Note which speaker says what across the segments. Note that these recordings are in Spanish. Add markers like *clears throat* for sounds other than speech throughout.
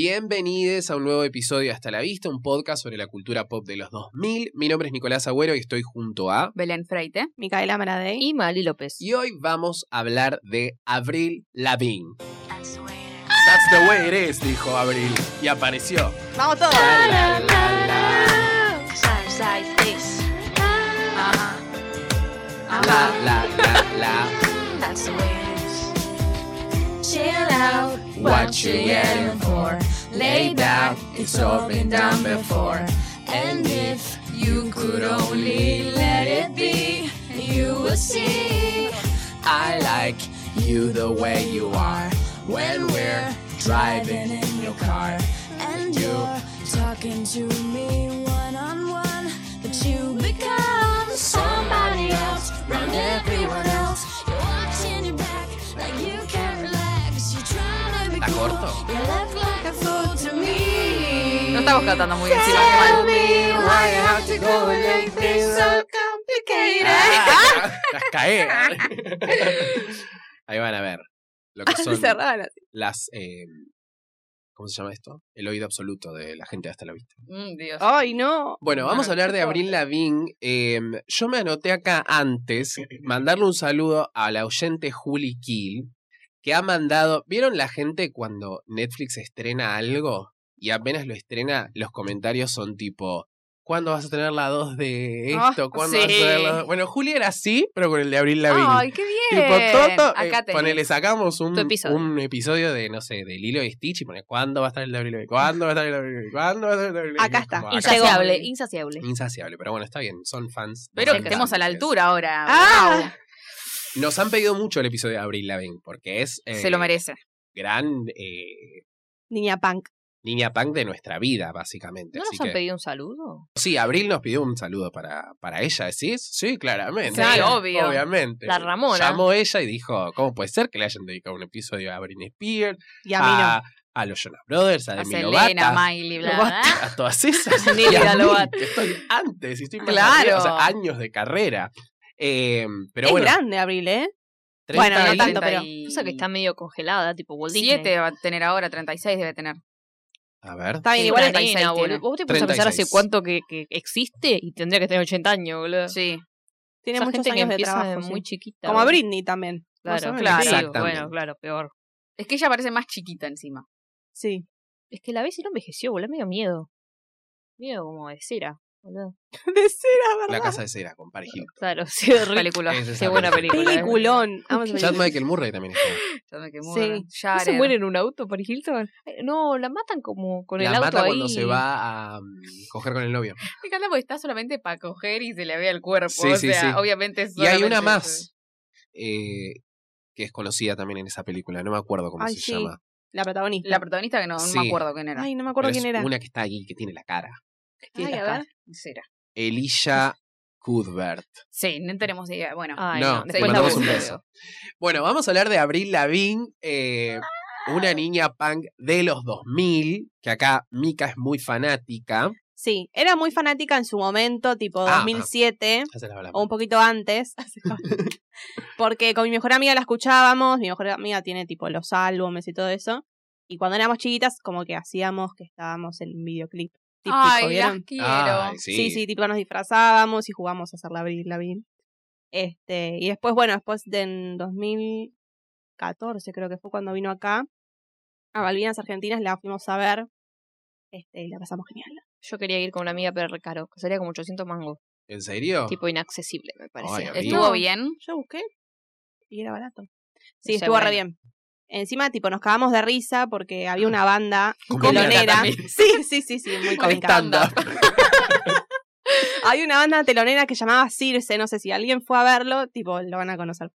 Speaker 1: Bienvenidos a un nuevo episodio de Hasta la Vista, un podcast sobre la cultura pop de los 2000. Mi nombre es Nicolás Agüero y estoy junto a...
Speaker 2: Belén Freite
Speaker 3: Micaela Maradei.
Speaker 2: y Mali López.
Speaker 1: Y hoy vamos a hablar de Avril Lavigne. That's the way it is, dijo Avril. Y apareció.
Speaker 3: Vamos todos.
Speaker 1: La, la, la, la. La, la, la, la. What you waiting for? Lay back, it's all been done before. And if you could only let it be, you would see. I like you the way you are when we're driving in your car. And you're
Speaker 4: talking to me one on one, but you become somebody else, round everyone else. You're watching your back like you can't relax. You're trying to be
Speaker 1: ¿Está
Speaker 4: cool.
Speaker 1: corto?
Speaker 4: You look like a fool to me.
Speaker 2: No estamos cantando muy bien, sí, mal.
Speaker 4: why you have to go and make things so
Speaker 1: Ah, las cae. Ahí van a ver lo que son
Speaker 3: Cerraban así.
Speaker 1: las. eh, ¿Cómo se llama esto? El oído absoluto de la gente de hasta la vista.
Speaker 2: Mm, Dios.
Speaker 3: Ay, no.
Speaker 1: Bueno, vamos a hablar de Abril Lavigne. Eh, yo me anoté acá antes mandarle un saludo a la oyente Julie Kiel, que ha mandado. ¿Vieron la gente cuando Netflix estrena algo y apenas lo estrena, los comentarios son tipo. ¿Cuándo vas a tener la 2 de
Speaker 3: Ah,
Speaker 1: esto? ¿Cuándo vas
Speaker 3: sí.
Speaker 1: a tener la dos? Bueno, Julie era así, pero con el de Abril Lavigne.
Speaker 2: Ay, qué bien.
Speaker 1: Tipo, Toto, eh,
Speaker 2: Acá tenés.
Speaker 1: ponele, sacamos un
Speaker 2: Tu episodio.
Speaker 1: un episodio de, no sé, de Lilo y Stitch y pone, ¿cuándo va a estar el de Abril Lavigne? ¿Cuándo va a estar el de Abril Lavigne? ¿Cuándo va a estar el de Abril Lavigne?
Speaker 3: Acá está. Mm.
Speaker 1: Como,
Speaker 3: Y
Speaker 1: está.
Speaker 2: Insaciable, insaciable.
Speaker 1: Mm. Insaciable, pero bueno, está bien, son fans. de
Speaker 2: Pero que
Speaker 1: Abril
Speaker 2: estemos a la
Speaker 1: Lavigne.
Speaker 2: altura ahora.
Speaker 3: Ah.
Speaker 1: Nos han pedido mucho el episodio de Abril Lavigne, porque es
Speaker 2: Wow.
Speaker 1: eh,
Speaker 2: Se lo merece.
Speaker 1: gran eh,
Speaker 3: Niña punk.
Speaker 1: niña punk de nuestra vida, básicamente.
Speaker 2: ¿No
Speaker 1: Así
Speaker 2: nos han
Speaker 1: que-
Speaker 2: pedido un saludo?
Speaker 1: Sí, Abril nos pidió un saludo para, para ella, ¿sí? Sí, claramente.
Speaker 2: Sí,
Speaker 1: Sí,
Speaker 2: obvio.
Speaker 1: Obviamente.
Speaker 2: La Ramona.
Speaker 1: Llamó ella y dijo, ¿cómo puede ser que le hayan dedicado un episodio a Britney Spears?
Speaker 3: Y a mí no.
Speaker 1: a los Jonas Brothers, a
Speaker 2: A
Speaker 1: Demi
Speaker 2: Selena,
Speaker 1: Lovato,
Speaker 2: Miley, bla, bla.
Speaker 1: Lovato, a todas esas.
Speaker 2: *laughs* Ni
Speaker 1: Y a
Speaker 2: idea,
Speaker 1: mí,
Speaker 2: Lovato.
Speaker 1: que estoy antes, y estoy más
Speaker 2: Claro.
Speaker 1: arriba, o sea, años de carrera. Eh, pero
Speaker 3: es
Speaker 1: bueno,
Speaker 3: grande, Abril, ¿eh?
Speaker 1: 30
Speaker 3: bueno, no
Speaker 1: y-
Speaker 3: tanto, pero-
Speaker 2: Cosa
Speaker 5: Cosa que está medio congelada, tipo Walt Disney.
Speaker 2: 7 va a tener ahora, 36 debe tener.
Speaker 1: A ver,
Speaker 3: Está bien,
Speaker 2: Sí,
Speaker 3: igual
Speaker 2: una
Speaker 3: es
Speaker 2: nena,
Speaker 3: Disney,
Speaker 2: boludo.
Speaker 3: tiene.
Speaker 5: Vos te pones a pensar
Speaker 1: 36.
Speaker 5: hace cuánto que, que existe y tendría que tener 80 años, boludo.
Speaker 2: Sí.
Speaker 3: Tiene
Speaker 5: Esa
Speaker 3: muchos
Speaker 5: gente que
Speaker 3: años de
Speaker 5: empieza
Speaker 3: trabajo.
Speaker 5: muy
Speaker 3: sí.
Speaker 5: chiquita.
Speaker 3: Como
Speaker 5: boludo.
Speaker 3: Britney también.
Speaker 5: Claro,
Speaker 1: Más o
Speaker 5: claro.
Speaker 1: menos.
Speaker 5: digo,
Speaker 1: Exactamente.
Speaker 5: Bueno, claro, peor.
Speaker 2: Es que ella parece más chiquita encima.
Speaker 3: Sí. *laughs*
Speaker 5: Es que la vez y no envejeció, boludo. Me dio miedo. Miedo como de cera, boludo. Eh,
Speaker 3: De cera,
Speaker 1: La
Speaker 3: ¿verdad?
Speaker 1: Casa de Cera con Paris Hilton.
Speaker 5: Claro, *laughs* sí, de re-
Speaker 2: Película.
Speaker 1: Es esa
Speaker 5: Qué buena película. eh. *laughs*
Speaker 3: Peliculón. Vamos a ver.
Speaker 1: Chad Michael Murray también está.
Speaker 2: Ya me quemó,
Speaker 3: Sí.
Speaker 2: ¿no?
Speaker 5: ¿No se
Speaker 2: Jared.
Speaker 5: muere en un auto, Paris Hilton? Eh, No, la matan como con
Speaker 1: la
Speaker 5: el auto
Speaker 1: mata
Speaker 5: ahí.
Speaker 1: cuando se va a um, coger con el novio.
Speaker 2: Me encanta porque está solamente para coger y se le ve el cuerpo.
Speaker 1: Sí,
Speaker 2: o
Speaker 1: sí,
Speaker 2: sea,
Speaker 1: sí.
Speaker 2: obviamente es
Speaker 1: Y hay
Speaker 2: solamente
Speaker 1: una
Speaker 2: eso.
Speaker 1: más eh, que es conocida también en esa película. No me acuerdo cómo
Speaker 3: Ay,
Speaker 1: se
Speaker 3: sí.
Speaker 1: llama.
Speaker 3: La protagonista.
Speaker 2: La protagonista que no, no me
Speaker 1: Sí.
Speaker 2: acuerdo quién era.
Speaker 3: Ay, no me
Speaker 1: Pero
Speaker 3: acuerdo
Speaker 1: es
Speaker 3: quién era.
Speaker 1: una que está ahí, que tiene la cara.
Speaker 3: Ay, a ver.
Speaker 2: Será.
Speaker 1: Elisha Cuthbert.
Speaker 2: Sí, no tenemos idea. Bueno,
Speaker 5: Ay,
Speaker 1: No,
Speaker 5: no,
Speaker 1: te
Speaker 5: después la
Speaker 1: mandamos un
Speaker 5: busco.
Speaker 1: beso. Bueno, vamos a hablar de Abril Lavigne, eh, una niña punk de los 2000, que acá Mika es muy fanática.
Speaker 3: Sí. Era muy fanática en su momento, tipo
Speaker 1: Ah,
Speaker 3: 2007.
Speaker 1: Ya se las hablamos.
Speaker 3: o un poquito antes, *laughs* porque con mi mejor amiga la escuchábamos, mi mejor amiga tiene tipo los álbumes y todo eso, y cuando éramos chiquitas como que hacíamos que estábamos en un videoclip típico,
Speaker 2: Ay, las
Speaker 3: ¿vieron?
Speaker 2: quiero.
Speaker 1: Ay, sí.
Speaker 3: Sí. sí, tipo nos disfrazábamos y jugamos a hacerla abrir la Lavigne. Este, y después, bueno, después de en 2014 creo que fue cuando vino acá, a Malvinas Argentinas la fuimos a ver, este, y la pasamos genial.
Speaker 5: Yo quería ir con una amiga, pero re caro. Que salía como 800 mangos.
Speaker 1: ¿En serio?
Speaker 5: Tipo inaccesible, me parecía.
Speaker 1: amigo.
Speaker 2: ¿Estuvo
Speaker 3: No.
Speaker 2: bien?
Speaker 3: Yo busqué y era barato. Sí,
Speaker 5: Ese
Speaker 3: estuvo re
Speaker 5: bueno.
Speaker 3: bien. Encima, tipo, nos cagamos de risa porque había una banda
Speaker 1: Como
Speaker 2: Colonia
Speaker 3: telonera.
Speaker 2: también.
Speaker 3: *laughs* Sí, sí, sí, sí, muy
Speaker 2: Con
Speaker 3: cómica.
Speaker 2: stand-up.
Speaker 3: Hay una banda telonera que llamaba Circe, no sé si alguien fue a verlo, tipo, lo van a conocer.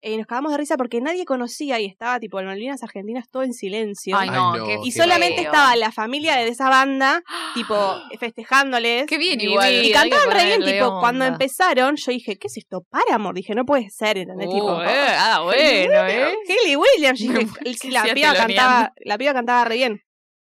Speaker 3: Eh, Y nos cagamos de risa porque nadie conocía y estaba, tipo, en Malvinas Argentinas todo en silencio.
Speaker 2: Ay, no.
Speaker 1: Ay, no,
Speaker 2: qué
Speaker 1: qué
Speaker 3: y
Speaker 2: feo.
Speaker 3: solamente
Speaker 1: feo.
Speaker 3: estaba la familia de
Speaker 2: *gasps*
Speaker 3: esa banda, tipo, festejándoles.
Speaker 2: Qué bien,
Speaker 5: Mi
Speaker 2: igual.
Speaker 5: vida.
Speaker 3: Y
Speaker 5: hay que
Speaker 3: cantaban re bien,
Speaker 5: ponerle
Speaker 3: tipo, cuando
Speaker 5: onda.
Speaker 3: empezaron, yo dije, ¿qué es esto? Paramor, dije, no puede ser, ¿entendés?
Speaker 2: Uh,
Speaker 3: tipo,
Speaker 5: Oh, eh, ah, *laughs* bueno, eh.
Speaker 3: Hayley
Speaker 2: *laughs*
Speaker 3: Williams. yo dije,
Speaker 2: que
Speaker 3: la,
Speaker 2: sea
Speaker 3: piba
Speaker 2: teloneando.
Speaker 3: cantaba, la piba cantaba re bien.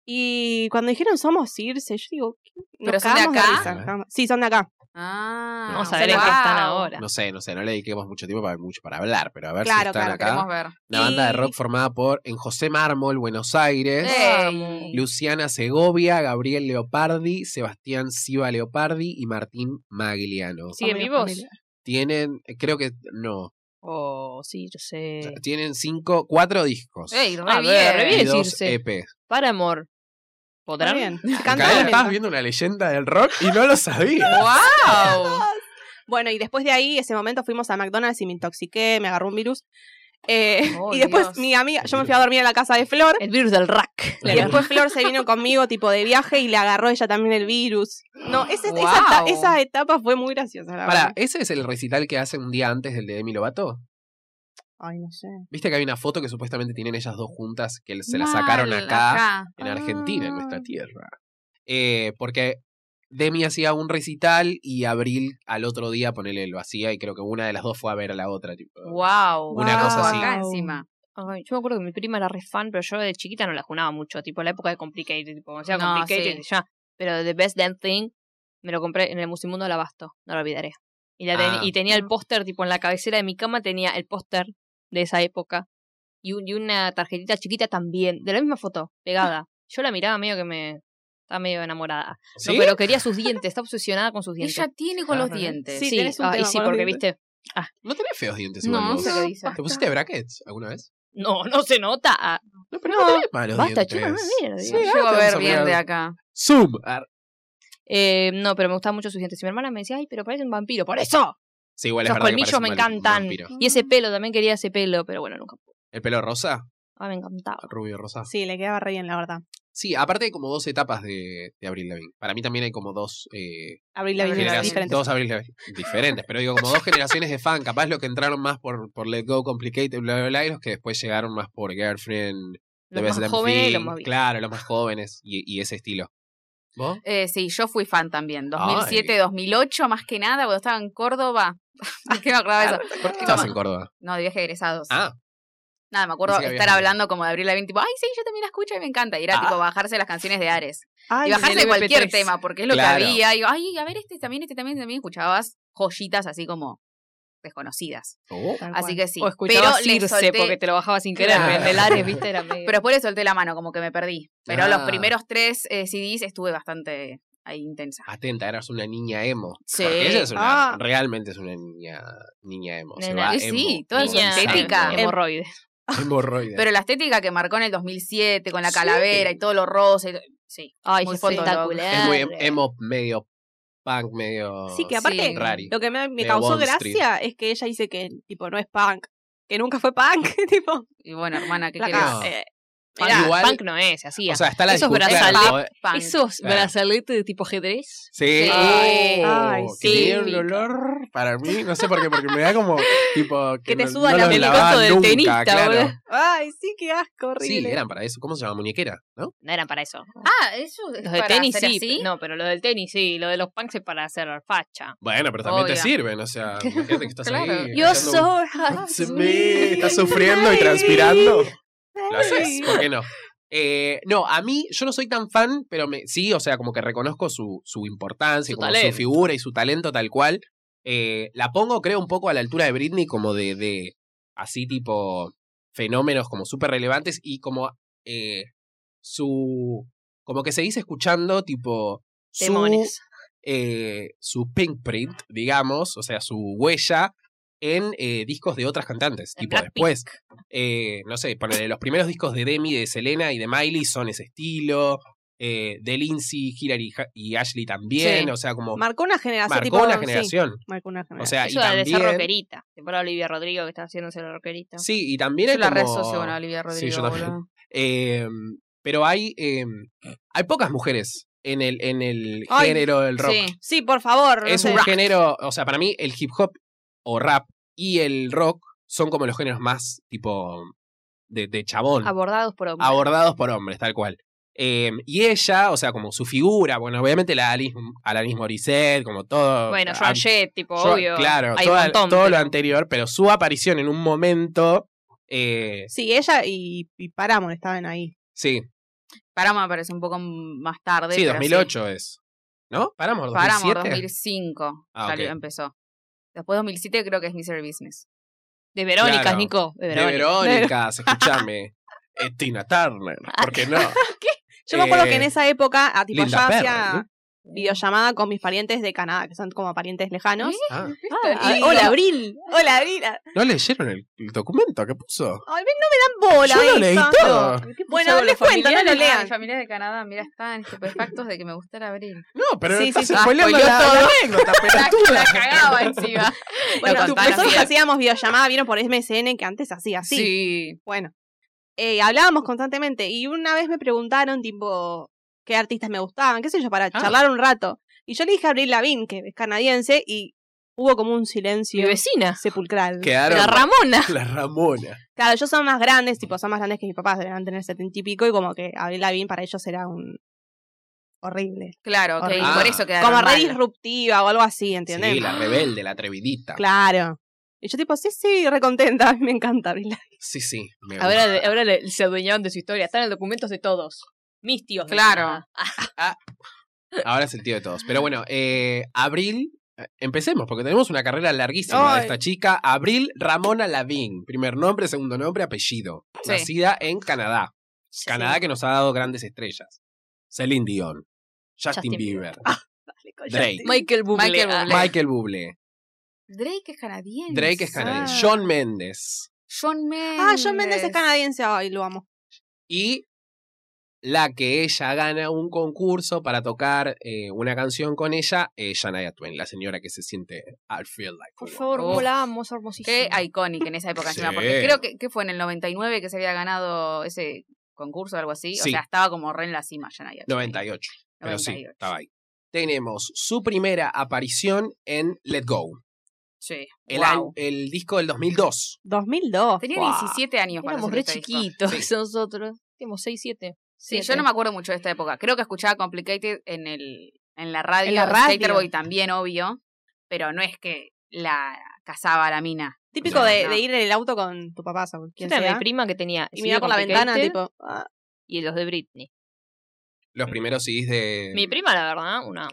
Speaker 3: Y cuando dijeron somos Circe, yo digo, ¿qué?
Speaker 2: ¿Pero son de
Speaker 3: cagamos
Speaker 2: acá?
Speaker 3: risa, nos cagamos- Sí, son de acá.
Speaker 2: Ah,
Speaker 5: Vamos a
Speaker 2: o
Speaker 5: ver en
Speaker 2: sea,
Speaker 5: qué
Speaker 2: wow.
Speaker 5: están ahora.
Speaker 1: No sé, no sé, no le dediquemos mucho tiempo para, mucho para hablar, pero a ver si
Speaker 3: Claro,
Speaker 1: están
Speaker 3: claro,
Speaker 1: acá.
Speaker 2: Queremos ver.
Speaker 1: Una banda de
Speaker 3: Y-
Speaker 1: rock formada por en José Mármol, Buenos Aires,
Speaker 2: Ey.
Speaker 1: Luciana Segovia, Gabriel Leopardi, Sebastián Siva Leopardi y Martín Magliano.
Speaker 5: ¿Siguen
Speaker 3: medio
Speaker 5: vivos?
Speaker 3: familiar.
Speaker 1: Tienen, creo que no,
Speaker 5: Oh, sí, yo
Speaker 1: o sea,
Speaker 5: sé.
Speaker 1: tienen cinco, cuatro discos.
Speaker 2: Ey, re
Speaker 5: Ah,
Speaker 2: bien.
Speaker 5: bien, re
Speaker 1: y
Speaker 5: bien.
Speaker 1: dos
Speaker 5: decirse.
Speaker 1: EP.
Speaker 5: Para amor.
Speaker 3: Está
Speaker 5: ¿Podrán?
Speaker 3: bien. Se
Speaker 1: Acá
Speaker 3: *laughs* canta bien,
Speaker 1: estás
Speaker 3: ¿no?
Speaker 1: viendo una leyenda del rock y no lo
Speaker 2: *laughs*
Speaker 1: sabía.
Speaker 2: ¡Wow!
Speaker 3: Bueno, y después de ahí, ese momento, fuimos a McDonald's y me intoxiqué, me agarró un virus. Eh, *laughs*
Speaker 2: Oh,
Speaker 3: y después
Speaker 2: Dios.
Speaker 3: mi amiga, yo me fui a dormir a la casa
Speaker 1: *laughs*
Speaker 3: de Flor.
Speaker 5: El virus del rack.
Speaker 3: Y después Flor se vino conmigo, tipo de viaje, y le agarró ella también el virus. No, ese-
Speaker 2: Wow.
Speaker 3: esa, eta- esa etapa fue muy graciosa, la
Speaker 1: Pará,
Speaker 3: verdad.
Speaker 1: ¿ese es el recital que hacen un día antes del de Demi Lovato?
Speaker 3: Ay, no sé.
Speaker 1: ¿Viste que hay una foto que supuestamente tienen ellas dos juntas que se la sacaron
Speaker 2: Mal,
Speaker 1: acá,
Speaker 2: acá.
Speaker 1: en Argentina, en nuestra
Speaker 3: Ah.
Speaker 1: tierra? Eh, porque Demi hacía un recital y Abril al otro día, ponele, lo hacía y creo que una de las dos fue a ver a la otra. Tipo.
Speaker 2: Wow.
Speaker 1: Una cosa así.
Speaker 2: Acá encima.
Speaker 5: Ay, yo me acuerdo que mi prima era re fan, pero yo de chiquita no la junaba mucho. Tipo, la época de Complicated. Tipo, o sea,
Speaker 2: No,
Speaker 5: Complicated
Speaker 2: sí.
Speaker 5: ya. Pero The Best Damn Thing me lo compré en el Musimundo del Abasto. No lo olvidaré. Y, la ten-
Speaker 1: Ah.
Speaker 5: y tenía el póster, tipo, en la cabecera de mi cama tenía el póster de esa época. Y, un- y una tarjetita chiquita también, de la misma foto,
Speaker 3: *laughs*
Speaker 5: pegada. Yo la miraba medio que me... Estaba medio enamorada.
Speaker 1: ¿Sí?
Speaker 5: No, pero quería sus dientes. Está obsesionada con sus dientes.
Speaker 2: Ella tiene con los
Speaker 1: Claro.
Speaker 2: dientes.
Speaker 3: Sí,
Speaker 5: Sí,
Speaker 3: tenés un
Speaker 5: ay,
Speaker 3: tema
Speaker 5: sí,
Speaker 3: con los
Speaker 5: porque,
Speaker 3: dientes.
Speaker 5: viste...
Speaker 1: No tenés feos dientes igual
Speaker 2: No,
Speaker 1: vos.
Speaker 2: sé qué dice.
Speaker 1: ¿Te pusiste brackets alguna vez?
Speaker 5: No, no se nota.
Speaker 1: No, pero no, tenés malos
Speaker 5: Basta,
Speaker 1: dientes.
Speaker 5: chicos, no me miren,
Speaker 1: Sí,
Speaker 5: digo.
Speaker 1: ahora
Speaker 2: Llego a
Speaker 1: te vamos
Speaker 2: ver
Speaker 1: a
Speaker 2: bien
Speaker 1: mirar.
Speaker 2: de acá.
Speaker 1: Zoom. Ar-
Speaker 5: Eh, no, pero me gustaban mucho sus dientes. Y mi hermana me decía, ay, pero parece un vampiro, por eso.
Speaker 1: Sí, igual es
Speaker 5: Los
Speaker 1: verdad que
Speaker 5: colmillos
Speaker 1: parece
Speaker 5: me
Speaker 1: un
Speaker 5: encantan.
Speaker 1: vampiro.
Speaker 5: Y ese pelo, también quería ese pelo, pero bueno, nunca pude.
Speaker 1: ¿El pelo rosa?
Speaker 5: Ah, me encantaba.
Speaker 1: Rubio rosa.
Speaker 3: Sí, le quedaba re bien, la verdad.
Speaker 1: Sí, aparte hay como dos etapas de, de Abril Lavigne. Para mí también hay como dos eh,
Speaker 3: Abril la
Speaker 2: Avril
Speaker 3: vida
Speaker 1: generaciones.
Speaker 2: Lavigne.
Speaker 3: diferente.
Speaker 1: Dos Abril Lavigne diferentes, pero digo, como dos generaciones de fan. Capaz los que entraron más por, por Let Go, Complicated, bla, bla, bla, y los que después llegaron más por Girlfriend, The
Speaker 5: Los
Speaker 1: Best
Speaker 5: más
Speaker 1: Damn
Speaker 5: jóvenes y los
Speaker 1: Thing.
Speaker 5: más viejos.
Speaker 1: Claro, los más jóvenes y, y ese estilo. ¿Vos?
Speaker 2: Eh, sí, yo fui fan también. 2007, 2008, más que nada, cuando estaba en Córdoba. *laughs* ¿Por qué me acordaba de eso?
Speaker 1: ¿Por qué estabas en Córdoba?
Speaker 2: No, de viaje de egresados.
Speaker 1: Ah,
Speaker 2: Nada, me acuerdo
Speaker 1: Pensé que
Speaker 2: estar
Speaker 1: habías ido.
Speaker 2: hablando como de Abril Lavigne, tipo, ay, sí, yo también la escucho y me encanta. Y era
Speaker 1: Ah.
Speaker 2: tipo bajarse las canciones de Ares.
Speaker 3: Ay,
Speaker 2: y bajarse
Speaker 5: del
Speaker 2: cualquier
Speaker 5: MP3.
Speaker 2: tema, porque es lo
Speaker 1: Claro.
Speaker 2: que había. Y digo, ay, a ver, este también, este también, también escuchabas joyitas así como desconocidas.
Speaker 1: oh,
Speaker 3: tal
Speaker 2: Así
Speaker 3: cual.
Speaker 2: que sí.
Speaker 5: O escuchaba
Speaker 2: le
Speaker 5: Circe
Speaker 2: solté-
Speaker 5: porque te lo bajaba sin querer.
Speaker 1: Claro.
Speaker 5: En el Ares, viste, era medio.
Speaker 2: Pero después le solté la mano, como que me perdí. Pero los
Speaker 1: Ah.
Speaker 2: primeros tres eh, CDs estuve bastante ahí intensa.
Speaker 1: atenta, eras una niña emo.
Speaker 2: Sí.
Speaker 1: Porque ella es una,
Speaker 3: Ah.
Speaker 1: realmente es una niña, niña emo. se
Speaker 5: Nena.
Speaker 1: va
Speaker 2: Y sí,
Speaker 1: emo,
Speaker 2: toda
Speaker 1: emo
Speaker 5: Niña
Speaker 1: sano,
Speaker 2: estética. em,
Speaker 1: emo-
Speaker 5: Hemorroides.
Speaker 1: Hemorroides.
Speaker 2: Pero la estética que marcó en el 2007, con la
Speaker 1: Sí.
Speaker 2: calavera y todo lo rosa. y- Sí.
Speaker 5: Ay,
Speaker 2: Muy
Speaker 5: es espectacular.
Speaker 1: es muy em- emo, medio punk, medio.
Speaker 3: Sí, que aparte,
Speaker 2: Sí.
Speaker 1: Rari.
Speaker 3: lo que me, me
Speaker 1: De
Speaker 3: causó
Speaker 1: Wall Street.
Speaker 3: gracia es que ella dice que, tipo, no es punk. Que nunca fue punk, *laughs* tipo.
Speaker 2: Y bueno, hermana, ¿qué
Speaker 3: flaca,
Speaker 2: querés?
Speaker 1: No.
Speaker 3: eh,
Speaker 5: Punk,
Speaker 1: Mirá, igual-
Speaker 5: punk no es, se hacía.
Speaker 1: O sea, está la
Speaker 5: Esos
Speaker 1: discusión.
Speaker 5: brazales.
Speaker 1: claro, eh.
Speaker 2: Punk.
Speaker 5: Esos
Speaker 1: Claro.
Speaker 5: brazaletes de tipo ajedrez.
Speaker 1: Sí.
Speaker 2: Sí.
Speaker 1: Oh,
Speaker 3: Ay,
Speaker 1: que
Speaker 5: sí.
Speaker 1: tiene un olor para mí, no sé por qué, porque me da como tipo
Speaker 3: Que te
Speaker 1: no-
Speaker 3: suda
Speaker 1: no
Speaker 3: la-
Speaker 1: los
Speaker 5: el
Speaker 1: lavaban
Speaker 5: coso del
Speaker 1: nunca,
Speaker 5: tenista,
Speaker 1: claro.
Speaker 5: boludo.
Speaker 3: Ay, sí, qué asco, horrible.
Speaker 1: Sí, eran para eso. ¿Cómo se llama? Muñequera, ¿no?
Speaker 5: No eran para eso.
Speaker 2: Ah, eso es
Speaker 5: Los de
Speaker 2: para
Speaker 5: tenis
Speaker 2: hacer
Speaker 5: sí.
Speaker 2: así.
Speaker 5: No, pero lo del tenis sí. Lo de los punks es para hacer facha.
Speaker 1: Bueno, pero también te
Speaker 2: Obvio.
Speaker 1: sirven, o sea, imagínate que estás
Speaker 2: Claro.
Speaker 1: ahí.
Speaker 5: Yo
Speaker 1: cantando un- *laughs*
Speaker 5: soy
Speaker 1: Sí, estás sufriendo y transpirando. ¿Lo haces? ¿Por qué no? Eh, no, a mí, yo no soy tan fan, pero me, sí, o sea, como que reconozco su, su importancia,
Speaker 5: Su
Speaker 1: como
Speaker 5: talento.
Speaker 1: su figura y su talento tal cual. Eh, la pongo, creo, un poco a la altura de Britney, como de, de así tipo fenómenos como súper relevantes y como eh, su... Como que seguís escuchando tipo su,
Speaker 5: Demones.
Speaker 1: eh, su pink print, digamos, o sea, su huella en eh, discos de otras cantantes,
Speaker 5: En
Speaker 1: tipo después. eh, no sé, ponele, los primeros discos de Demi, de Selena y de Miley son ese estilo. eh, de Lindsay, Hillary ja- y Ashley también.
Speaker 5: Sí.
Speaker 1: O sea, como
Speaker 3: Marcó una generación,
Speaker 1: marcó
Speaker 3: tipo.
Speaker 1: una
Speaker 3: sí,
Speaker 1: generación.
Speaker 3: marcó una generación.
Speaker 1: O sea, Ah, y
Speaker 5: Eso de ser
Speaker 1: también.
Speaker 5: rockerita. Tipo la Olivia Rodrigo que está haciéndose la rockerita.
Speaker 1: Sí, y también
Speaker 2: Yo
Speaker 1: hay
Speaker 2: la
Speaker 1: como-
Speaker 2: resocio con Olivia Rodrigo.
Speaker 1: yo también. *laughs*
Speaker 2: boludo.
Speaker 1: Eh, pero hay, eh, hay pocas mujeres en el, en el
Speaker 3: Ay,
Speaker 1: género del rock.
Speaker 2: Sí.
Speaker 3: Sí, por favor. no
Speaker 1: es
Speaker 3: sé.
Speaker 1: un género, o sea, para mí el hip hop o rap y el rock son como los géneros más tipo de, de chabón,
Speaker 5: Abordados
Speaker 1: Ah,
Speaker 5: por hombres.
Speaker 1: abordados por hombres, tal cual. Eh, y ella, o sea, como su figura, bueno, obviamente la Alanis, Alanis Morissette, como todo.
Speaker 5: Bueno,
Speaker 1: a-
Speaker 5: Joan Jett, tipo,
Speaker 1: Joan-
Speaker 5: obvio.
Speaker 1: Claro,
Speaker 5: Hay
Speaker 1: toda-
Speaker 5: un montón,
Speaker 1: todo lo
Speaker 5: pero-
Speaker 1: anterior, pero su aparición en un momento. eh,
Speaker 3: Sí, ella y, y Paramore estaban ahí.
Speaker 1: sí,
Speaker 2: Pará, me parece un poco más tarde.
Speaker 1: sí,
Speaker 2: pero
Speaker 1: 2008 es. ¿No? Paramore, 2007.
Speaker 2: Paramore 2005
Speaker 1: Ah,
Speaker 2: salió-
Speaker 1: ok.
Speaker 2: empezó. Después 2007 creo que es Misery Business.
Speaker 5: De Verónica,
Speaker 1: Claro.
Speaker 5: Nico. De
Speaker 1: De
Speaker 5: Verónica.
Speaker 1: Verónicas, escúchame. Eh, Tina Turner, ¿por qué no?
Speaker 3: Yo me acuerdo que en
Speaker 1: Eh,
Speaker 3: esa época, a tipo,
Speaker 1: Linda
Speaker 3: yo
Speaker 1: Perry,
Speaker 3: hacía
Speaker 1: ¿no?
Speaker 3: videollamada con mis parientes de Canadá, que son como parientes lejanos.
Speaker 1: Ah,
Speaker 3: Ah,
Speaker 5: Y-
Speaker 3: hola,
Speaker 5: Abril.
Speaker 3: Hola, Brina.
Speaker 1: ¿No leyeron el, el documento que puso?
Speaker 3: Ay, ven, no me dan bola.
Speaker 1: Yo lo
Speaker 3: esto.
Speaker 1: leí todo.
Speaker 3: Bueno, les cuento, no lo lean.
Speaker 2: familia de Canadá, mira, están estupefactos de que me gustara
Speaker 1: *laughs*
Speaker 2: Abril.
Speaker 1: No, pero
Speaker 3: Sí,
Speaker 1: estás
Speaker 3: sí, sí.
Speaker 1: spoileando
Speaker 2: Ah,
Speaker 1: la,
Speaker 2: spoileó
Speaker 1: la anécdota, *laughs*
Speaker 2: La,
Speaker 1: pelotuda.
Speaker 2: la
Speaker 1: *laughs*
Speaker 2: cagaba encima.
Speaker 3: Bueno,
Speaker 2: Lo contaron
Speaker 3: nosotros
Speaker 2: bien.
Speaker 3: hacíamos videollamada, vieron por MSN que antes hacía así.
Speaker 2: Sí.
Speaker 3: Bueno, eh, hablábamos constantemente y una vez me preguntaron, tipo, qué artistas me gustaban, qué sé yo, para charlar un rato. Y yo le dije a Abril Lavigne, que es canadiense, y hubo como un
Speaker 5: Mi
Speaker 3: silencio
Speaker 5: vecina.
Speaker 3: sepulcral.
Speaker 1: Quedaron
Speaker 5: La Ramona.
Speaker 1: *laughs* la Ramona.
Speaker 3: Claro, ellos son más grandes, tipo, son más grandes que mis papás, deben tener setenta y pico, y como que Abril Lavigne para ellos era un... horrible.
Speaker 2: Claro, ok.
Speaker 3: Horrible.
Speaker 2: y por eso quedaron
Speaker 3: Como re
Speaker 2: mal.
Speaker 3: disruptiva o algo así, ¿entendés?
Speaker 1: Sí, la rebelde, la atrevidita.
Speaker 3: Claro. Y yo tipo, sí, sí, recontenta, *laughs* a mí me encanta Abril Lavigne.
Speaker 1: Sí, sí. me gusta.
Speaker 5: Ahora, ahora le- se adueñaron de su historia. Están en documentos de todos. Mis tíos. de
Speaker 2: Claro.
Speaker 5: Canadá. Ah,
Speaker 1: Ahora es el tío de todos. Pero bueno, eh, Abril, eh, empecemos, porque tenemos una carrera larguísima de
Speaker 3: Ay.
Speaker 1: esta chica. Abril Ramona Lavín. Primer nombre, segundo nombre, apellido.
Speaker 2: Sí.
Speaker 1: Nacida en Canadá. Canadá que nos ha dado grandes estrellas. Celine Dion, Justin,
Speaker 5: Justin
Speaker 1: Bieber, Drake.
Speaker 3: Drake.
Speaker 5: Michael Bublé.
Speaker 2: Michael
Speaker 5: Ah,
Speaker 2: Bublé.
Speaker 1: Michael Bublé,
Speaker 2: Drake es canadiense.
Speaker 1: Drake es canadiense,
Speaker 2: Ah.
Speaker 1: John Méndez
Speaker 2: Shawn Mendes.
Speaker 3: Ah, John Mendes es canadiense, ay, lo amo.
Speaker 1: y la que ella gana un concurso para tocar eh, una canción con ella, eh, Shania Twain, la señora que se siente I feel like
Speaker 5: Por
Speaker 1: woman".
Speaker 5: favor,
Speaker 2: Uf.
Speaker 5: cómo la amo, es hermosísima.
Speaker 2: Qué icónica en esa época encima,
Speaker 1: *laughs* Sí.
Speaker 2: porque creo que, que fue en el 99 que se había ganado ese concurso o algo así.
Speaker 1: Sí.
Speaker 2: O sea, estaba como re en la cima Shania. Twain.
Speaker 1: 98. Pero sí,
Speaker 2: 98.
Speaker 1: estaba ahí. Tenemos su primera aparición en Let Go,
Speaker 2: Sí.
Speaker 1: el,
Speaker 2: Guau.
Speaker 1: al- el disco del 2002.
Speaker 3: 2002.
Speaker 2: Tenía
Speaker 3: guau.
Speaker 2: 17 años cuando
Speaker 5: Éramos
Speaker 2: salió
Speaker 5: re
Speaker 2: este disco.
Speaker 5: chiquitos
Speaker 1: Sí.
Speaker 5: *laughs* nosotros. Teníamos 6, 7.
Speaker 2: Sí, yo no me acuerdo mucho de esta época. Creo que escuchaba Complicated en el en la radio.
Speaker 3: En la radio.
Speaker 2: Skaterboy también, obvio. Pero no es que la cazaba a la mina.
Speaker 3: Típico
Speaker 1: No,
Speaker 3: de,
Speaker 2: no.
Speaker 3: de ir en el auto con tu papá, o
Speaker 5: Yo
Speaker 3: quien
Speaker 5: tenía
Speaker 3: sea,
Speaker 5: mi prima que tenía.
Speaker 3: y
Speaker 5: el
Speaker 3: mirar
Speaker 5: CD
Speaker 3: por la
Speaker 5: Complicated
Speaker 3: ventana, tipo, ah,
Speaker 5: Y los de Britney.
Speaker 1: Los primeros CDs de
Speaker 5: eh, Mi prima, la verdad, una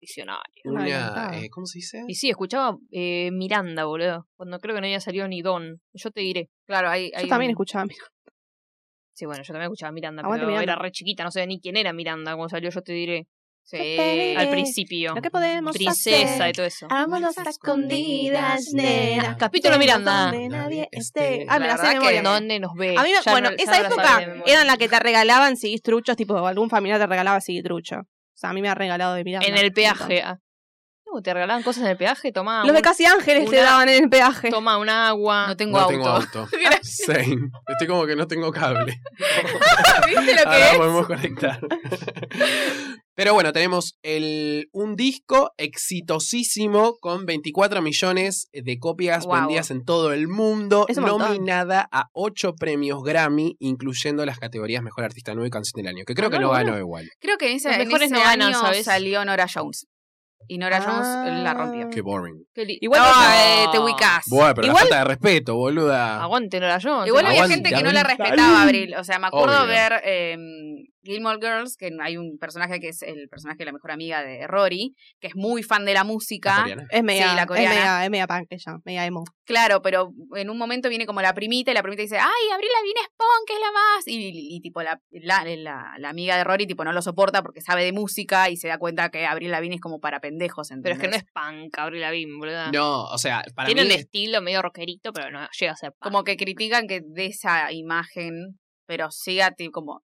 Speaker 5: visionaria.
Speaker 1: una,
Speaker 3: adelantada.
Speaker 1: eh, ¿cómo se dice?
Speaker 5: Y sí, escuchaba eh, Miranda, boludo. Cuando creo que no había salido ni Don. Yo te diré.
Speaker 2: Claro, hay,
Speaker 3: yo
Speaker 2: hay
Speaker 3: también
Speaker 2: un-
Speaker 3: escuchaba. mira.
Speaker 5: Sí, bueno, yo también escuchaba Miranda,
Speaker 3: Aguante
Speaker 5: pero
Speaker 3: Miranda.
Speaker 5: era re chiquita, no sé ni quién era Miranda cuando salió, yo te diré.
Speaker 2: Sí.
Speaker 5: Al
Speaker 3: Eh,
Speaker 5: principio.
Speaker 3: Lo que Ah, podemos
Speaker 5: Princesa y
Speaker 3: hacer.
Speaker 5: todo eso.
Speaker 6: Vámonos a escondidas, nena.
Speaker 5: Capítulo Miranda.
Speaker 3: Donde nadie
Speaker 1: esté.
Speaker 3: esté. Ah, me la sé
Speaker 2: La verdad
Speaker 3: de memoria.
Speaker 2: que no.
Speaker 5: ¿Dónde nos ve?
Speaker 3: A mí, me-
Speaker 5: Ya
Speaker 3: bueno,
Speaker 5: no- ya
Speaker 3: esa
Speaker 5: no la sabe de
Speaker 3: época
Speaker 5: memoria.
Speaker 3: era en la que te regalaban CDs truchos, tipo, algún familiar te regalaba CDs trucho. O sea, a mí me ha regalado de mirar.
Speaker 5: En el peaje. ah. No, te regalaban cosas en el peaje, tomá.
Speaker 3: Los
Speaker 5: un-
Speaker 3: de Casi Ángeles te
Speaker 5: una-
Speaker 3: daban en el peaje.
Speaker 5: Toma un agua.
Speaker 2: No tengo
Speaker 1: No
Speaker 2: auto.
Speaker 1: tengo auto. Same. Estoy como que no tengo cable.
Speaker 2: *laughs*
Speaker 1: *laughs*
Speaker 2: ¿Viste lo
Speaker 1: Ahora
Speaker 2: que es?
Speaker 1: podemos conectar. *laughs* Pero bueno, tenemos el, un disco exitosísimo con 24 millones de copias
Speaker 2: Guau.
Speaker 1: vendidas en todo el mundo,
Speaker 3: Es un montón.
Speaker 1: nominada a 8 premios Grammy, incluyendo las categorías Mejor Artista Nuevo y Canción del Año, que creo
Speaker 5: Ah,
Speaker 1: que
Speaker 5: no,
Speaker 1: no ganó
Speaker 5: bueno.
Speaker 1: igual.
Speaker 2: Creo que en ese,
Speaker 5: Los
Speaker 2: en
Speaker 5: mejores
Speaker 2: ese
Speaker 5: no ganan,
Speaker 2: año
Speaker 5: ¿sabes? Ah.
Speaker 2: salió Nora Jones. Y Nora Jones la rompió.
Speaker 1: Qué boring.
Speaker 5: Qué li-
Speaker 3: Igual
Speaker 2: no,
Speaker 5: Ah,
Speaker 2: eh, te ubicas.
Speaker 1: Bueno, pero
Speaker 3: Igual-
Speaker 1: la falta de respeto, boluda.
Speaker 5: Aguante, no la yo.
Speaker 2: Igual había
Speaker 1: Aguante,
Speaker 2: gente que no la
Speaker 1: Abril.
Speaker 2: respetaba, Abril. O sea, me acuerdo
Speaker 1: Obvio.
Speaker 2: ver eh, Gilmore Girls, que hay un personaje que es el personaje de la mejor amiga de Rory, que es muy fan de la
Speaker 1: ¿La
Speaker 2: música.
Speaker 1: coreana?
Speaker 3: Es media,
Speaker 2: Sí, la
Speaker 3: es
Speaker 2: coreana.
Speaker 3: media, es media punk ella, media emo.
Speaker 2: Claro, pero en un momento viene como la primita y la primita dice, ay, Abril Lavigne es punk, es la más. Y, y, tipo, la, la, la- la amiga de Rory tipo no lo soporta porque sabe de música y se da cuenta que Abril Lavigne es como para pendejos,
Speaker 5: Pero es que no
Speaker 2: ¿entendés?
Speaker 5: es punk, Abril Lavigne, boludo.
Speaker 1: No, o sea, para
Speaker 5: Tiene
Speaker 1: mí...
Speaker 5: un estilo medio rockerito, pero no llega a ser punk.
Speaker 2: Como que critican que de esa imagen, pero sí a ti como...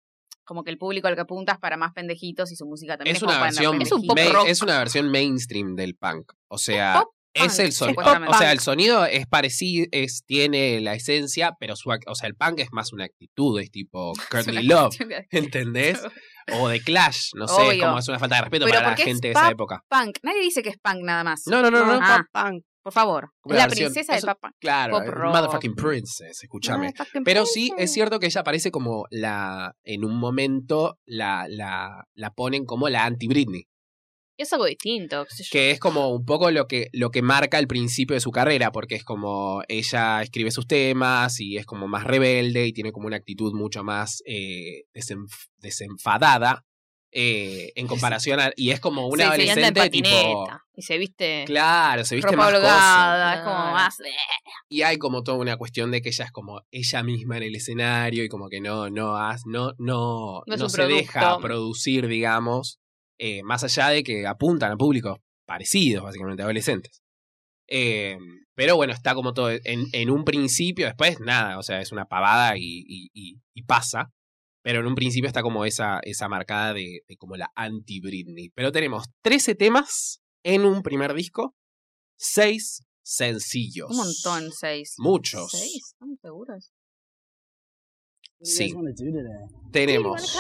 Speaker 2: Como que el público al que apuntas para más pendejitos y su música también
Speaker 1: es
Speaker 2: es,
Speaker 1: una
Speaker 2: como para
Speaker 1: versión
Speaker 5: Es un pop
Speaker 1: main-
Speaker 5: rock.
Speaker 1: es una versión mainstream del punk o sea
Speaker 2: pop
Speaker 1: es
Speaker 2: punk,
Speaker 1: el sonido
Speaker 2: supuestamente.
Speaker 1: o sea el sonido es parecido es tiene la esencia pero su ac- o sea el punk es más una actitud es
Speaker 2: *laughs*
Speaker 1: tipo Courtney Love *laughs* ¿entendés? o de Clash no sé es
Speaker 2: Obvio.
Speaker 1: como es una falta de respeto
Speaker 2: Pero
Speaker 1: para la
Speaker 2: porque es
Speaker 1: gente de
Speaker 2: pop.
Speaker 1: esa época
Speaker 2: Punk. Nadie dice que es punk nada más.
Speaker 1: no no no no,
Speaker 2: Ah.
Speaker 3: Pop punk.
Speaker 2: Por favor.
Speaker 1: Como
Speaker 2: Es
Speaker 1: la
Speaker 2: la
Speaker 1: versión-
Speaker 2: princesa del
Speaker 1: eso-
Speaker 2: papá.
Speaker 1: claro
Speaker 2: Pop
Speaker 1: eh,
Speaker 2: rock. Ah,
Speaker 1: motherfucking princess escúchame pero sí es cierto que ella aparece como la en un momento la la la ponen como la anti Britney
Speaker 5: Es algo distinto. qué sé yo.
Speaker 1: que es como un poco lo que, lo que marca el principio de su carrera, porque es como ella escribe sus temas y es como más rebelde y tiene como una actitud mucho más eh, desenf- desenfadada. eh, en comparación a... Y es como una
Speaker 5: Sí, sí, anda en
Speaker 1: adolescente tipo...
Speaker 5: patineta Y se viste.
Speaker 1: Claro, se viste
Speaker 2: ropa
Speaker 1: más cosa.
Speaker 2: holgada, es como
Speaker 5: Claro.
Speaker 2: más.
Speaker 1: Y hay como toda una cuestión de que ella es como ella misma en el escenario y como que no, no, haz- no, no,
Speaker 5: No es
Speaker 1: no
Speaker 5: un
Speaker 1: se deja
Speaker 5: producto.
Speaker 1: producir, digamos, eh, más allá de que apuntan a públicos parecidos, básicamente, adolescentes. Eh, pero bueno, está como todo en, en un principio, después nada, o sea, es una pavada y, y- y- y pasa. Pero en un principio está como esa, esa marcada de, de como la anti-Britney. Pero tenemos 13 temas en un primer disco, 6 sencillos.
Speaker 2: Un montón, seis.
Speaker 1: Muchos.
Speaker 2: ¿Seis? ¿Estamos seguros?
Speaker 1: Sí. Tenemos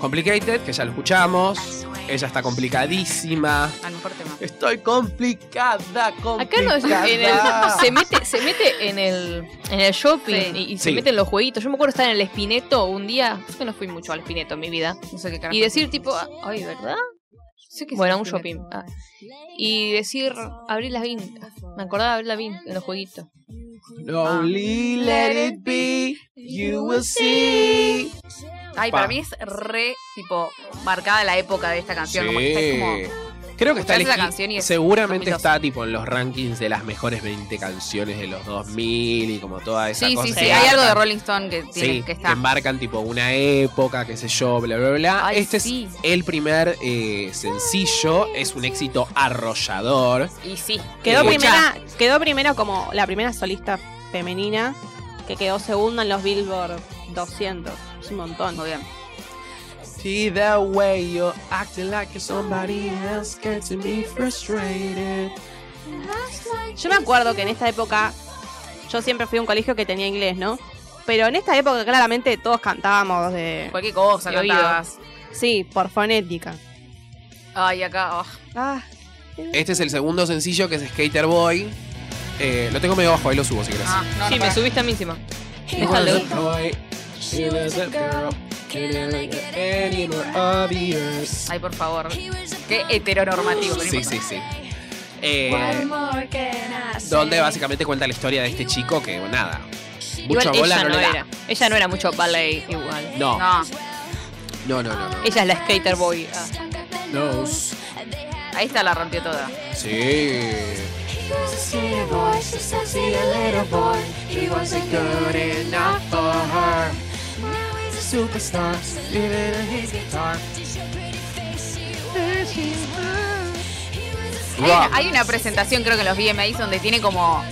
Speaker 1: Complicated, que ya lo escuchamos. Ella está complicadísima.
Speaker 2: Al mejor tema.
Speaker 1: Estoy complicada,
Speaker 5: Acá no es,
Speaker 1: complicada.
Speaker 5: en el- se mete, se mete en el, en el shopping
Speaker 2: Sí.
Speaker 5: y, y se
Speaker 1: Sí.
Speaker 5: mete en los jueguitos. Yo me acuerdo estar en el espineto un día. Yo no fui mucho al espineto en mi vida.
Speaker 2: No sé qué carajo.
Speaker 5: Y decir tipo, ay, ¿verdad?
Speaker 2: Sé que
Speaker 5: Bueno,
Speaker 2: sí,
Speaker 5: un
Speaker 2: sí,
Speaker 5: shopping.
Speaker 2: me-
Speaker 5: Ah. Y decir, abrir las Lavigne. Me acordaba de Avril Lavigne en los jueguitos.
Speaker 1: Only let it be, you will see.
Speaker 2: Ay,
Speaker 1: Pa.
Speaker 2: para mí es re, tipo, marcada la época de esta canción. Como, que está como-
Speaker 1: Creo que está
Speaker 2: Escuchás esa
Speaker 1: elegi-
Speaker 2: canción y es
Speaker 1: Seguramente
Speaker 2: 2012.
Speaker 1: está tipo en los rankings de las mejores 20 canciones de los 2000 y como toda esa
Speaker 2: Sí,
Speaker 1: cosa.
Speaker 2: sí,
Speaker 1: que
Speaker 2: sí. Hay algo de
Speaker 1: marcan-
Speaker 2: Rolling Stone que, tiene,
Speaker 1: Sí, Em
Speaker 2: que está.
Speaker 1: marcan tipo una época, qué sé yo, bla, bla, bla.
Speaker 2: Ay,
Speaker 1: este
Speaker 2: sí.
Speaker 1: es el primer eh, sencillo, es un éxito arrollador.
Speaker 2: Y sí.
Speaker 3: Quedó
Speaker 1: Escuchá.
Speaker 3: primera, quedó primera como la primera solista femenina que quedó segunda en los Billboard 200. Es un montón.
Speaker 2: Muy bien.
Speaker 1: See the way you're acting like somebody else gets me frustrated.
Speaker 3: Yo me acuerdo que en esta época, yo siempre fui a un colegio que tenía inglés, ¿no? Pero en esta época claramente todos cantábamos de...
Speaker 2: Cualquier cosa,
Speaker 5: De oído.
Speaker 2: cantabas.
Speaker 3: Sí, por fonética.
Speaker 2: Ay, acá. oh.
Speaker 3: Ah,
Speaker 1: Este es el segundo sencillo que es Skater Boy. Eh, lo tengo medio bajo, ahí lo subo si querés.
Speaker 2: Ah, no,
Speaker 5: Sí,
Speaker 2: no,
Speaker 5: me
Speaker 2: para.
Speaker 5: subiste a mí encima.
Speaker 1: She was
Speaker 5: déjalo.
Speaker 1: a boy, she was a girl, couldn't make it any more obvious.
Speaker 2: Ay, por favor. Qué heteronormativo. pero no
Speaker 1: Sí,
Speaker 2: importa.
Speaker 1: sí, sí. Eh, donde básicamente cuenta la historia de este chico que, bueno, nada, mucha
Speaker 5: igual
Speaker 1: bola
Speaker 5: ella
Speaker 1: no
Speaker 5: no,
Speaker 1: le da.
Speaker 5: era. Ella no era mucho ballet igual.
Speaker 1: No,
Speaker 2: No,
Speaker 1: no, no, no. no.
Speaker 5: Ella es la skater boy. Ah.
Speaker 1: Nose.
Speaker 2: ahí está, la rompió toda.
Speaker 1: Sí.
Speaker 2: Hay una, hay una presentación, creo que en los VMAs, donde tiene como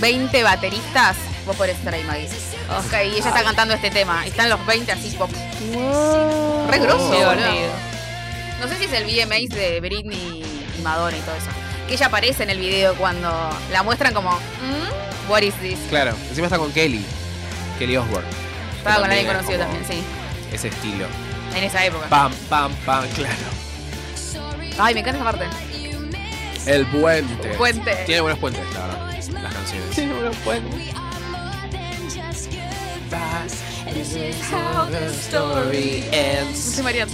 Speaker 2: 20 bateristas. Vos podés estar ahí, Maggie. Ok, y ella está cantando este tema. Y Están los 20 así, pop. Re grosso,
Speaker 1: Oh.
Speaker 2: boludo.
Speaker 5: Qué dormido.
Speaker 2: No sé si es el VMAs de Britney y Madonna y todo eso. Que ella aparece en el video cuando la muestran como, "Mm, what is this?
Speaker 1: Claro, encima está con Kelly. Kelly Osbourne.
Speaker 2: Estaba con
Speaker 1: También
Speaker 2: alguien
Speaker 1: es
Speaker 2: conocido
Speaker 1: como
Speaker 2: también, sí.
Speaker 1: Ese estilo.
Speaker 2: En esa época.
Speaker 1: Pam, pam, pam, claro.
Speaker 2: Ay, me encanta esa parte.
Speaker 1: El puente.
Speaker 2: Puente.
Speaker 1: Tiene buenos puentes, la verdad. Las canciones. Tiene buenos puentes. Story ends.
Speaker 2: Sí, María.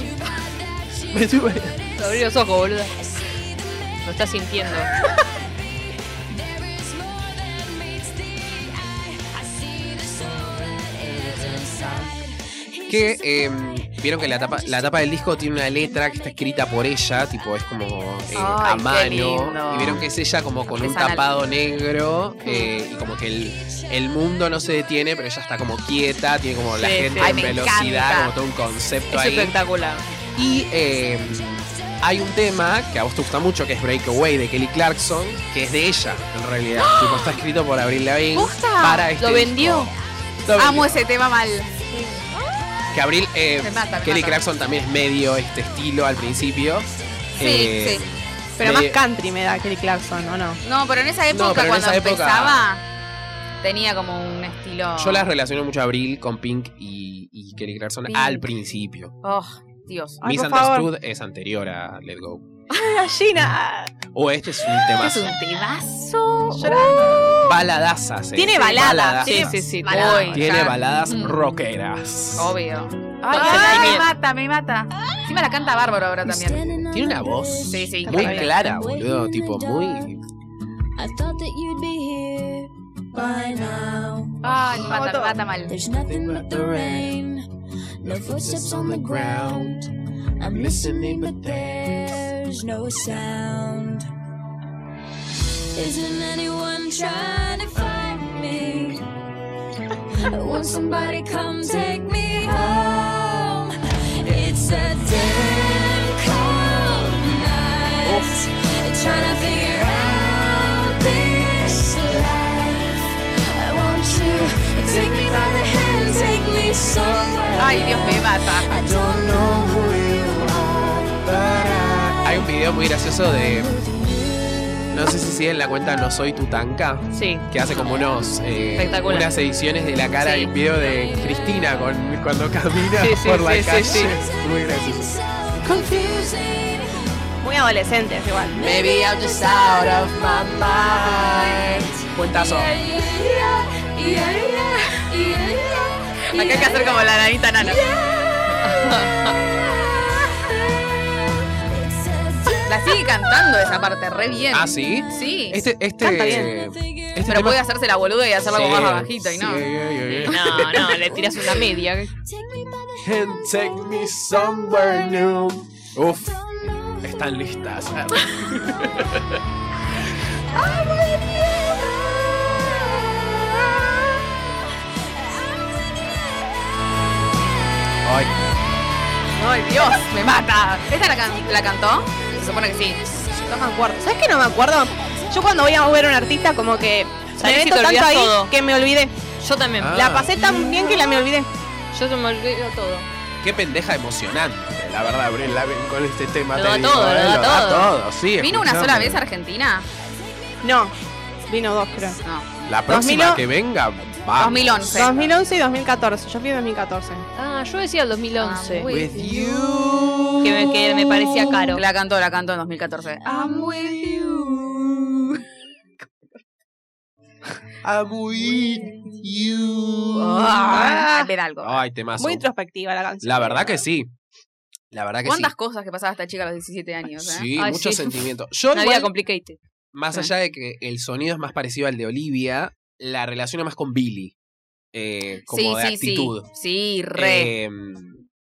Speaker 5: Abrí los ojos, boluda. Lo estás sintiendo.
Speaker 1: Que
Speaker 6: eh,
Speaker 1: em, vieron que la tapa, la tapa del disco tiene una letra que está escrita por ella, tipo es como eh,
Speaker 2: Ay,
Speaker 1: a
Speaker 2: qué
Speaker 1: mano.
Speaker 2: lindo.
Speaker 1: Y vieron que es ella como con un
Speaker 2: Artesanal.
Speaker 1: tapado negro eh, y como que el, el mundo no se detiene, pero ella está como quieta, tiene como la
Speaker 5: Sí,
Speaker 1: gente
Speaker 5: sí.
Speaker 2: Ay,
Speaker 1: en
Speaker 2: me
Speaker 1: velocidad,
Speaker 2: encanta.
Speaker 1: como todo un concepto
Speaker 5: Es
Speaker 1: ahí.
Speaker 5: espectacular.
Speaker 1: Y eh, hay un tema que a vos te gusta mucho, que es Breakaway de Kelly Clarkson, que es de ella, en realidad. Tipo, está escrito por Avril Lavigne
Speaker 2: ¡Ah! ¡Posta! Ah,
Speaker 1: para este
Speaker 5: Lo vendió.
Speaker 1: disco. Lo vendió.
Speaker 2: Amo ese tema mal.
Speaker 1: Que Abril, eh,
Speaker 2: Me mata, me
Speaker 1: Kelly
Speaker 2: mata.
Speaker 1: Clarkson también es medio este estilo al principio.
Speaker 2: Sí,
Speaker 1: Eh,
Speaker 2: sí.
Speaker 3: pero
Speaker 1: medio-
Speaker 3: más country me da Kelly Clarkson, ¿o no?
Speaker 2: No, pero en esa época,
Speaker 1: No, pero en
Speaker 2: cuando
Speaker 1: esa época-
Speaker 2: empezaba, tenía como un estilo.
Speaker 1: Yo las relaciono mucho a Abril con Pink y, y Kelly Clarkson
Speaker 2: Pink.
Speaker 1: al principio.
Speaker 2: Oh, Dios.
Speaker 3: Ay, por favor.
Speaker 1: Misunderstood es anterior a Let Go.
Speaker 3: Gallina.
Speaker 1: O este es un tema
Speaker 2: Es un temazo.
Speaker 1: baladazas. eh.
Speaker 3: Tiene baladas,
Speaker 5: Sí,
Speaker 1: Baladazas.
Speaker 5: sí, sí.
Speaker 2: Mal- Balada.
Speaker 5: Uy,
Speaker 1: Tiene
Speaker 2: ya.
Speaker 1: baladas
Speaker 2: Mm.
Speaker 1: rockeras.
Speaker 2: Obvio. Ay,
Speaker 5: Ay,
Speaker 2: me
Speaker 5: sentimiento.
Speaker 2: mata, me mata. Encima la canta Bárbara ahora también.
Speaker 1: Tiene una voz
Speaker 2: Sí, sí,
Speaker 1: muy
Speaker 2: increíble.
Speaker 1: clara, boludo. Tipo, muy.
Speaker 6: I thought that you'd be here by now.
Speaker 2: Ay, me mata, me mata mal.
Speaker 6: There's nothing but the rain, no footsteps on the ground. I'm listening, but there's no sound. Isn't anyone trying to find *laughs* me? Won't somebody come take me home? It's a damn cold night. Trying to figure out this life. I want you to take me by the hand, take me somewhere.
Speaker 2: Ay, Dios me mata.
Speaker 6: I don't know who you are, but I
Speaker 1: Hay un video muy gracioso de.
Speaker 6: with you.
Speaker 1: No sé si sigue en la cuenta No Soy Tutanka,
Speaker 5: Sí.
Speaker 1: que hace como unos. eh,
Speaker 5: Espectacular.
Speaker 1: unas ediciones de la cara
Speaker 5: Sí.
Speaker 1: y un video de Cristina con, cuando camina
Speaker 5: Sí, sí,
Speaker 1: por la
Speaker 5: sí, sí,
Speaker 1: calle.
Speaker 5: sí.
Speaker 1: Muy gracioso.
Speaker 6: So confusing.
Speaker 3: Muy adolescentes igual.
Speaker 7: Maybe I'm just out of my mind.
Speaker 1: Cuentazo.
Speaker 6: Yeah, yeah, yeah, yeah, yeah, yeah.
Speaker 2: Acá hay que hacer como la
Speaker 1: *laughs*
Speaker 2: nanita nana.
Speaker 6: It's a damn
Speaker 2: La sigue cantando esa parte re bien.
Speaker 1: ¿Ah, sí?
Speaker 2: Sí.
Speaker 1: Este,
Speaker 3: Canta
Speaker 1: este,
Speaker 3: bien.
Speaker 1: este
Speaker 2: pero
Speaker 1: tema-
Speaker 2: puede hacerse la boluda y hacerla como
Speaker 1: Sí,
Speaker 2: más bajito y no.
Speaker 1: sí, yeah, yeah, *laughs* yeah.
Speaker 5: No, no, le tiras una media.
Speaker 6: Take me by the
Speaker 1: And take me somewhere new. Uf,
Speaker 6: don't know who
Speaker 1: están listas.
Speaker 6: I'm with you.
Speaker 1: Ay,
Speaker 2: Ay, Dios, me mata. ¿Esta la, can- la cantó? Se supone que sí.
Speaker 3: No me acuerdo. ¿Sabes que no me acuerdo? Yo cuando voy a ver a un artista como que me
Speaker 5: Salís y
Speaker 3: meto
Speaker 5: te
Speaker 3: tanto
Speaker 5: olvidás
Speaker 3: ahí
Speaker 5: todo.
Speaker 3: que me olvidé.
Speaker 5: Yo también.
Speaker 1: Ah.
Speaker 3: La pasé tan bien que la me olvidé.
Speaker 5: Yo se me olvido todo.
Speaker 1: qué pendeja emocionante, la verdad, Abril Lavigne con este tema.
Speaker 5: Lo
Speaker 1: te
Speaker 5: da
Speaker 1: digo,
Speaker 5: todo,
Speaker 1: eh,
Speaker 5: lo da todo.
Speaker 1: todo, sí.
Speaker 2: ¿Vino una
Speaker 1: escuchame.
Speaker 2: sola vez a Argentina?
Speaker 3: No, vino dos creo.
Speaker 2: No.
Speaker 1: La próxima
Speaker 3: 2000
Speaker 1: que venga, vamos.
Speaker 2: 2011.
Speaker 3: 2011 y 2014. Yo fui en 2014.
Speaker 5: Ah, yo decía el 2011.
Speaker 2: Ah, muy
Speaker 1: With you.
Speaker 5: que, me, que me parecía caro.
Speaker 2: La cantó, la cantó en 2014.
Speaker 1: I'm with you. I'm with you.
Speaker 2: Ah, ver algo.
Speaker 1: Ay, temazo.
Speaker 3: Muy introspectiva la canción.
Speaker 1: La verdad que sí. La verdad que sí.
Speaker 2: ¿Cuántas cosas que pasaba esta chica a los 17 años? eh?
Speaker 1: Sí,
Speaker 5: Ay,
Speaker 1: muchos *laughs*
Speaker 5: sí.
Speaker 1: sentimientos. Yo,
Speaker 5: Una
Speaker 1: igual,
Speaker 5: vida complicated.
Speaker 1: más
Speaker 2: Sí.
Speaker 1: allá de que el sonido es más parecido al de Olivia, la relaciona más con Billy. Eh, como
Speaker 2: sí,
Speaker 1: de
Speaker 2: sí,
Speaker 1: actitud.
Speaker 2: sí. Sí, re.
Speaker 1: Eh,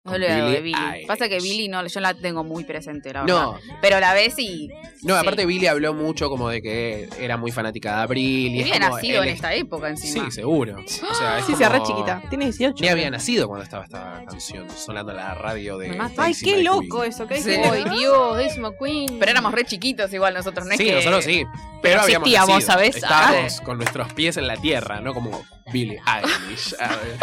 Speaker 2: no
Speaker 1: con
Speaker 2: le hago de
Speaker 1: Billie
Speaker 2: Billy.
Speaker 1: Eilish.
Speaker 2: Pasa que Billy no, yo la tengo muy presente, la verdad.
Speaker 1: no,
Speaker 2: Pero la ves y
Speaker 1: no,
Speaker 2: Sí.
Speaker 1: aparte Billy habló mucho como de que era muy fanática de Abril. Y es
Speaker 2: bien
Speaker 1: como
Speaker 2: nacido
Speaker 1: el
Speaker 2: en
Speaker 1: est-
Speaker 2: esta época
Speaker 1: Sí,
Speaker 2: encima.
Speaker 1: seguro. O sea, es
Speaker 3: Sí, se re
Speaker 1: como-
Speaker 3: chiquita. Tiene 18.
Speaker 1: Ni había nacido cuando estaba esta canción sonando en la radio de.
Speaker 2: Me mata.
Speaker 3: Ay,
Speaker 1: Daisy
Speaker 3: qué
Speaker 1: May
Speaker 3: loco
Speaker 1: Queen.
Speaker 3: eso. ¿Qué
Speaker 2: Sí.
Speaker 3: dice
Speaker 5: Ay, Dios, Daisy McQueen.
Speaker 2: Pero éramos re chiquitos igual nosotros, ¿no? es
Speaker 1: Sí,
Speaker 2: que-
Speaker 1: nosotros sí. Pero habíamos
Speaker 5: existíamos,
Speaker 1: nacido.
Speaker 5: ¿sabes?
Speaker 1: Estábamos
Speaker 2: ah.
Speaker 1: con nuestros pies en la tierra, ¿no? Como Billy Eilish. A ver.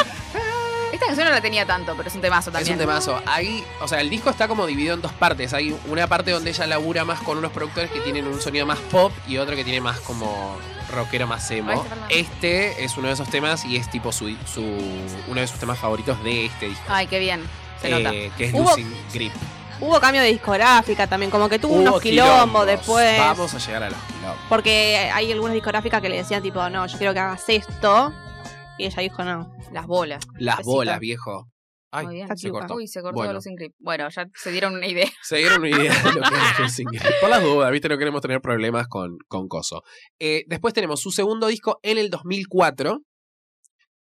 Speaker 2: Esta canción no la tenía tanto, pero es un temazo
Speaker 1: Es
Speaker 2: también.
Speaker 1: un temazo. Hay, o sea, el disco está como dividido en dos partes. Hay una parte donde ella labura más con unos productores que tienen un sonido más pop y otro que tiene más como rockero más emo. Este es uno de esos temas y es tipo su, su- uno de sus temas favoritos de este disco.
Speaker 2: Ay, qué bien. Se
Speaker 1: eh,
Speaker 2: nota.
Speaker 1: que es
Speaker 3: Hubo-
Speaker 1: Losing Grip.
Speaker 3: Hubo cambio de discográfica también. Como que tuvo
Speaker 1: Hubo
Speaker 3: unos quilombos, después.
Speaker 1: Vamos a llegar a los quilombos.
Speaker 3: Porque hay algunas discográficas que le decían, tipo, no, yo quiero que hagas esto. Y ella dijo, no.
Speaker 2: Las bolas.
Speaker 1: Las
Speaker 3: Besito.
Speaker 1: bolas, viejo. Ay,
Speaker 2: Muy bien.
Speaker 1: se cortó.
Speaker 2: Uy, se cortó
Speaker 1: Bueno.
Speaker 2: los inclip. Bueno, ya se dieron una idea.
Speaker 1: Se dieron una idea de lo que es Losing Grip. Por las dudas, ¿viste? No queremos tener problemas con, con Coso. Eh, después tenemos su segundo disco en el 2004.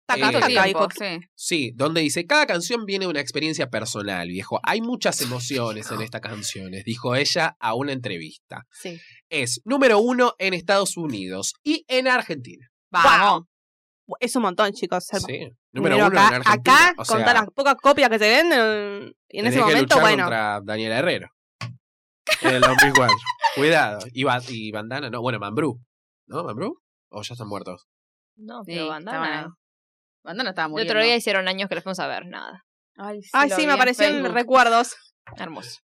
Speaker 3: Taca,
Speaker 1: Eh,
Speaker 2: Tanto
Speaker 3: taca,
Speaker 2: tiempo,
Speaker 3: dijo.
Speaker 2: sí.
Speaker 1: Sí, donde dice, cada canción viene de una experiencia personal, viejo. Hay muchas emociones
Speaker 3: *laughs*
Speaker 1: en estas canciones, dijo ella a una entrevista.
Speaker 3: Sí.
Speaker 1: Es número uno en Estados Unidos y en Argentina.
Speaker 2: Vamos.
Speaker 3: Es un montón, chicos. ser
Speaker 1: Sí, número
Speaker 3: Primero
Speaker 1: uno
Speaker 3: acá,
Speaker 1: en Argentina.
Speaker 3: acá,
Speaker 1: O
Speaker 3: con
Speaker 1: sea,
Speaker 3: todas las pocas copias que se venden, y en
Speaker 1: tenés
Speaker 3: ese
Speaker 1: que
Speaker 3: momento,
Speaker 1: luchar
Speaker 3: bueno,
Speaker 1: contra Daniela Herrero. En el 2004.
Speaker 3: *laughs*
Speaker 1: Cuidado. Y, ba- y Bandana, no. Bueno, Mambrú. ¿No, Mambrú? ¿O ya están muertos?
Speaker 5: No,
Speaker 2: Sí,
Speaker 5: pero
Speaker 2: estaban ahí.
Speaker 5: bandana.
Speaker 2: Bandana estaba
Speaker 5: El
Speaker 2: muriendo.
Speaker 5: otro día hicieron años que las fuimos a ver, nada. Ay, sí,
Speaker 3: ay, sí, me aparecieron recuerdos.
Speaker 5: Hermoso.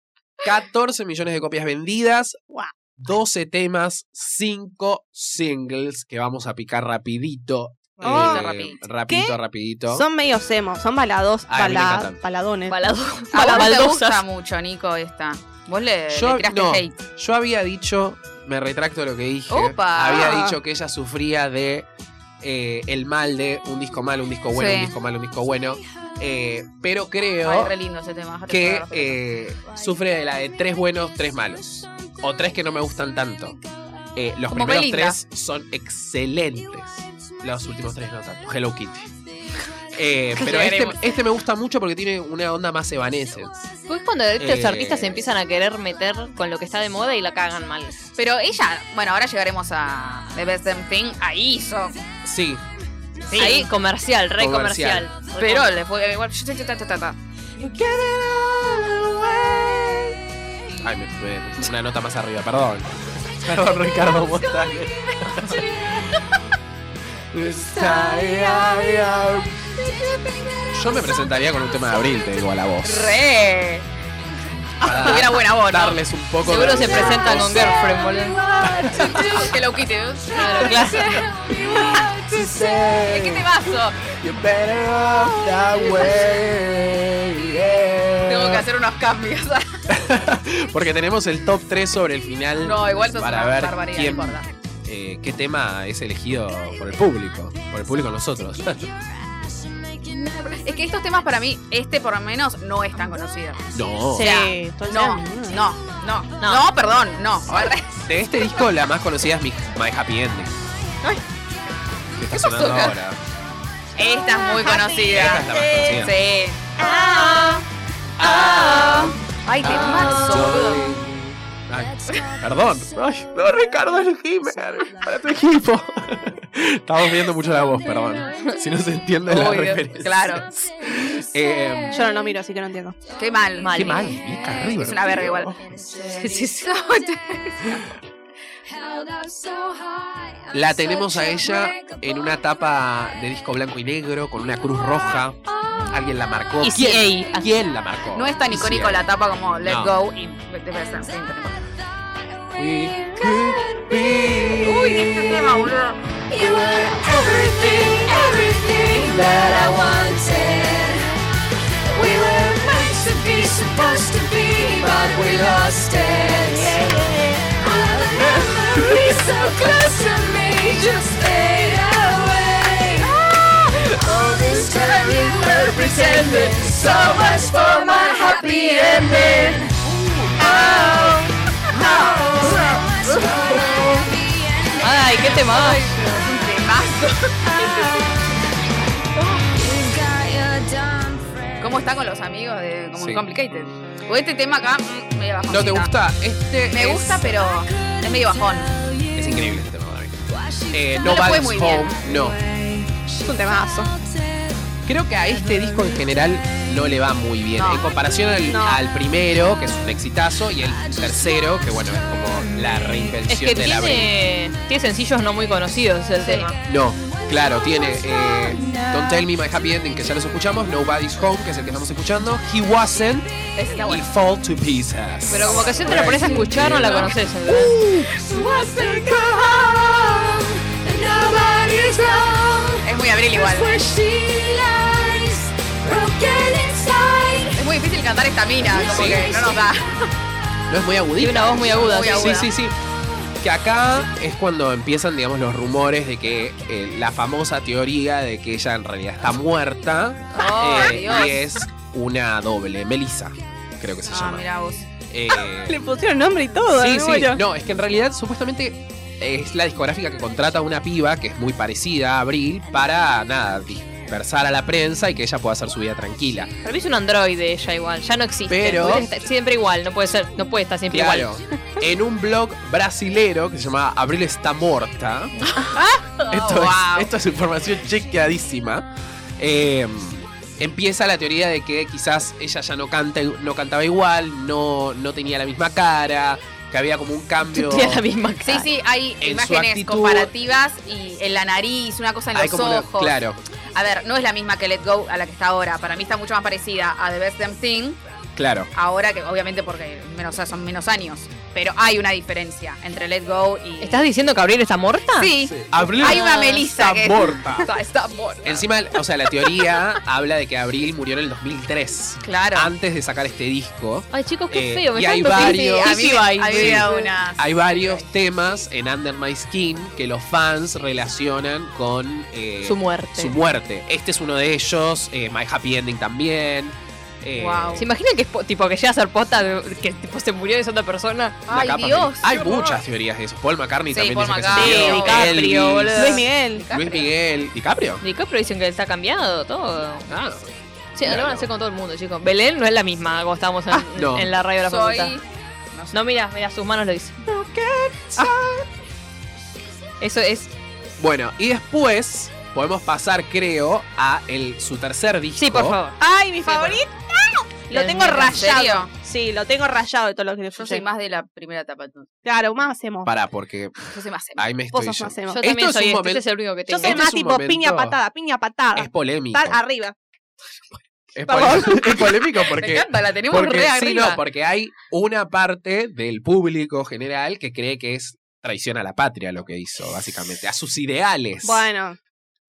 Speaker 1: 14 millones de copias vendidas,
Speaker 3: Guau.
Speaker 1: 12 temas, 5 singles que vamos a picar rapidito.
Speaker 2: Rapidito,
Speaker 1: eh,
Speaker 2: rapidito.
Speaker 1: rapidito,
Speaker 3: ¿Qué?
Speaker 1: rapidito.
Speaker 3: Son medio semos, son balados,
Speaker 1: Ay, me
Speaker 3: bala-
Speaker 1: encantan.
Speaker 3: baladones.
Speaker 5: Balado.
Speaker 2: A "Ah, vos te
Speaker 5: baldosas.
Speaker 2: gusta mucho, Nico, esta. Vos le, le
Speaker 1: Yo-
Speaker 2: tiraste
Speaker 1: no.
Speaker 2: hate.
Speaker 1: Yo había dicho, me retracto lo que dije.
Speaker 2: Opa.
Speaker 1: Había dicho que ella sufría de eh, el mal de un disco malo, un disco bueno,
Speaker 2: Sí.
Speaker 1: un disco malo, un disco bueno. Eh, pero creo
Speaker 2: Ay, re lindo ese tema. déjate
Speaker 1: que
Speaker 2: probar.
Speaker 1: eh, sufre de la de tres buenos, tres malos. O tres que no me gustan tanto. Eh, los
Speaker 2: Como
Speaker 1: primeros
Speaker 2: Belinda.
Speaker 1: tres son excelentes. Los últimos tres no tanto. Hello Kitty.
Speaker 2: *laughs*
Speaker 1: Eh, pero este,
Speaker 2: Llegaremos.
Speaker 1: este me gusta mucho porque tiene una onda más evanescent.
Speaker 5: Pues cuando estos
Speaker 1: Eh.
Speaker 5: artistas se empiezan a querer meter con lo que está de moda y la cagan mal.
Speaker 2: Pero ella, bueno, ahora llegaremos a The Best Damn Thing, ahí hizo.
Speaker 1: Sí,
Speaker 2: Sí.
Speaker 5: Ahí comercial, re
Speaker 1: Comercial.
Speaker 5: comercial.
Speaker 2: Pero le fue igual. ta, ta, ta, ta.
Speaker 1: Ay, me, me puse una nota más arriba, perdón. Perdón, Ricardo *laughs* Montaner. Yo me presentaría con un tema de abril, te digo a la voz.
Speaker 2: Re.
Speaker 1: Para
Speaker 2: Tuviera buena voz, ¿no?
Speaker 1: Darles un poco
Speaker 5: Seguro
Speaker 1: de-
Speaker 5: se presentan con Girlfriend,
Speaker 2: *laughs*
Speaker 5: boludo.
Speaker 2: Que lo quite. *laughs*
Speaker 5: Claro, claro.
Speaker 2: ¿De qué te vaso?
Speaker 1: You're better off that way, yeah.
Speaker 2: Tengo que hacer unos cambios. *laughs*
Speaker 1: Porque tenemos el top 3 sobre el final.
Speaker 2: No, igual eso es
Speaker 1: para
Speaker 2: una
Speaker 1: ver
Speaker 2: barbaridad,
Speaker 1: quién,
Speaker 2: no importa.
Speaker 1: eh, qué tema es elegido por el público. Por el público nosotros. *laughs*
Speaker 2: Es que estos temas para mí, este por lo menos, no es tan conocido.
Speaker 1: no.
Speaker 2: Será.
Speaker 3: todo el
Speaker 2: No,
Speaker 3: día, ¿no?
Speaker 2: no, no, no, perdón, no.
Speaker 1: De este disco la más conocida es mi- My Happy Ending.
Speaker 2: Ay.
Speaker 1: Que está
Speaker 2: ¿Qué pasó
Speaker 1: sonando
Speaker 2: acá?
Speaker 1: ahora.
Speaker 2: Esta es
Speaker 5: Ah,
Speaker 2: muy
Speaker 1: Esta
Speaker 2: conocida.
Speaker 1: es la más conocida.
Speaker 2: Sí. Ah.
Speaker 5: Ah.
Speaker 2: Ay, te
Speaker 1: Ah,
Speaker 2: mazo.
Speaker 1: Ay, perdón. Ay, no, Ricardo el Gamer. Para tu equipo. *laughs* Estamos viendo mucho la voz, perdón. Si no se entiende la
Speaker 2: Uy, Dios,
Speaker 1: referencia.
Speaker 2: claro.
Speaker 1: Eh,
Speaker 3: Yo no lo miro, así que no entiendo.
Speaker 2: Qué mal.
Speaker 5: Mal.
Speaker 1: Qué mal, Mica River,
Speaker 2: Es una verga
Speaker 1: tío.
Speaker 2: igual.
Speaker 5: Sí, sí, sí.
Speaker 1: La tenemos a ella en una tapa de disco blanco y negro con una cruz roja. Alguien la marcó.
Speaker 5: Y si
Speaker 1: ¿Quién,
Speaker 5: ey, así.
Speaker 1: ¿Quién la marcó?
Speaker 2: No es tan icónico
Speaker 1: Sí,
Speaker 2: la tapa como Let
Speaker 1: No.
Speaker 2: Go y The Best Damn Thing.
Speaker 1: We could be
Speaker 2: Uy, este tema, boludo.
Speaker 6: You were everything, everything that I wanted. We were meant to be, supposed to be, but we lost it. All the memories so close to me just fade away. All this time you were pretending so much for my happy ending. Oh, oh, so much for my happy ending.
Speaker 5: Ay, qué tema.
Speaker 2: ¿Cómo está con los amigos de como
Speaker 1: Sí.
Speaker 2: Complicated? O este tema acá mm, medio bajón.
Speaker 1: ¿No te gusta? Este
Speaker 2: Me
Speaker 1: es-
Speaker 2: gusta, pero es medio bajón.
Speaker 1: Es increíble este tema para mí. Eh,
Speaker 2: No
Speaker 1: no
Speaker 2: le fue
Speaker 1: Vals
Speaker 2: muy
Speaker 1: Home, no.
Speaker 3: Es un temazo.
Speaker 1: Creo que a este disco en general no le va muy bien.
Speaker 2: No.
Speaker 1: En comparación al,
Speaker 3: No.
Speaker 1: al primero, que es un exitazo, y el tercero, que bueno, es como la
Speaker 5: Es
Speaker 1: reinvención
Speaker 5: que
Speaker 1: de la
Speaker 5: tiene, tiene sencillos no muy conocidos el tema.
Speaker 1: No, claro, tiene eh, Don't Tell Me My Happy Ending, que ya los escuchamos, Nobody's Home, que es el que estamos escuchando, He Wasn't
Speaker 2: Ese está
Speaker 1: y
Speaker 2: bueno.
Speaker 1: Fall to Pieces.
Speaker 5: Pero como que si te lo pones a escuchar, no la conoces.
Speaker 2: Es muy abril igual.
Speaker 5: *laughs*
Speaker 2: Es muy difícil cantar esta mina, como
Speaker 1: Sí. Eh,
Speaker 2: que no nos da.
Speaker 1: No es muy agudito.
Speaker 5: Tiene una voz muy aguda.
Speaker 2: Muy
Speaker 5: sí.
Speaker 2: aguda.
Speaker 1: Sí, sí, sí. Que acá es cuando empiezan, digamos, los rumores de que eh, la famosa teoría de que ella en realidad está muerta
Speaker 2: Oh,
Speaker 1: eh,
Speaker 2: Dios.
Speaker 1: y es una doble, Melissa, creo que se
Speaker 2: Ah,
Speaker 1: llama.
Speaker 2: mira vos. *laughs*
Speaker 1: Eh,
Speaker 3: Le pusieron nombre y todo.
Speaker 1: sí,
Speaker 3: ¿no?
Speaker 1: sí.
Speaker 3: Bueno.
Speaker 1: No, es que en realidad supuestamente es la discográfica que contrata a una piba que es muy parecida a Abril para, nada, dispersar a la prensa y que ella pueda hacer su vida tranquila.
Speaker 5: Para mí es un androide ella igual, ya no existe.
Speaker 1: Pero-
Speaker 5: Hubiera estar siempre igual, no puede ser, no puede estar siempre
Speaker 1: Claro.
Speaker 5: igual.
Speaker 1: En un blog brasilero que se llama Abril está morta. esto,
Speaker 2: Ah. wow.
Speaker 1: es, esto es información chequeadísima. eh, empieza la teoría de que quizás ella ya no canta, no cantaba igual, no, no tenía la misma cara, que había como un cambio.
Speaker 5: Tiene la misma
Speaker 2: Sí,
Speaker 5: cara.
Speaker 2: sí, hay
Speaker 1: En su
Speaker 2: imágenes
Speaker 1: actitud-
Speaker 2: comparativas y en la nariz, una cosa en
Speaker 1: Hay
Speaker 2: los
Speaker 1: como una-
Speaker 2: ojos.
Speaker 1: claro,
Speaker 2: A ver, no es la misma que Let Go a la que está ahora. Para mí está mucho más parecida a The Best Damn Thing,
Speaker 1: claro.
Speaker 2: ahora que obviamente porque menos, o sea, son menos años. Pero hay una diferencia entre Let Go y.
Speaker 5: ¿Estás diciendo que Abril está muerta?
Speaker 2: Sí,
Speaker 1: Abril
Speaker 2: hay una
Speaker 5: Ah,
Speaker 2: Melissa
Speaker 1: está
Speaker 2: que.
Speaker 1: morta.
Speaker 2: Está, está muerta.
Speaker 1: Encima, o sea, la teoría habla de que Abril murió en el 2003,
Speaker 2: Claro.
Speaker 1: antes de sacar este disco.
Speaker 5: Ay, chicos, qué
Speaker 1: Eh,
Speaker 5: feo. Me
Speaker 1: y hay
Speaker 5: encanta que-
Speaker 1: varios-
Speaker 5: Sí,
Speaker 2: a mí,
Speaker 5: sí,
Speaker 2: a mí
Speaker 5: bye.
Speaker 2: me
Speaker 1: sí.
Speaker 2: da una.
Speaker 1: Hay varios temas en Under My Skin que los fans relacionan con eh,
Speaker 5: Su muerte.
Speaker 1: su muerte. Este es uno de ellos, eh, My Happy Ending también. Eh,
Speaker 2: Guau.
Speaker 5: ¿Se imaginan que es po- tipo que llega a ser posta de- que tipo se murió de esa otra persona?
Speaker 1: una
Speaker 2: Ay,
Speaker 1: capa,
Speaker 2: Dios.
Speaker 1: Miguel. Hay
Speaker 2: qué horror.
Speaker 1: muchas teorías de eso. Paul McCartney
Speaker 2: Sí,
Speaker 1: también
Speaker 2: Paul
Speaker 1: dice que
Speaker 2: McCartney,
Speaker 1: se murió.
Speaker 5: DiCaprio,
Speaker 1: Elvis,
Speaker 5: boludo.
Speaker 3: Luis Miguel.
Speaker 1: Luis Miguel. ¿DiCaprio?
Speaker 5: DiCaprio dicen que está cambiado todo.
Speaker 1: Claro.
Speaker 5: Sí, lo
Speaker 1: Claro. Ah,
Speaker 5: van a hacer con todo el mundo, chicos. Belén no es la misma como estábamos en,
Speaker 1: no.
Speaker 5: en la radio de la
Speaker 2: Soy.
Speaker 5: facultad. No, mira, mira, sus manos lo dicen. Eso es.
Speaker 1: Bueno, y después podemos pasar, creo, a el, su tercer disco.
Speaker 5: Sí, por favor.
Speaker 3: ¡Ay, mi
Speaker 5: por-
Speaker 3: favorito! ¡Ah! Lo
Speaker 5: El
Speaker 3: tengo
Speaker 5: mío, ¿en
Speaker 3: rayado.
Speaker 2: serio?
Speaker 3: Sí, lo tengo rayado de todo lo que le
Speaker 2: Yo soy más de la primera etapa. entonces.
Speaker 3: Claro, más hacemos.
Speaker 1: Pará, porque
Speaker 2: Yo soy más emo.
Speaker 1: ahí me
Speaker 3: Vos
Speaker 1: estoy
Speaker 3: sos
Speaker 1: yo.
Speaker 3: más emo.
Speaker 5: Yo
Speaker 3: Yo,
Speaker 1: Esto
Speaker 5: también
Speaker 1: es
Speaker 5: soy
Speaker 1: un
Speaker 5: este,
Speaker 1: momento-
Speaker 5: este es el único que tengo.
Speaker 3: soy
Speaker 1: este
Speaker 3: más
Speaker 1: es un
Speaker 3: tipo
Speaker 1: momento-
Speaker 3: piña patada, piña patada.
Speaker 1: Es polémico.
Speaker 3: Tal arriba.
Speaker 1: Es,
Speaker 3: Perdón.
Speaker 1: polémico. es polémico
Speaker 2: Me
Speaker 1: porque...
Speaker 2: encanta, la tenemos
Speaker 1: Porque,
Speaker 2: re
Speaker 1: sí,
Speaker 2: arriba.
Speaker 1: no, porque hay una parte del público general que cree que es traición a la patria lo que hizo, básicamente, a sus ideales.
Speaker 3: Bueno.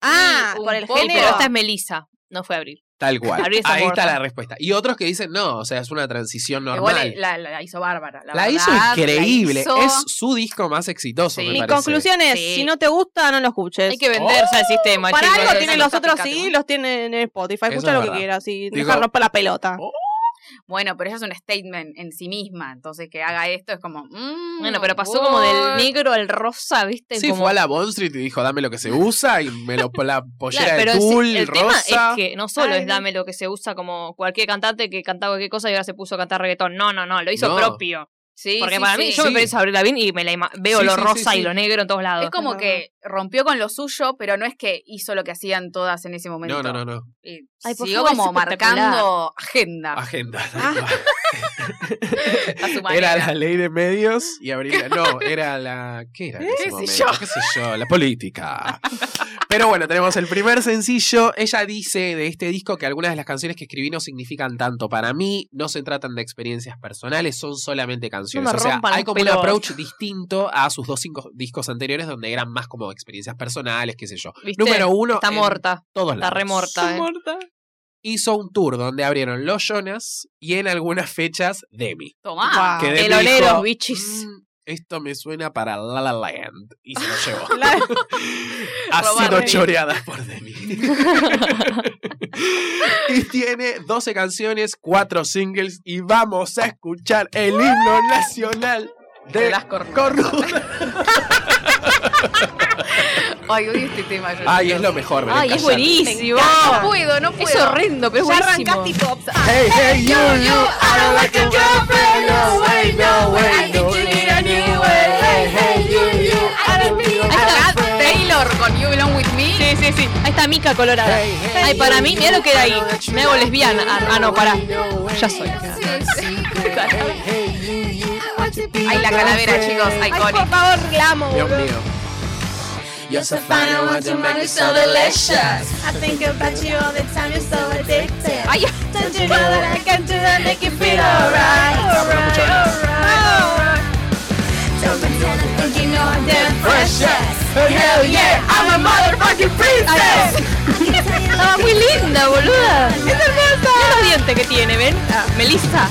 Speaker 3: Ah,
Speaker 5: Un
Speaker 3: por el
Speaker 5: poco,
Speaker 3: género.
Speaker 5: Este, Pero esta es Melissa, no fue Abril.
Speaker 1: Tal cual.
Speaker 5: Abrir esa
Speaker 1: Ahí está
Speaker 5: puerta.
Speaker 1: la respuesta. Y otros que dicen, no, o sea, es una transición normal.
Speaker 2: Igual la, la- la hizo bárbara. La,
Speaker 1: la, hizo
Speaker 2: verdad, la
Speaker 1: increíble.
Speaker 2: hizo.
Speaker 1: Es su disco más exitoso,
Speaker 2: Sí.
Speaker 1: me
Speaker 3: Mi
Speaker 1: parece.
Speaker 3: conclusión es,
Speaker 2: Sí.
Speaker 3: si no te gusta, no lo escuches.
Speaker 5: Hay que venderse
Speaker 1: Oh,
Speaker 5: al sistema,
Speaker 3: Para
Speaker 5: chicos.
Speaker 3: algo
Speaker 5: Eso
Speaker 3: tienen
Speaker 5: no
Speaker 3: los
Speaker 5: está
Speaker 3: otros
Speaker 5: picante.
Speaker 3: sí, los tienen en Spotify.
Speaker 1: Eso
Speaker 3: Escucha
Speaker 1: es
Speaker 3: lo que
Speaker 1: verdad.
Speaker 3: quieras y
Speaker 1: Digo-
Speaker 3: deja romper la pelota.
Speaker 1: Oh.
Speaker 2: Bueno, pero ella es un statement en sí misma. Entonces, que haga esto es como. mm,
Speaker 5: Bueno, pero pasó
Speaker 2: what?
Speaker 5: como del negro al rosa, ¿viste?
Speaker 1: Sí,
Speaker 5: como...
Speaker 1: fue a la Bond Street y dijo, dame lo que se usa, y me lo la pollera
Speaker 5: Claro,
Speaker 1: de
Speaker 5: sí,
Speaker 1: tul,
Speaker 5: el
Speaker 1: rosa.
Speaker 5: tema es que no solo
Speaker 3: Ay,
Speaker 5: es
Speaker 3: no.
Speaker 5: dame lo que se usa como cualquier cantante que cantaba cualquier cosa y ahora se puso a cantar reggaetón. No, no, no, lo hizo
Speaker 1: No.
Speaker 5: propio.
Speaker 2: Sí,
Speaker 5: Porque
Speaker 2: sí,
Speaker 5: para mí,
Speaker 2: sí.
Speaker 5: yo me
Speaker 1: Sí.
Speaker 5: pienso a Abril Lavigne y me la ima- veo
Speaker 1: Sí,
Speaker 5: lo
Speaker 1: sí, sí,
Speaker 5: rosa
Speaker 1: sí.
Speaker 5: y lo negro en todos lados.
Speaker 2: Es como que rompió con lo suyo, pero no es que hizo lo que hacían todas en ese momento.
Speaker 1: No, no, no, no.
Speaker 2: Y
Speaker 5: Ay, por
Speaker 2: siguió
Speaker 5: favor, es
Speaker 2: como
Speaker 5: espectacular.
Speaker 2: marcando agenda
Speaker 1: Agenda.
Speaker 5: Ah. *laughs*
Speaker 2: a su
Speaker 1: Era
Speaker 2: manera.
Speaker 1: la ley de medios y abrirla. No, era la. ¿Qué era? en ese
Speaker 2: ¿Qué sé
Speaker 1: momento?
Speaker 2: yo?
Speaker 1: ¿Qué sé yo? La política. Pero bueno, tenemos el primer sencillo. Ella dice de este disco que algunas de las canciones que escribí no significan tanto para mí, no se tratan de experiencias personales, son solamente canciones.
Speaker 5: No me
Speaker 1: o sea,
Speaker 5: rompan
Speaker 1: hay
Speaker 5: los
Speaker 1: como un
Speaker 5: pelos.
Speaker 1: approach distinto a sus dos cinco discos anteriores donde eran más como experiencias personales, qué sé yo.
Speaker 5: ¿Viste?
Speaker 1: Número uno.
Speaker 5: Está
Speaker 1: en
Speaker 5: morta.
Speaker 1: Todos
Speaker 5: Está
Speaker 1: lados.
Speaker 5: re morta. eh.
Speaker 1: Hizo un tour donde abrieron los Jonas y en algunas fechas Demi.
Speaker 2: Tomá.
Speaker 1: Que Demi dijo,
Speaker 5: Peloneros, Ah, bichis.
Speaker 1: "Mm, esto me suena para La La Land. Y se lo
Speaker 5: *laughs*
Speaker 1: llevó.
Speaker 3: La-
Speaker 1: ha sido
Speaker 3: Robarle.
Speaker 1: choreada por
Speaker 5: *laughs*
Speaker 1: Demi. y tiene 12 canciones, 4 singles. Y vamos a escuchar el himno nacional de
Speaker 2: Las cornudas.
Speaker 1: Cornuda.
Speaker 2: Ay, odio este tema. yo.
Speaker 1: Ay, es lo mejor. Belén
Speaker 5: Ay, es
Speaker 1: Cayán.
Speaker 5: buenísimo.
Speaker 2: No puedo, no puedo.
Speaker 5: Es horrendo, pero es
Speaker 3: Ya
Speaker 5: buenísimo.
Speaker 3: arrancás tipo...
Speaker 1: Hey, hey, you, you. I don't like a girlfriend. No way, no way, no way. Hey, hey, you, you. I don't need a
Speaker 2: Acá Taylor con You Belong With Me.
Speaker 5: Sí, sí, sí. Ahí está Mica colorada.
Speaker 1: Hey, hey,
Speaker 5: Ay, para mí, mira lo que da ahí. Me hago lesbiana. Ah, ah, no, pará.
Speaker 1: Ya
Speaker 5: Ya soy.
Speaker 2: Ay, la calavera, chicos.
Speaker 3: Ay, por
Speaker 2: Iconic.
Speaker 3: favor, la amo,
Speaker 1: Dios
Speaker 3: boludo.
Speaker 1: mío. You're so fine, I want to make you so
Speaker 6: delicious.
Speaker 3: I think about you all the time, you're so addicted.
Speaker 2: Ay,
Speaker 3: Don't you know that I can do that, make you feel alright, alright, alright.
Speaker 6: Don't pretend I think you know I'm damn precious.
Speaker 1: Hell yeah, I'm a motherfucking princess.
Speaker 5: Estaba muy linda, boluda. Es hermosa. Mira los dientes que tiene, ¿ven? Ah, Melissa.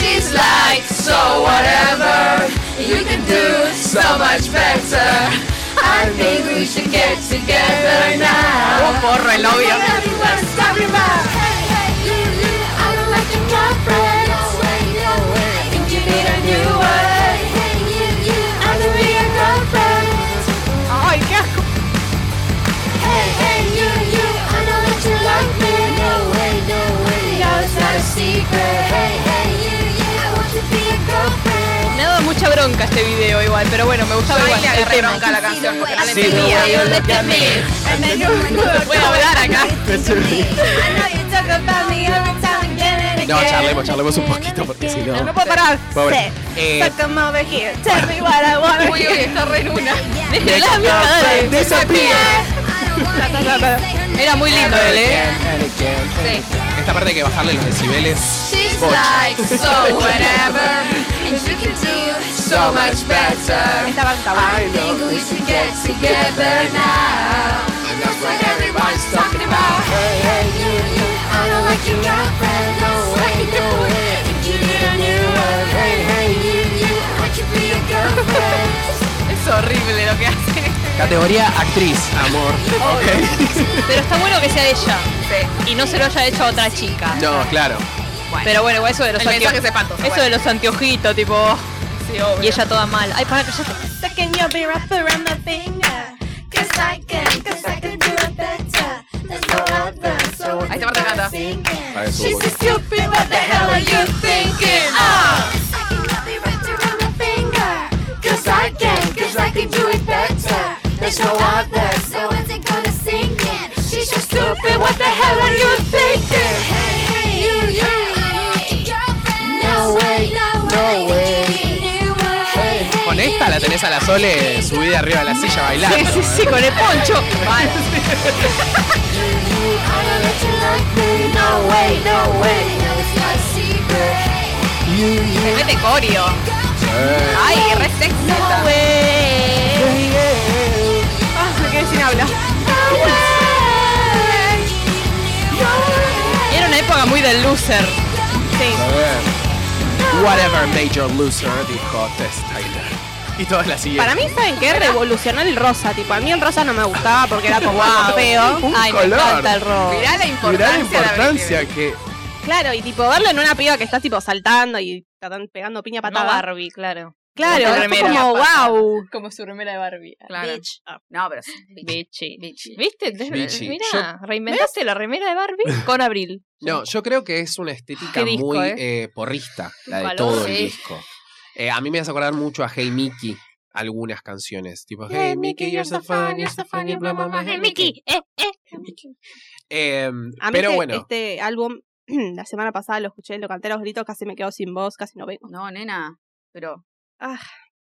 Speaker 6: She's like, so whatever. You can do so much better. I think we should get together now.
Speaker 2: un porro el novio.
Speaker 3: Ay, qué asco.
Speaker 5: Me ha dado mucha bronca este video igual, pero bueno, me gustaba igual.
Speaker 2: le
Speaker 5: el
Speaker 2: agarré
Speaker 5: tema.
Speaker 2: bronca a la canción porque no la
Speaker 1: Sí,
Speaker 2: entendía.
Speaker 1: no,
Speaker 2: Yo le entendí. Puedo hablar acá.
Speaker 1: No, charlemos, charlemos un poquito porque si no.
Speaker 3: No puedo parar.
Speaker 1: Pobre. Eh,
Speaker 3: So come over here, tell me what I wanna
Speaker 2: Uy, uy, está re en una.
Speaker 5: Déjela, mira, dale. Era muy lindo él, ¿eh?
Speaker 1: Esta parte hay que bajarle los decibeles.
Speaker 6: She's
Speaker 1: Bocha.
Speaker 6: like, so whatever, and you can do so much better.
Speaker 3: Esta banda,
Speaker 6: I think we should get together now. And that's what everybody's talking about. Hey, hey, you, you, I don't like your girlfriend. No way, no way. Think you need a new one. Hey, hey, you, you, I could be your girlfriend.
Speaker 2: Es horrible lo que hace.
Speaker 1: Categoría actriz, amor. Ok.
Speaker 5: Pero está bueno que sea ella. Y no se lo haya hecho a otra chica.
Speaker 1: No, claro.
Speaker 5: Pero bueno, igual eso de los
Speaker 2: El mensaje es
Speaker 5: anteojitos.
Speaker 2: espantoso.
Speaker 5: Eso de los anteojitos, tipo.
Speaker 2: Sí, obvio.
Speaker 5: Y ella toda mal. Ay, para, cállate.
Speaker 6: Sucking your beer up around my finger. Cause I can, cause I can do it better. There's no other, so
Speaker 2: Ahí te parte me encanta.
Speaker 6: singing.
Speaker 1: Para eso,
Speaker 6: She's a stupid, what the hell are you thinking? Ah! Sucking your beer up around my finger. Cause I can, cause I can do it better. There's no other, so I ain't gonna sing it. She's just stupid, what the hell are you thinking? Hey, hey, you, you, No way, no way.
Speaker 1: Con esta la tenés a la Sole subida arriba de la silla bailando.
Speaker 5: Sí, sí, sí, con el poncho. Mal.
Speaker 2: Se mete corio. Ay, re sexy. esta.
Speaker 3: Ah,
Speaker 5: Era una época muy del loser.
Speaker 1: Whatever major loser dijo Tess Tyler. Y todas las siguientes.
Speaker 3: Para mí, ¿saben qué? Revolucionó el rosa. Tipo, a mí el rosa no me gustaba porque era como algo feo.
Speaker 5: Ay, me
Speaker 1: color.
Speaker 5: encanta el rock.
Speaker 2: Mirá
Speaker 1: Mirá
Speaker 2: la
Speaker 1: la
Speaker 2: importancia. de la
Speaker 1: importancia que.
Speaker 3: Claro, y tipo, verlo en una piba que está tipo saltando y tatan- pegando piña
Speaker 5: No
Speaker 3: patada.
Speaker 5: Barbie, claro.
Speaker 3: claro,
Speaker 5: Con
Speaker 3: es
Speaker 5: remera.
Speaker 3: como wow.
Speaker 5: Como su remera de Barbie.
Speaker 2: Claro.
Speaker 5: Bitch.
Speaker 2: No, pero sí.
Speaker 5: Bitchy. ¿Viste?
Speaker 1: Bitchy.
Speaker 5: Mira, reinventaste la remera de
Speaker 1: *clears throat*
Speaker 5: Barbie con Abril.
Speaker 1: No, yo creo que es una estética
Speaker 5: Qué disco,
Speaker 1: muy
Speaker 5: eh.
Speaker 1: eh, porrista, la de
Speaker 5: Valor,
Speaker 1: todo el
Speaker 5: sí.
Speaker 1: disco. Eh, a mí me hace acordar mucho a Hey Mickey, algunas canciones. Tipo, Hey Mickey, you're so fun, you're so fun, you blow my mind, Hey Mickey.
Speaker 5: eh, eh.
Speaker 1: Eh,
Speaker 3: A mí
Speaker 1: pero
Speaker 3: este,
Speaker 1: bueno,
Speaker 3: este álbum, *clears throat* la semana pasada lo escuché, lo canté a los gritos, casi me quedo sin voz, casi no vengo.
Speaker 2: No, nena. Pero.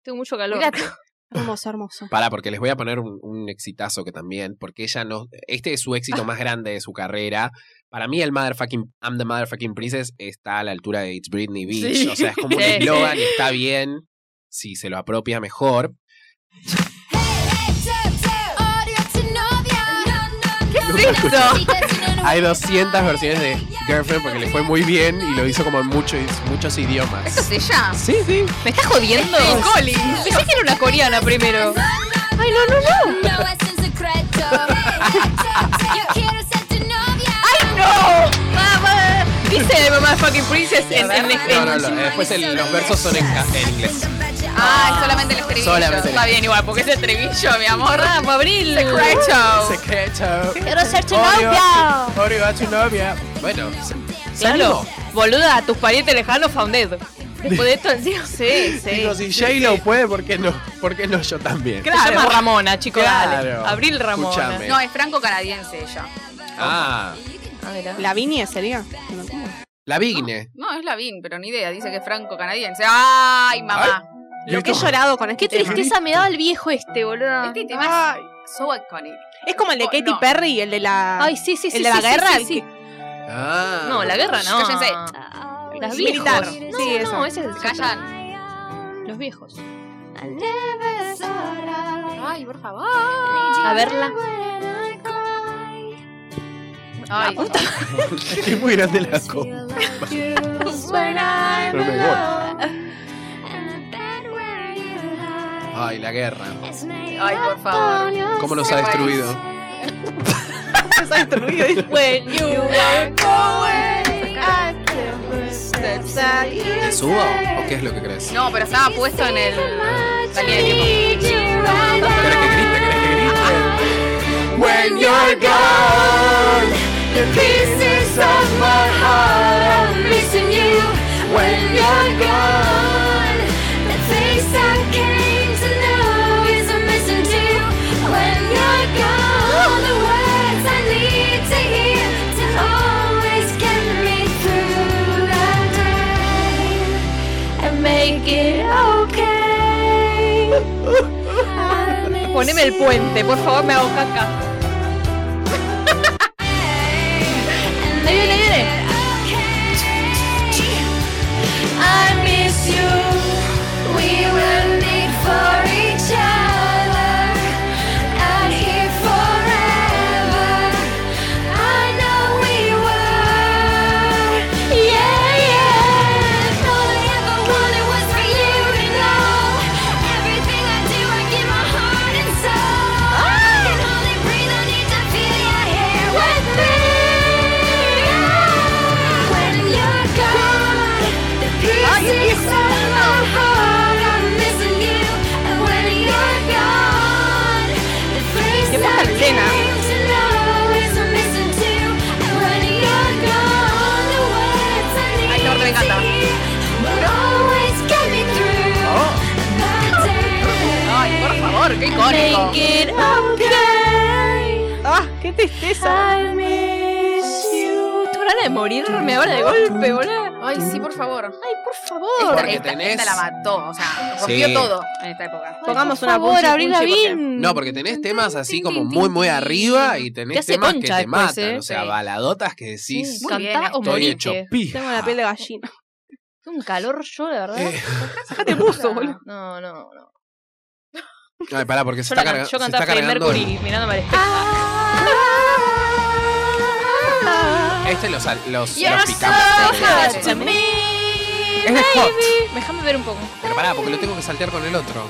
Speaker 5: Tengo mucho calor.
Speaker 2: Mirá,
Speaker 5: *laughs*
Speaker 3: Hermoso, hermoso.
Speaker 1: para, porque les voy a poner un, un exitazo que también, porque ella no. Este es su éxito más grande de su carrera. Para mí, el Motherfucking I'm the Motherfucking Princess está a la altura de It's Britney Beach.
Speaker 5: Sí.
Speaker 1: O sea, es como un
Speaker 5: Sí.
Speaker 1: eslogan y está bien. Si se lo apropia mejor. Hay 200 versiones de Girlfriend porque le fue muy bien y lo hizo como en muchos, muchos
Speaker 2: ¿Esta es
Speaker 1: idiomas.
Speaker 2: ella?
Speaker 1: Sí, sí.
Speaker 5: ¿Me estás jodiendo?
Speaker 2: Lily Collins.
Speaker 5: Pensé que era una coreana primero.
Speaker 6: Ay, no, no, no. Ay,
Speaker 5: Ah, Dice mamá fucking princess en, en
Speaker 1: No, no, no, después el- los versos son en, ca- en inglés.
Speaker 2: Ah, es solamente el estribillo.
Speaker 1: Solamente el-
Speaker 2: Está bien, igual, porque ese estribillo, mi amor.
Speaker 5: Vamos, Abril.
Speaker 2: Cracho.
Speaker 1: Secreto.
Speaker 5: Quiero ser tu
Speaker 1: Odio a tu novia. Bueno, se-
Speaker 5: Claro. Boluda, a tus parientes lejanos founded. Después de esto, en serio. *laughs* Sí,
Speaker 1: digo, si J-Lo puede, ¿por qué no? ¿Por qué no yo también?
Speaker 5: Se llama Ramona, chicos. dale.
Speaker 1: Claro.
Speaker 5: Abril Ramona.
Speaker 1: Escúchame.
Speaker 2: No, es franco-canadiense ella.
Speaker 1: Ah,
Speaker 5: Ah, mirá.
Speaker 3: ¿La Vinie sería? No, ¿cómo?
Speaker 1: la Vigne.
Speaker 2: No, es Lavín, pero ni idea. Dice que es franco-canadiense. ¡Ay, mamá!
Speaker 3: Lo que he llorado con este
Speaker 5: Qué
Speaker 3: tema.
Speaker 5: tristeza me daba el viejo este, boludo.
Speaker 2: Este tema es so iconic.
Speaker 3: Es como el de
Speaker 2: Oh,
Speaker 3: Katy
Speaker 2: no.
Speaker 3: Perry y el de la...
Speaker 5: Ay, sí, sí, sí.
Speaker 3: el de la
Speaker 5: sí, sí,
Speaker 3: guerra.
Speaker 5: sí,
Speaker 3: el
Speaker 5: sí.
Speaker 3: que-
Speaker 1: Ah.
Speaker 5: No, la guerra no.
Speaker 2: Cállense.
Speaker 5: Las
Speaker 3: Militar.
Speaker 5: viejas. No,
Speaker 3: Sí,
Speaker 5: no,
Speaker 3: eso.
Speaker 5: ese es el
Speaker 2: Se callan.
Speaker 5: Los viejos.
Speaker 2: Ay, por favor.
Speaker 5: A verla.
Speaker 2: Ay,
Speaker 1: Es que *laughs* es muy grande la copa. Pero me voy. Ay, la guerra.
Speaker 2: ay, por favor.
Speaker 1: ¿Cómo nos ha destruido?
Speaker 3: *laughs*
Speaker 5: When you
Speaker 1: ¿Te subo? ¿O qué es lo que crees?
Speaker 2: No, pero estaba puesto en el. la línea de tiempo.
Speaker 1: ¿Querés que grite? ¿Querés que grite? When you're gone, the pieces of my heart are missing you. When you're gone,
Speaker 6: The face I came to know is a missing too. When you're gone, the words I need to hear to always get me through the day and make it
Speaker 5: *laughs*
Speaker 6: okay. I miss
Speaker 5: Poneme el
Speaker 6: you.
Speaker 5: puente, por favor, me hago caca.
Speaker 6: And
Speaker 5: Ahí viene, ahí viene.
Speaker 6: make it okay. I miss you. We were made for each other. Out here forever. I know we were. Yeah, yeah. All I ever wanted was for you to know. Everything I do, I give my heart and soul. I can only breathe
Speaker 3: Ah,
Speaker 5: qué tristeza. Tengo ganas de morirme ahora de golpe, boludo.
Speaker 2: Ay, sí, por favor.
Speaker 5: Ay, por
Speaker 2: Esta,
Speaker 5: favor.
Speaker 1: Porque
Speaker 2: esta-
Speaker 1: tenés-
Speaker 2: esta la mató, o sea, rompió
Speaker 1: Sí.
Speaker 2: todo en esta época.
Speaker 3: Pongamos
Speaker 5: por
Speaker 3: una
Speaker 5: favor,
Speaker 3: punchi,
Speaker 5: abrí la
Speaker 3: punchi, porque-
Speaker 5: bin.
Speaker 1: No, porque tenés temas así
Speaker 5: tin,
Speaker 1: como
Speaker 5: tin,
Speaker 1: muy,
Speaker 5: tin,
Speaker 1: muy
Speaker 5: tin.
Speaker 1: arriba y
Speaker 5: Te
Speaker 1: tenés
Speaker 5: hace
Speaker 1: temas que
Speaker 5: concha
Speaker 1: te
Speaker 5: después,
Speaker 1: matan.
Speaker 5: ¿eh?
Speaker 1: O sea,
Speaker 5: Sí.
Speaker 1: baladotas que decís,
Speaker 2: Muy bien,
Speaker 5: Cantá o
Speaker 2: estoy
Speaker 1: estoy
Speaker 5: morite.
Speaker 1: hecho pija.
Speaker 3: Tengo la piel de gallina.
Speaker 5: Tengo un calor yo, de verdad.
Speaker 1: Eh.
Speaker 5: te
Speaker 3: puso, boludo.
Speaker 5: No, no, no.
Speaker 1: Ay, pará, porque se
Speaker 5: Yo, la
Speaker 1: está,
Speaker 5: can-
Speaker 1: carga- se
Speaker 5: yo
Speaker 1: está
Speaker 5: cantaba Freddie
Speaker 1: cargando. el-
Speaker 5: Mercury mirándome al espejo.
Speaker 1: Este los, los,
Speaker 5: You're
Speaker 1: los
Speaker 5: so
Speaker 1: picamos.
Speaker 5: hot
Speaker 1: Sí.
Speaker 5: to me.
Speaker 1: Es de hot.
Speaker 5: Déjame ver un poco.
Speaker 1: Pero pará, porque lo tengo que saltear con el otro.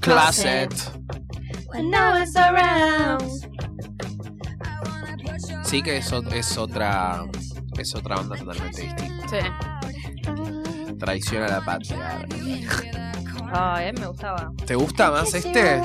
Speaker 1: Closet. Sí que es, ot- es otra. Es otra onda totalmente distinta.
Speaker 2: Sí.
Speaker 1: Traición a la patria.
Speaker 5: Ay, a mí me gustaba.
Speaker 1: ¿Te gusta más este?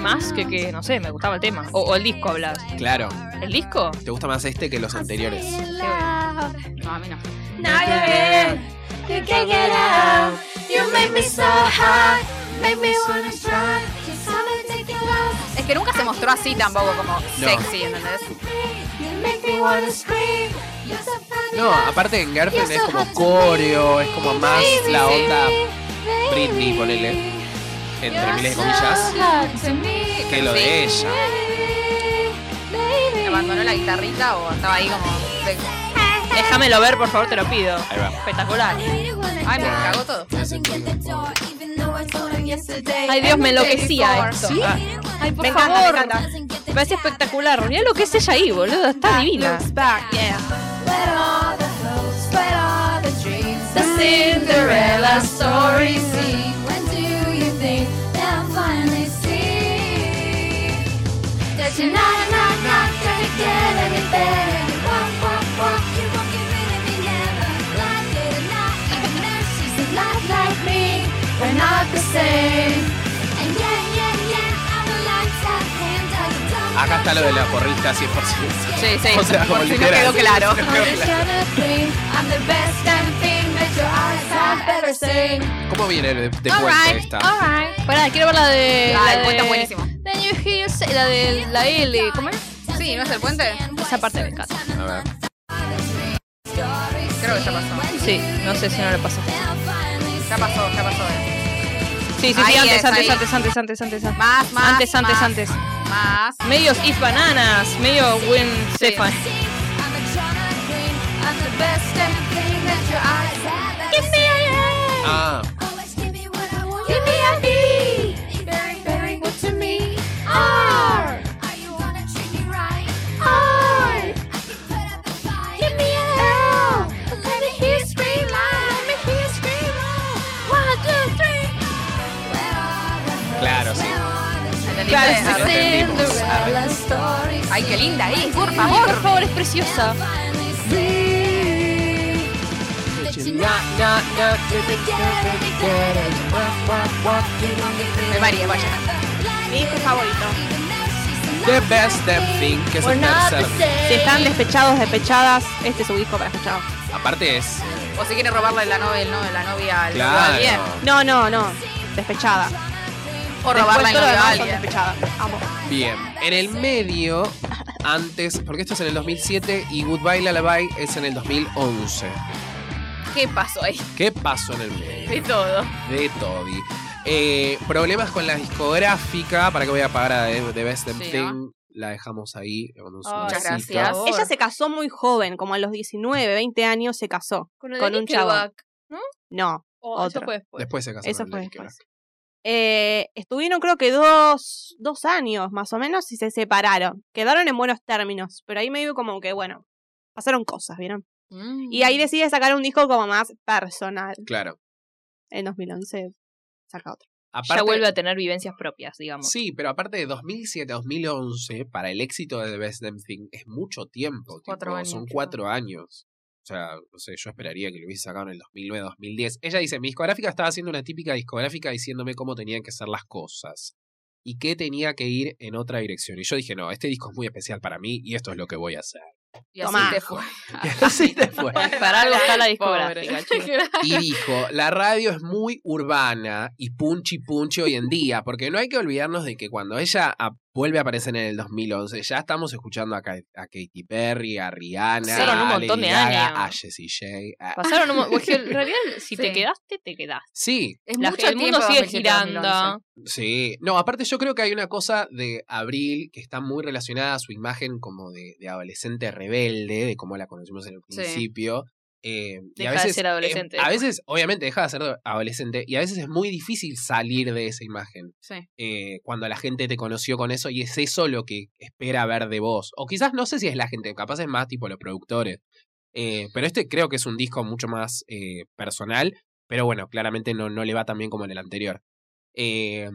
Speaker 5: Más que que, no sé, me gustaba el tema. O, o el disco hablas.
Speaker 1: Claro.
Speaker 5: ¿El disco?
Speaker 1: ¿Te gusta más este que los anteriores?
Speaker 2: No, a mí no.
Speaker 6: Now you're in, you can't get out. You make me so hot, make me wanna try. You're something to get lost.
Speaker 2: Es que nunca se mostró así tampoco como sexy, ¿entendés?
Speaker 6: You make me wanna scream. You're so funny.
Speaker 1: No, aparte en Garfield es como coreo, es como más la onda Britney, ponele, entre miles de comillas, que lo de ella.
Speaker 2: Abandonó la guitarrita o estaba ahí como. de-
Speaker 5: Déjamelo ver, por favor, te lo pido.
Speaker 1: Ahí va.
Speaker 5: Espectacular.
Speaker 2: Ay, me cagó todo.
Speaker 5: Ay, Dios, me enloquecía esto.
Speaker 2: Sí.
Speaker 5: Ah. Ay, por favor. Me parece espectacular. Mirá lo que es ella ahí, boludo. Está divina.
Speaker 6: The Cinderella story scene. When do you think they'll finally see? That you're not, not, not gonna get any better. You walk, walk, walk, you won't get rid of me never. Like it or not, even if she's a lot like me, we're not the same. And yeah, yeah, yeah, I'm a lifetime hand. I don't
Speaker 1: Acá está lo de la
Speaker 6: know.
Speaker 1: porrista 100%.
Speaker 2: Sí, sí.
Speaker 1: O sea, como
Speaker 2: *laughs* por si no
Speaker 1: literal.
Speaker 2: quedó
Speaker 1: *laughs*
Speaker 2: claro.
Speaker 1: ¿Cómo viene de, de puente esta?
Speaker 5: Pará, quiero ver la de.
Speaker 2: Ah,
Speaker 5: la
Speaker 2: el puente
Speaker 5: de-
Speaker 2: es buenísimo.
Speaker 5: Then you hear say- la de la L. ¿Cómo es?
Speaker 2: Sí, ¿no Eh, es el puente?
Speaker 5: Esa parte me encanta.
Speaker 1: A ver.
Speaker 2: Creo que ya pasó.
Speaker 5: Sí, no sé si no le pasó.
Speaker 2: Ya pasó, ya pasó. eh.
Speaker 5: Sí, sí,
Speaker 2: Ahí
Speaker 5: sí, antes,
Speaker 2: es,
Speaker 5: antes,
Speaker 2: ahí.
Speaker 5: antes, antes, antes, antes, antes.
Speaker 2: Más, más.
Speaker 5: Antes, antes,
Speaker 2: más,
Speaker 5: antes.
Speaker 2: Más.
Speaker 5: Medios if bananas, medio Gwen Stefani.
Speaker 1: Ah, claro, sí.
Speaker 2: ¿Entendiste?
Speaker 5: Claro,
Speaker 1: Sí, lo entendimos. A ver.
Speaker 2: Ay, qué linda ahí, por
Speaker 5: Ay,
Speaker 2: favor.
Speaker 5: por favor, es preciosa.
Speaker 2: Me maría, vaya.
Speaker 3: Mi disco favorito.
Speaker 1: The best damn thing que se puede hacer.
Speaker 3: Si están despechados, despechadas, este es un disco para despechados.
Speaker 1: Aparte es.
Speaker 2: O si quiere robarle la novia, no, la novia al novio a
Speaker 1: Claro.
Speaker 2: alguien.
Speaker 3: No, no, no. Despechada.
Speaker 2: O robarla
Speaker 3: Después
Speaker 2: el
Speaker 3: todo
Speaker 2: novio
Speaker 3: lo
Speaker 2: a
Speaker 3: demás son
Speaker 2: alguien.
Speaker 3: despechadas. Amo.
Speaker 1: Bien. En el medio, antes. Porque esto es en el 2007 y Goodbye Lullaby es en el 2011.
Speaker 2: ¿Qué pasó ahí?
Speaker 1: ¿Qué pasó en el medio?
Speaker 2: De todo.
Speaker 1: de Toby. Eh, problemas con la discográfica. ¿Para qué voy a pagar a The The Best Damn
Speaker 2: Sí,
Speaker 1: Thing?
Speaker 2: ¿no?
Speaker 1: La dejamos ahí. con un
Speaker 5: Ay,
Speaker 2: Muchas
Speaker 1: sobrecito.
Speaker 2: gracias.
Speaker 5: Por favor.
Speaker 3: Ella se casó muy joven, como a los 19, 20 años se casó.
Speaker 5: Con, el
Speaker 3: Con
Speaker 5: de
Speaker 3: un chavo.
Speaker 5: Nickelback.
Speaker 3: No.
Speaker 5: Oh, eso
Speaker 3: Otro.
Speaker 5: fue después.
Speaker 1: Después se casaron.
Speaker 3: Eso
Speaker 1: en
Speaker 3: fue
Speaker 1: Lady Gaga.
Speaker 3: después. Eh, estuvieron creo que dos, dos años más o menos y se separaron. Quedaron en buenos términos, pero ahí me digo como que, bueno, pasaron cosas, ¿vieron?
Speaker 2: Mm.
Speaker 3: Y ahí decide sacar un disco como más personal.
Speaker 1: Claro.
Speaker 3: En 2011 saca otro.
Speaker 1: Aparte,
Speaker 5: Ya vuelve a tener vivencias propias, digamos.
Speaker 1: Sí, pero aparte de 2007 a 2011, para el éxito de The Best Damn Thing es mucho tiempo. tipo,
Speaker 2: Cuatro años,
Speaker 1: son
Speaker 2: claro.
Speaker 1: cuatro años. O sea, no sé, yo esperaría que lo hubiese sacado en el 2009, 2010. Ella dice, mi discográfica estaba haciendo una típica discográfica diciéndome cómo tenían que ser las cosas y que tenía que ir en otra dirección. Y yo dije, no, este disco es muy especial para mí y esto es lo que voy a hacer.
Speaker 2: Y así
Speaker 3: Tomá.
Speaker 2: te *laughs* fue.
Speaker 1: Y *laughs* así te fue.
Speaker 5: Para algo está *laughs* la discográfica,
Speaker 2: Pobre.
Speaker 5: chicos.
Speaker 1: Y dijo, la radio es muy urbana y punchi punchi hoy en día, porque no hay que olvidarnos de que cuando ella a- vuelve a aparecer en el 2011, ya estamos escuchando a, Ka- a Katy Perry, a Rihanna,
Speaker 5: Pasaron un
Speaker 1: a
Speaker 5: montón de
Speaker 1: Gaga,
Speaker 5: años.
Speaker 1: a Jessie J. a-
Speaker 5: Pasaron un mo- porque *laughs* en realidad, si te
Speaker 2: Sí.
Speaker 5: quedaste, te quedaste.
Speaker 1: Sí,
Speaker 2: Es
Speaker 5: La-
Speaker 2: mucho
Speaker 5: el mundo
Speaker 2: tiempo,
Speaker 5: sigue
Speaker 2: 2007, 2011.
Speaker 5: girando.
Speaker 1: sí. No, aparte yo creo que hay una cosa de Abril que está muy relacionada a su imagen como de, de adolescente rebelde, de cómo la conocimos en el
Speaker 2: Sí.
Speaker 1: principio. Eh, y
Speaker 5: Deja
Speaker 1: a
Speaker 5: de
Speaker 1: veces,
Speaker 5: ser
Speaker 1: eh,
Speaker 5: adolescente
Speaker 1: a
Speaker 5: después.
Speaker 1: veces, obviamente, deja de ser adolescente y a veces es muy difícil salir de esa imagen.
Speaker 2: Sí.
Speaker 1: eh, cuando la gente te conoció con eso y es eso lo que espera ver de vos. O quizás no sé si es la gente, capaz es más tipo los productores. Eh, pero este creo que es un disco mucho más eh, personal, pero bueno, claramente no, no le va tan bien como en el anterior. Eh,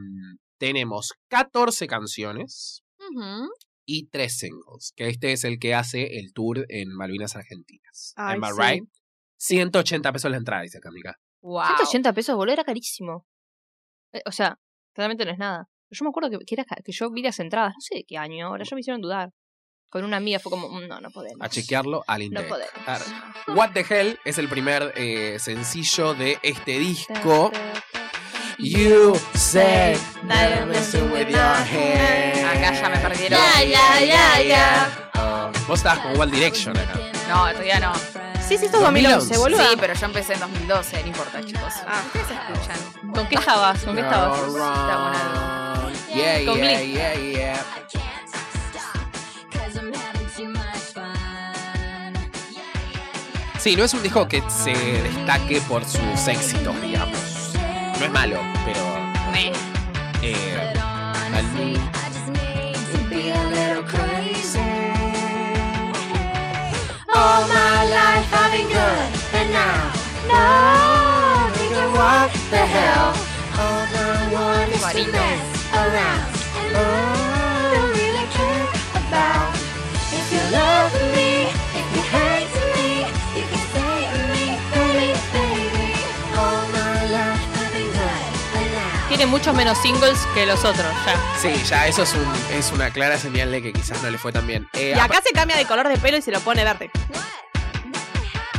Speaker 1: tenemos 14 canciones
Speaker 2: Ujú.
Speaker 1: y 3 singles, que este es el que hace el tour en Malvinas Argentinas.
Speaker 3: Ay,
Speaker 1: Am I
Speaker 3: sí.
Speaker 1: right? 180 pesos la entrada, dice acá, amiga.
Speaker 2: Wow.
Speaker 5: 180 pesos, boludo, era carísimo. Eh, O sea, realmente no es nada. Pero yo me acuerdo que, que era ca- que yo vi las entradas, no sé de qué año, ahora ya me hicieron dudar. Con una amiga fue como, "Mm, no, no podemos.
Speaker 1: A chequearlo al
Speaker 5: No
Speaker 1: internet.
Speaker 5: podemos.
Speaker 1: What the Hell es el primer eh, sencillo de este disco. You say that I'm messing with your head.
Speaker 2: Acá ya me perdieron.
Speaker 1: Ya, ya, ya,
Speaker 2: ya.
Speaker 1: Vos estabas Ah, con One Direction acá.
Speaker 2: No, todavía no.
Speaker 3: Sí, sí, esto es 2011,
Speaker 1: 2011,
Speaker 3: boludo.
Speaker 2: Sí, pero yo empecé en 2012, no importa, chicos.
Speaker 3: Ah.
Speaker 2: Ustedes escuchan.
Speaker 5: ¿Con qué estabas? ¿Con qué estabas?
Speaker 1: You're
Speaker 2: Estaba en algo.
Speaker 1: wrong. Yeah,
Speaker 5: Con
Speaker 1: yeah,
Speaker 5: Blink.
Speaker 1: yeah, yeah.
Speaker 6: I can't stop, cause I'm having too much fun.
Speaker 1: Sí, no es un disco que se destaque por sus éxitos, digamos. No es malo, pero.
Speaker 2: Meh.
Speaker 1: eh,
Speaker 6: Honestly, I just need to be a little crazy. All my life I've been good, and now, now I'm thinking, what the hell? All I want is to mess around, and I don't really care about if you love me, if you hate me, you can save me, baby, baby. All my life I've been good, and now.
Speaker 5: Tiene muchos menos singles que los otros, ya.
Speaker 1: sí, ya eso es, un- es una clara señal de que quizás no le fue tan bien. Eh,
Speaker 3: Y acá se cambia de color de pelo y se lo pone verde.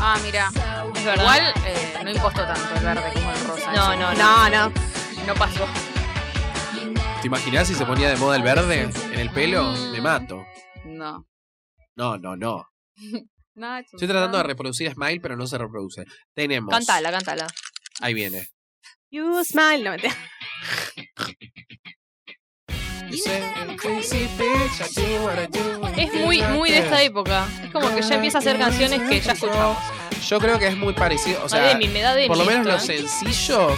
Speaker 2: Ah, mira.
Speaker 5: Es verdad.
Speaker 2: Igual eh, no impostó tanto el verde como el rosa.
Speaker 5: No, no, no.
Speaker 3: No, no.
Speaker 2: No pasó.
Speaker 1: ¿Te imaginás si se ponía de moda el verde en el pelo? Me mato.
Speaker 2: No.
Speaker 1: No, no, no.
Speaker 2: No, es un-
Speaker 1: Estoy tratando de reproducir Smile, pero no se reproduce. Tenemos.
Speaker 5: Cántala, cántala.
Speaker 1: Ahí viene.
Speaker 3: You smile, no mentira.
Speaker 5: Es muy, muy de esta época. Es como que ya empieza a hacer canciones que ya escuchamos.
Speaker 1: Yo creo que es muy parecido. O
Speaker 5: Me da
Speaker 1: sea,
Speaker 5: de mí, me da de
Speaker 1: por lo
Speaker 5: mí
Speaker 1: menos los
Speaker 5: esto, ¿eh?
Speaker 1: sencillos,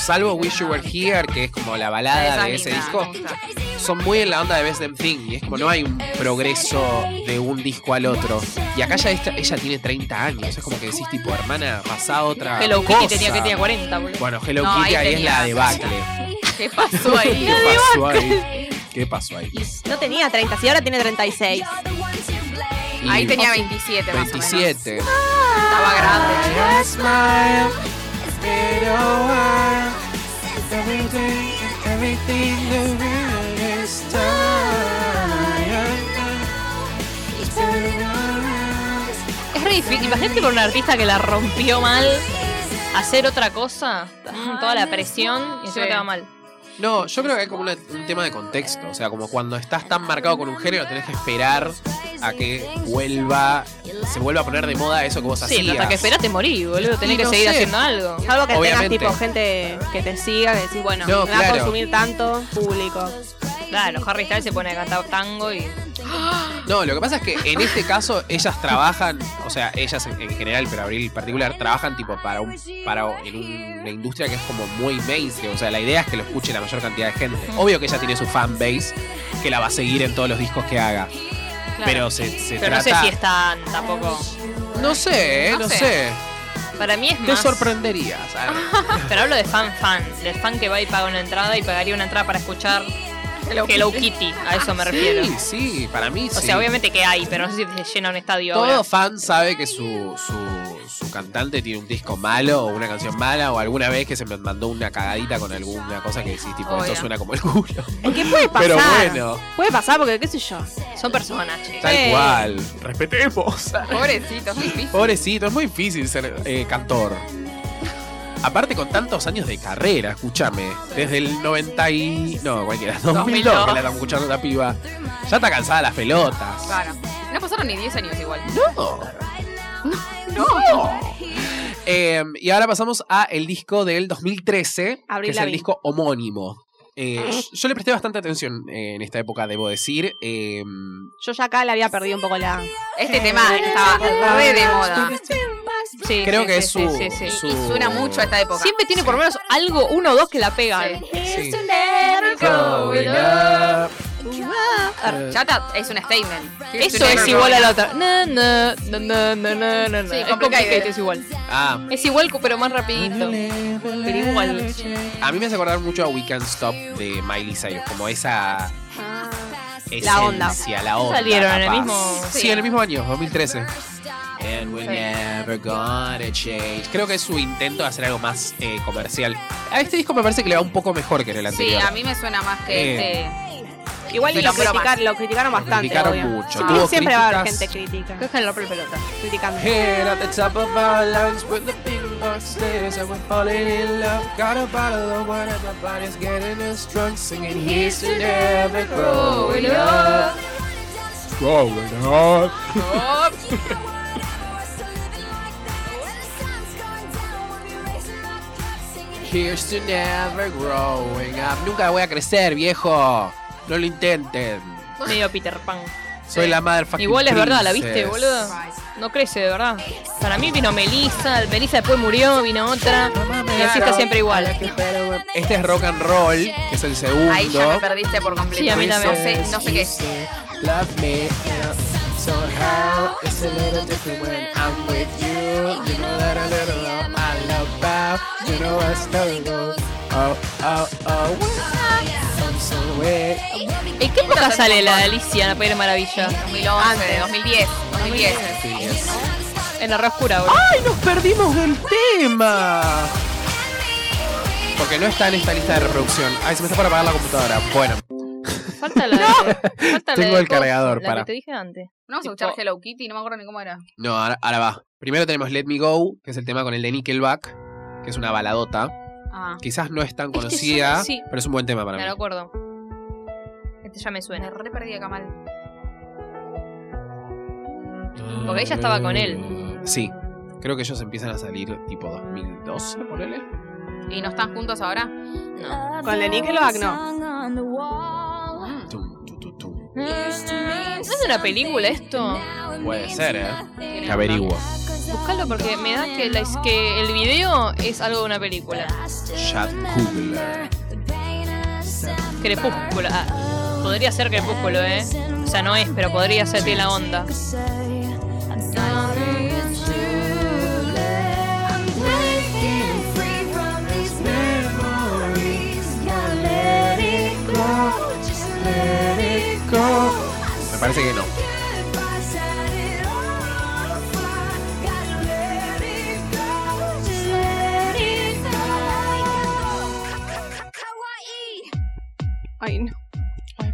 Speaker 1: salvo Wish You Were Here, que es como la balada
Speaker 2: Esa
Speaker 1: de
Speaker 2: es
Speaker 1: ese
Speaker 2: linda,
Speaker 1: disco,
Speaker 2: me gusta.
Speaker 1: son muy en la onda de Best Damn Thing. Y es como no hay un progreso de un disco al otro. Y acá ya esta- ella tiene 30 años. Es como que decís, tipo, hermana, pasá otra.
Speaker 5: Hello Kitty
Speaker 1: cosa.
Speaker 5: tenía que tenía 40, boludo.
Speaker 1: Bueno, Hello
Speaker 2: No,
Speaker 1: Kitty
Speaker 2: ahí
Speaker 1: ahí es la
Speaker 2: tenía.
Speaker 1: debacle.
Speaker 2: ¿Qué pasó *laughs* ahí?
Speaker 1: ¿Qué pasó ahí? ¿Qué pasó ahí?
Speaker 3: No tenía 30, sí, ahora tiene 36.
Speaker 2: Ahí
Speaker 1: Y
Speaker 2: tenía 27 más o menos.
Speaker 1: 27.
Speaker 2: Estaba grande.
Speaker 5: *laughs*
Speaker 2: chico.
Speaker 5: ¿eh? Es re difícil. Imagínate por un artista que la rompió mal hacer otra cosa. mm, Toda la presión y encima
Speaker 2: Sí.
Speaker 5: te va mal.
Speaker 1: No, yo creo que hay como una- un tema de contexto. O sea, como cuando estás tan marcado con un género, tenés que esperar a que vuelva, se vuelva a poner de moda eso que vos
Speaker 5: Sí,
Speaker 1: hacías.
Speaker 5: hasta que esperás te morí, boludo. Tenés
Speaker 1: Y
Speaker 5: que
Speaker 1: no
Speaker 5: seguir
Speaker 1: sé.
Speaker 5: haciendo algo.
Speaker 3: Algo que
Speaker 1: Obviamente.
Speaker 3: tengas tipo gente que te siga, que decís, bueno,
Speaker 1: No,
Speaker 3: me va
Speaker 1: claro.
Speaker 3: a consumir tanto público.
Speaker 5: Claro, Harry Styles se pone a cantar tango y.
Speaker 1: No, lo que pasa es que en este caso ellas trabajan, o sea, ellas en, en general, pero Abril en particular, trabajan tipo para un para en un- una industria que es como muy mainstream. O sea, la idea es que lo escuche la mayor cantidad de gente. Obvio que ella tiene su fan base que la va a seguir en todos los discos que haga. Pero se, se
Speaker 5: Pero no sé
Speaker 1: trata.
Speaker 5: si es tan tampoco.
Speaker 1: No sé, eh,
Speaker 2: No
Speaker 1: no
Speaker 2: sé.
Speaker 1: sé.
Speaker 5: Para mí es
Speaker 1: Te
Speaker 5: más. *laughs*
Speaker 1: sorprenderías. A ver.
Speaker 5: Pero hablo de fan fan. Del fan que va y paga una entrada y pagaría una entrada para escuchar
Speaker 2: Hello
Speaker 5: Hello Kitty. A eso me refiero.
Speaker 1: Ah, Sí, sí, para mí sí.
Speaker 5: O sea, obviamente que hay, pero no sé si se llena un estadio.
Speaker 1: Todo
Speaker 5: ahora.
Speaker 1: fan sabe que su, su, su cantante tiene un disco malo o una canción mala o alguna vez que se me mandó una cagadita con alguna cosa que decís, tipo,
Speaker 2: Obvio.
Speaker 1: esto suena como el culo.
Speaker 3: ¿Qué puede pasar?
Speaker 1: *laughs* Pero bueno,
Speaker 3: Puede pasar porque, qué sé yo.
Speaker 5: Son personas, che.
Speaker 1: tal
Speaker 3: Eh.
Speaker 1: cual. Respetemos.
Speaker 2: Pobrecito, es difícil.
Speaker 1: Pobrecito, es muy difícil ser eh, cantor. Aparte con tantos años de carrera, escúchame. Desde el 90 y... No, cualquiera. 2002, que la estamos escuchando la piba. Ya está cansada de las pelotas.
Speaker 2: Claro. No pasaron ni 10 años igual.
Speaker 1: No. No. *laughs* Eh, y ahora pasamos a el disco del 2013,
Speaker 3: Avril
Speaker 1: que es el
Speaker 3: Lavigne.
Speaker 1: disco homónimo. Eh, yo le presté bastante atención eh, en esta época, debo decir. Eh,
Speaker 3: Yo ya acá le había perdido un poco la.
Speaker 2: Este tema estaba re de moda.
Speaker 5: Sí,
Speaker 1: creo
Speaker 5: sí,
Speaker 1: que
Speaker 5: sí,
Speaker 1: es su,
Speaker 5: sí, sí, sí.
Speaker 1: su-
Speaker 2: Y suena mucho a esta época.
Speaker 5: Siempre tiene por lo menos algo, uno o dos que la pegan.
Speaker 2: Sí.
Speaker 1: Sí.
Speaker 2: going up.
Speaker 1: Eh,
Speaker 2: Chata es un statement.
Speaker 5: Eso es igual a la otra. Na, na, na, na, na, na, na.
Speaker 2: Sí, complicated.
Speaker 5: es
Speaker 1: ¿eh?
Speaker 5: complicado, es igual.
Speaker 1: ah,
Speaker 5: Es igual, pero más rapidito. Pero igual.
Speaker 1: a mí me hace acordar mucho a We Can't Stop de Miley Cyrus, como esa esencia,
Speaker 3: La onda.
Speaker 1: la onda,
Speaker 5: Salieron en el
Speaker 1: capaz.
Speaker 5: mismo-
Speaker 1: Sí,
Speaker 5: sí.
Speaker 1: en el mismo año, 2013. And we're never gonna change. Creo que es su intento de hacer algo más eh, comercial. A este disco me parece que le va un poco mejor que en el
Speaker 2: Sí,
Speaker 1: anterior.
Speaker 2: a mí me suena más que este.
Speaker 1: Eh.
Speaker 3: Igual y
Speaker 2: Pero
Speaker 3: lo,
Speaker 2: broma.
Speaker 3: criticar- lo criticaron
Speaker 1: Lo
Speaker 3: bastante.
Speaker 1: criticaron
Speaker 3: obvio.
Speaker 1: mucho.
Speaker 3: Siempre-
Speaker 1: Tuvo
Speaker 3: siempre va a haber gente
Speaker 1: críticas.
Speaker 3: crítica,
Speaker 1: *laughs*
Speaker 5: Cojan la pelota.
Speaker 3: criticando.
Speaker 1: Head at the top of our lungs with the big box stairs and we're falling in love. Got a bottle of wine and my body's getting us drunk singing here's to never growing up. Growing up. Here's to never growing up. Nunca voy a crecer, viejo. No lo intenten.
Speaker 5: Medio Peter Pan.
Speaker 1: Soy la madre
Speaker 5: Igual es verdad, ¿la viste, boludo? No crece, de verdad. Para mí vino Melissa, Melissa después murió, vino otra. Y así está siempre igual.
Speaker 1: Este es rock and roll, que es el segundo.
Speaker 2: ahí ya me perdiste por completo.
Speaker 5: Sí, a mí
Speaker 2: no
Speaker 5: también.
Speaker 2: sé,
Speaker 1: Pues
Speaker 2: no sé qué es.
Speaker 1: Love me somehow. It's a little different when I'm with you. You know that a little of my love vibe. You know I still goes. Oh, oh, oh. I'm so wet.
Speaker 5: ¿En qué época sale la de Alicia, la País de Maravilla?
Speaker 2: 2011, 2010, 2010.
Speaker 5: En la re oscura, boludo.
Speaker 1: ¡Ay, nos perdimos del tema! Porque no está en esta lista de reproducción. Ay, se me está para apagar la computadora. Bueno,
Speaker 5: Falta la de... Falta la
Speaker 1: Tengo
Speaker 5: de
Speaker 1: el cargador,
Speaker 5: la
Speaker 1: para.
Speaker 5: que te dije antes.
Speaker 2: No vamos a
Speaker 5: Tipo-
Speaker 2: escuchar Hello Kitty, no me acuerdo ni cómo era.
Speaker 1: no, ahora, ahora va. Primero tenemos Let Me Go, que es el tema con el de Nickelback, que es una baladota.
Speaker 2: Ah,
Speaker 1: Quizás no es tan
Speaker 5: Este
Speaker 1: conocida,
Speaker 5: suena- sí.
Speaker 1: pero es un buen tema para
Speaker 5: Me
Speaker 1: mí.
Speaker 5: lo acuerdo. Este ya me
Speaker 2: me
Speaker 5: suena.
Speaker 2: re perdí acá mal.
Speaker 5: Porque ella estaba con él.
Speaker 1: Sí. Creo que ellos empiezan a salir tipo 2012, ponele.
Speaker 2: ¿Y no están juntos ahora?
Speaker 3: Con la Nickelback, no.
Speaker 1: Tum, tu, tu, tu.
Speaker 5: ¿No es una película esto?
Speaker 1: Puede ser, ¿eh? Averiguo.
Speaker 5: Buscalo porque me da que, la- es que el video es algo de una película.
Speaker 1: Chad Kugler.
Speaker 5: Crepúsculo. Ah, podría ser Crepúsculo, ¿eh? O sea, no es, pero podría ser de la onda.
Speaker 1: Me parece que no.
Speaker 3: Ay, no.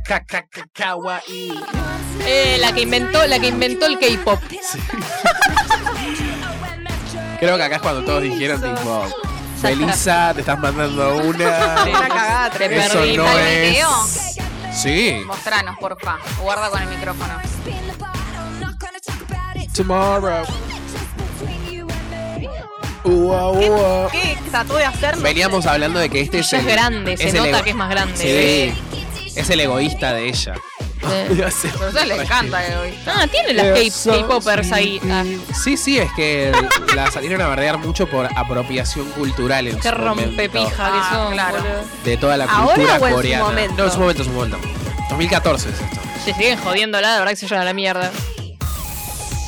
Speaker 1: Ka, ka, ka, kawaii.
Speaker 5: Eh, la que inventó, la que inventó el K-pop.
Speaker 1: Creo que acá es cuando todos dijeron
Speaker 5: *laughs*
Speaker 1: tipo, Melissa, te estás mandando Ah, una.
Speaker 3: Una cagada
Speaker 5: Te
Speaker 3: tremenda.
Speaker 1: Eso
Speaker 5: perdí,
Speaker 1: no
Speaker 5: mal
Speaker 2: video.
Speaker 1: es. Sí.
Speaker 2: Mostranos, porfa. Guarda con el micrófono.
Speaker 1: Tomorrow. Ua, ua.
Speaker 3: ¿Qué trató de hacernos?
Speaker 1: Veníamos hablando de que este es
Speaker 5: Ya
Speaker 1: el
Speaker 5: es grande, se
Speaker 1: es el
Speaker 5: nota
Speaker 1: ego-
Speaker 5: que es más grande.
Speaker 1: Sí. Es el egoísta de ella. *laughs* Ya sé.
Speaker 2: Pero a ustedes les encanta que hoy.
Speaker 5: Ah, tiene *laughs* las K- K-popers ahí. Ah,
Speaker 1: Eh, Sí, sí, es que *laughs* el- la salieron a bardear mucho por apropiación cultural en
Speaker 5: Ah, qué
Speaker 1: su
Speaker 5: rompe
Speaker 1: momento,
Speaker 5: pija
Speaker 2: Ah,
Speaker 5: que son,
Speaker 2: claro.
Speaker 5: boludo.
Speaker 1: de toda la
Speaker 3: ¿Ahora
Speaker 1: cultura
Speaker 3: o en su
Speaker 1: coreana.
Speaker 3: momento?
Speaker 1: No, en su momento, en su momento. 2014 es esto.
Speaker 5: Se siguen jodiendo la, verdad que se llevan a la mierda.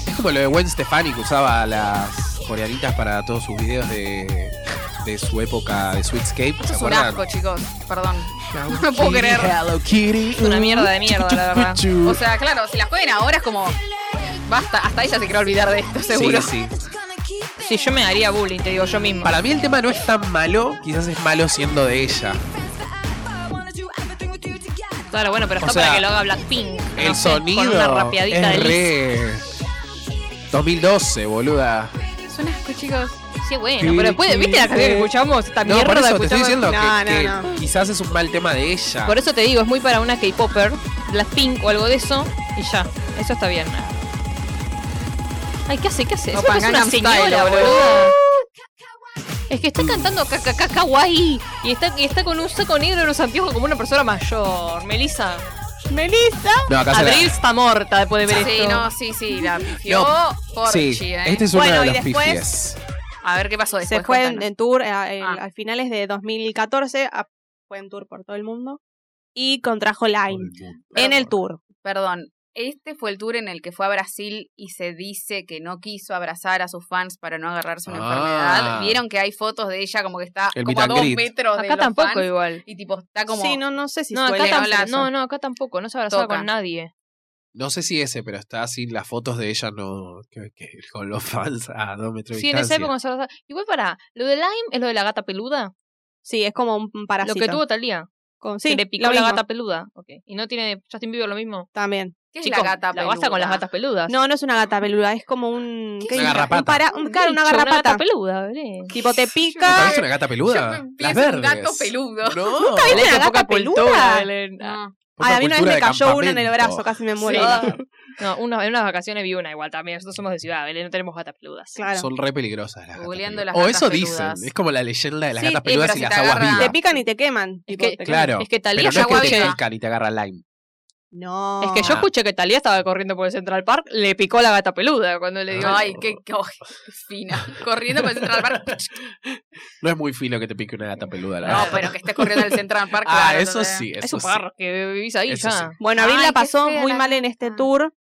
Speaker 1: Es como lo de Gwen Stefani que usaba las coreanitas para todos sus videos de, de su época de Sweetscape.
Speaker 2: Esto
Speaker 1: ¿Se
Speaker 2: es un
Speaker 1: acuerdan?
Speaker 2: asco, chicos. Perdón. No puedo creer.
Speaker 1: Hello Kitty.
Speaker 5: Es una mierda de mierda,
Speaker 1: *laughs*
Speaker 5: la verdad.
Speaker 2: O sea, claro, si las pueden ahora es como. Basta, hasta ella se quiere olvidar de esto, seguro.
Speaker 1: Sí, sí.
Speaker 5: Sí, yo me daría bullying, te digo yo mismo.
Speaker 1: Para mí el tema no es tan malo, quizás es malo siendo de ella.
Speaker 5: Claro, bueno, pero
Speaker 1: O
Speaker 5: está
Speaker 1: sea,
Speaker 5: para que lo haga Blackpink. no
Speaker 1: El
Speaker 5: sé,
Speaker 1: sonido
Speaker 5: Con una rapeadita de
Speaker 1: es
Speaker 5: Liz.
Speaker 1: re... 2012, boluda.
Speaker 5: Es un asco, chicos. Sí, bueno, pero después, ¿viste la canción que
Speaker 1: Sí.
Speaker 5: escuchamos? Esta
Speaker 1: No,
Speaker 5: mierda
Speaker 1: por eso te estoy diciendo
Speaker 5: escuchamos.
Speaker 1: que,
Speaker 3: No, no,
Speaker 1: que
Speaker 3: no.
Speaker 1: quizás es un mal tema de
Speaker 2: Ah.
Speaker 1: ella.
Speaker 5: Por eso te digo, es muy para una K-Popper, Blackpink o algo de eso, y ya. Eso está bien. Ay, ¿qué hace? ¿Qué hace?
Speaker 3: O
Speaker 5: Eso es una
Speaker 3: Gangnam Style,
Speaker 5: señora,
Speaker 3: boludo.
Speaker 5: boludo. Es que está cantando caca kawaii y está, y está con un saco negro en los anteojos como una persona mayor. Melissa.
Speaker 3: Melissa.
Speaker 1: no, acá se la-
Speaker 5: Abril está morta después de ver
Speaker 2: Sí,
Speaker 5: esto.
Speaker 2: no, sí, sí, la pifió Porchi,
Speaker 1: Sí,
Speaker 2: eh.
Speaker 1: este es
Speaker 3: Bueno,
Speaker 1: uno de
Speaker 3: y
Speaker 1: los
Speaker 3: después-
Speaker 1: pifies.
Speaker 2: A ver qué pasó después.
Speaker 3: se fue en,
Speaker 2: cuéntanos.
Speaker 3: en tour eh, eh,
Speaker 5: Ah.
Speaker 3: a finales de 2014, a- fue en tour por todo el mundo y contrajo Lyme en el tour.
Speaker 2: Perdón, este fue el tour en el que fue a Brasil y se dice que no quiso abrazar a sus fans para no agarrarse una
Speaker 1: Ah.
Speaker 2: enfermedad. Vieron que hay fotos de ella como que está
Speaker 1: El
Speaker 2: como a
Speaker 1: meet and
Speaker 2: dos
Speaker 1: greet.
Speaker 2: metros de
Speaker 5: Acá
Speaker 2: los
Speaker 5: tampoco
Speaker 2: fans
Speaker 5: igual.
Speaker 2: y tipo está como
Speaker 3: Sí, no, no sé si
Speaker 5: No, acá
Speaker 3: suele-
Speaker 2: tam-
Speaker 5: tampoco.
Speaker 2: abrazo.
Speaker 5: No, no, acá tampoco. No se abrazaba
Speaker 2: Toca.
Speaker 5: con nadie.
Speaker 1: No sé si ese, pero está así las fotos de ella no que- que- con los fans a dos metros de
Speaker 5: Sí, en esa
Speaker 1: distancia.
Speaker 5: época no se abrazaba. Igual para, lo de Lime es lo de la gata peluda.
Speaker 3: Sí, es como un un parásito.
Speaker 5: Lo que tuvo Talía.
Speaker 3: Con-
Speaker 5: que
Speaker 3: sí,
Speaker 5: le picó
Speaker 3: lo
Speaker 5: la
Speaker 3: mismo,
Speaker 5: gata peluda. Okay. Y no tiene Justin Bieber lo mismo.
Speaker 3: también.
Speaker 2: ¿Qué es
Speaker 5: Chicos,
Speaker 2: la gata
Speaker 5: basta con las
Speaker 2: peluda?
Speaker 5: gatas peludas.
Speaker 3: No, no es una gata peluda, es como un
Speaker 1: ¿Qué
Speaker 3: ¿qué
Speaker 1: es
Speaker 3: dice?
Speaker 1: una garrapata?
Speaker 3: Un para- un- claro, una
Speaker 5: bicho,
Speaker 3: garrapata.
Speaker 5: gata peluda, ¿verdad?
Speaker 3: tipo te
Speaker 1: ¿No
Speaker 3: pica.
Speaker 1: parece una gata
Speaker 2: Yo
Speaker 1: peluda? Las
Speaker 2: empiezo un
Speaker 1: verdes.
Speaker 2: gato peludo.
Speaker 1: No.
Speaker 3: viste
Speaker 5: Poca
Speaker 3: una gata
Speaker 5: cultura,
Speaker 3: peluda?
Speaker 5: Belén. Ah,
Speaker 2: No.
Speaker 1: Poca
Speaker 3: Ay, a mí una vez
Speaker 1: cultura
Speaker 3: me
Speaker 1: de
Speaker 3: cayó una en el
Speaker 1: campamento.
Speaker 3: brazo, casi me muero.
Speaker 5: sí. No, una- en unas vacaciones vi una igual también. Nosotros somos de ciudad, Belén, no tenemos gatas peludas.
Speaker 3: Claro.
Speaker 1: Son re peligrosas las gatas
Speaker 2: Googleando
Speaker 1: peludas.
Speaker 2: las
Speaker 1: o
Speaker 2: gatas
Speaker 1: eso
Speaker 2: peludas.
Speaker 1: dicen. Es como la leyenda de las
Speaker 2: Sí,
Speaker 1: gatas
Speaker 2: eh,
Speaker 1: peludas
Speaker 2: pero
Speaker 1: y
Speaker 2: si
Speaker 1: las
Speaker 2: te
Speaker 1: aguas
Speaker 2: agarra-
Speaker 1: vivas.
Speaker 3: Te pican y te queman. tipo,
Speaker 5: que-
Speaker 3: te-
Speaker 1: Claro.
Speaker 5: Es que
Speaker 1: Pero
Speaker 5: Talía
Speaker 1: no
Speaker 5: yo
Speaker 1: es que
Speaker 2: agua
Speaker 1: te
Speaker 5: escuché.
Speaker 2: viva.
Speaker 1: pican y te agarra Lime.
Speaker 3: No.
Speaker 5: Es que yo escuché que Talía estaba corriendo por el Central Park, le picó la gata peluda cuando le "Ah, dio.
Speaker 2: Ay, qué, qué- oh,
Speaker 3: *laughs*
Speaker 2: qué fina. Corriendo por el Central Park.
Speaker 1: *laughs* No es muy fino que te pique una gata peluda. la
Speaker 2: No,
Speaker 1: verdad.
Speaker 2: pero que estés corriendo al Central Park.
Speaker 1: Ah,
Speaker 2: claro,
Speaker 1: eso
Speaker 2: entonces-
Speaker 1: sí, eso
Speaker 5: Es un
Speaker 1: sí.
Speaker 5: parque, vivís ahí
Speaker 1: Eso
Speaker 5: ya.
Speaker 1: sí.
Speaker 3: Bueno, Abril
Speaker 2: Ay,
Speaker 3: la
Speaker 2: qué
Speaker 3: pasó
Speaker 2: fea Ah.
Speaker 3: muy
Speaker 2: la
Speaker 3: mal en este
Speaker 2: neta.
Speaker 3: tour.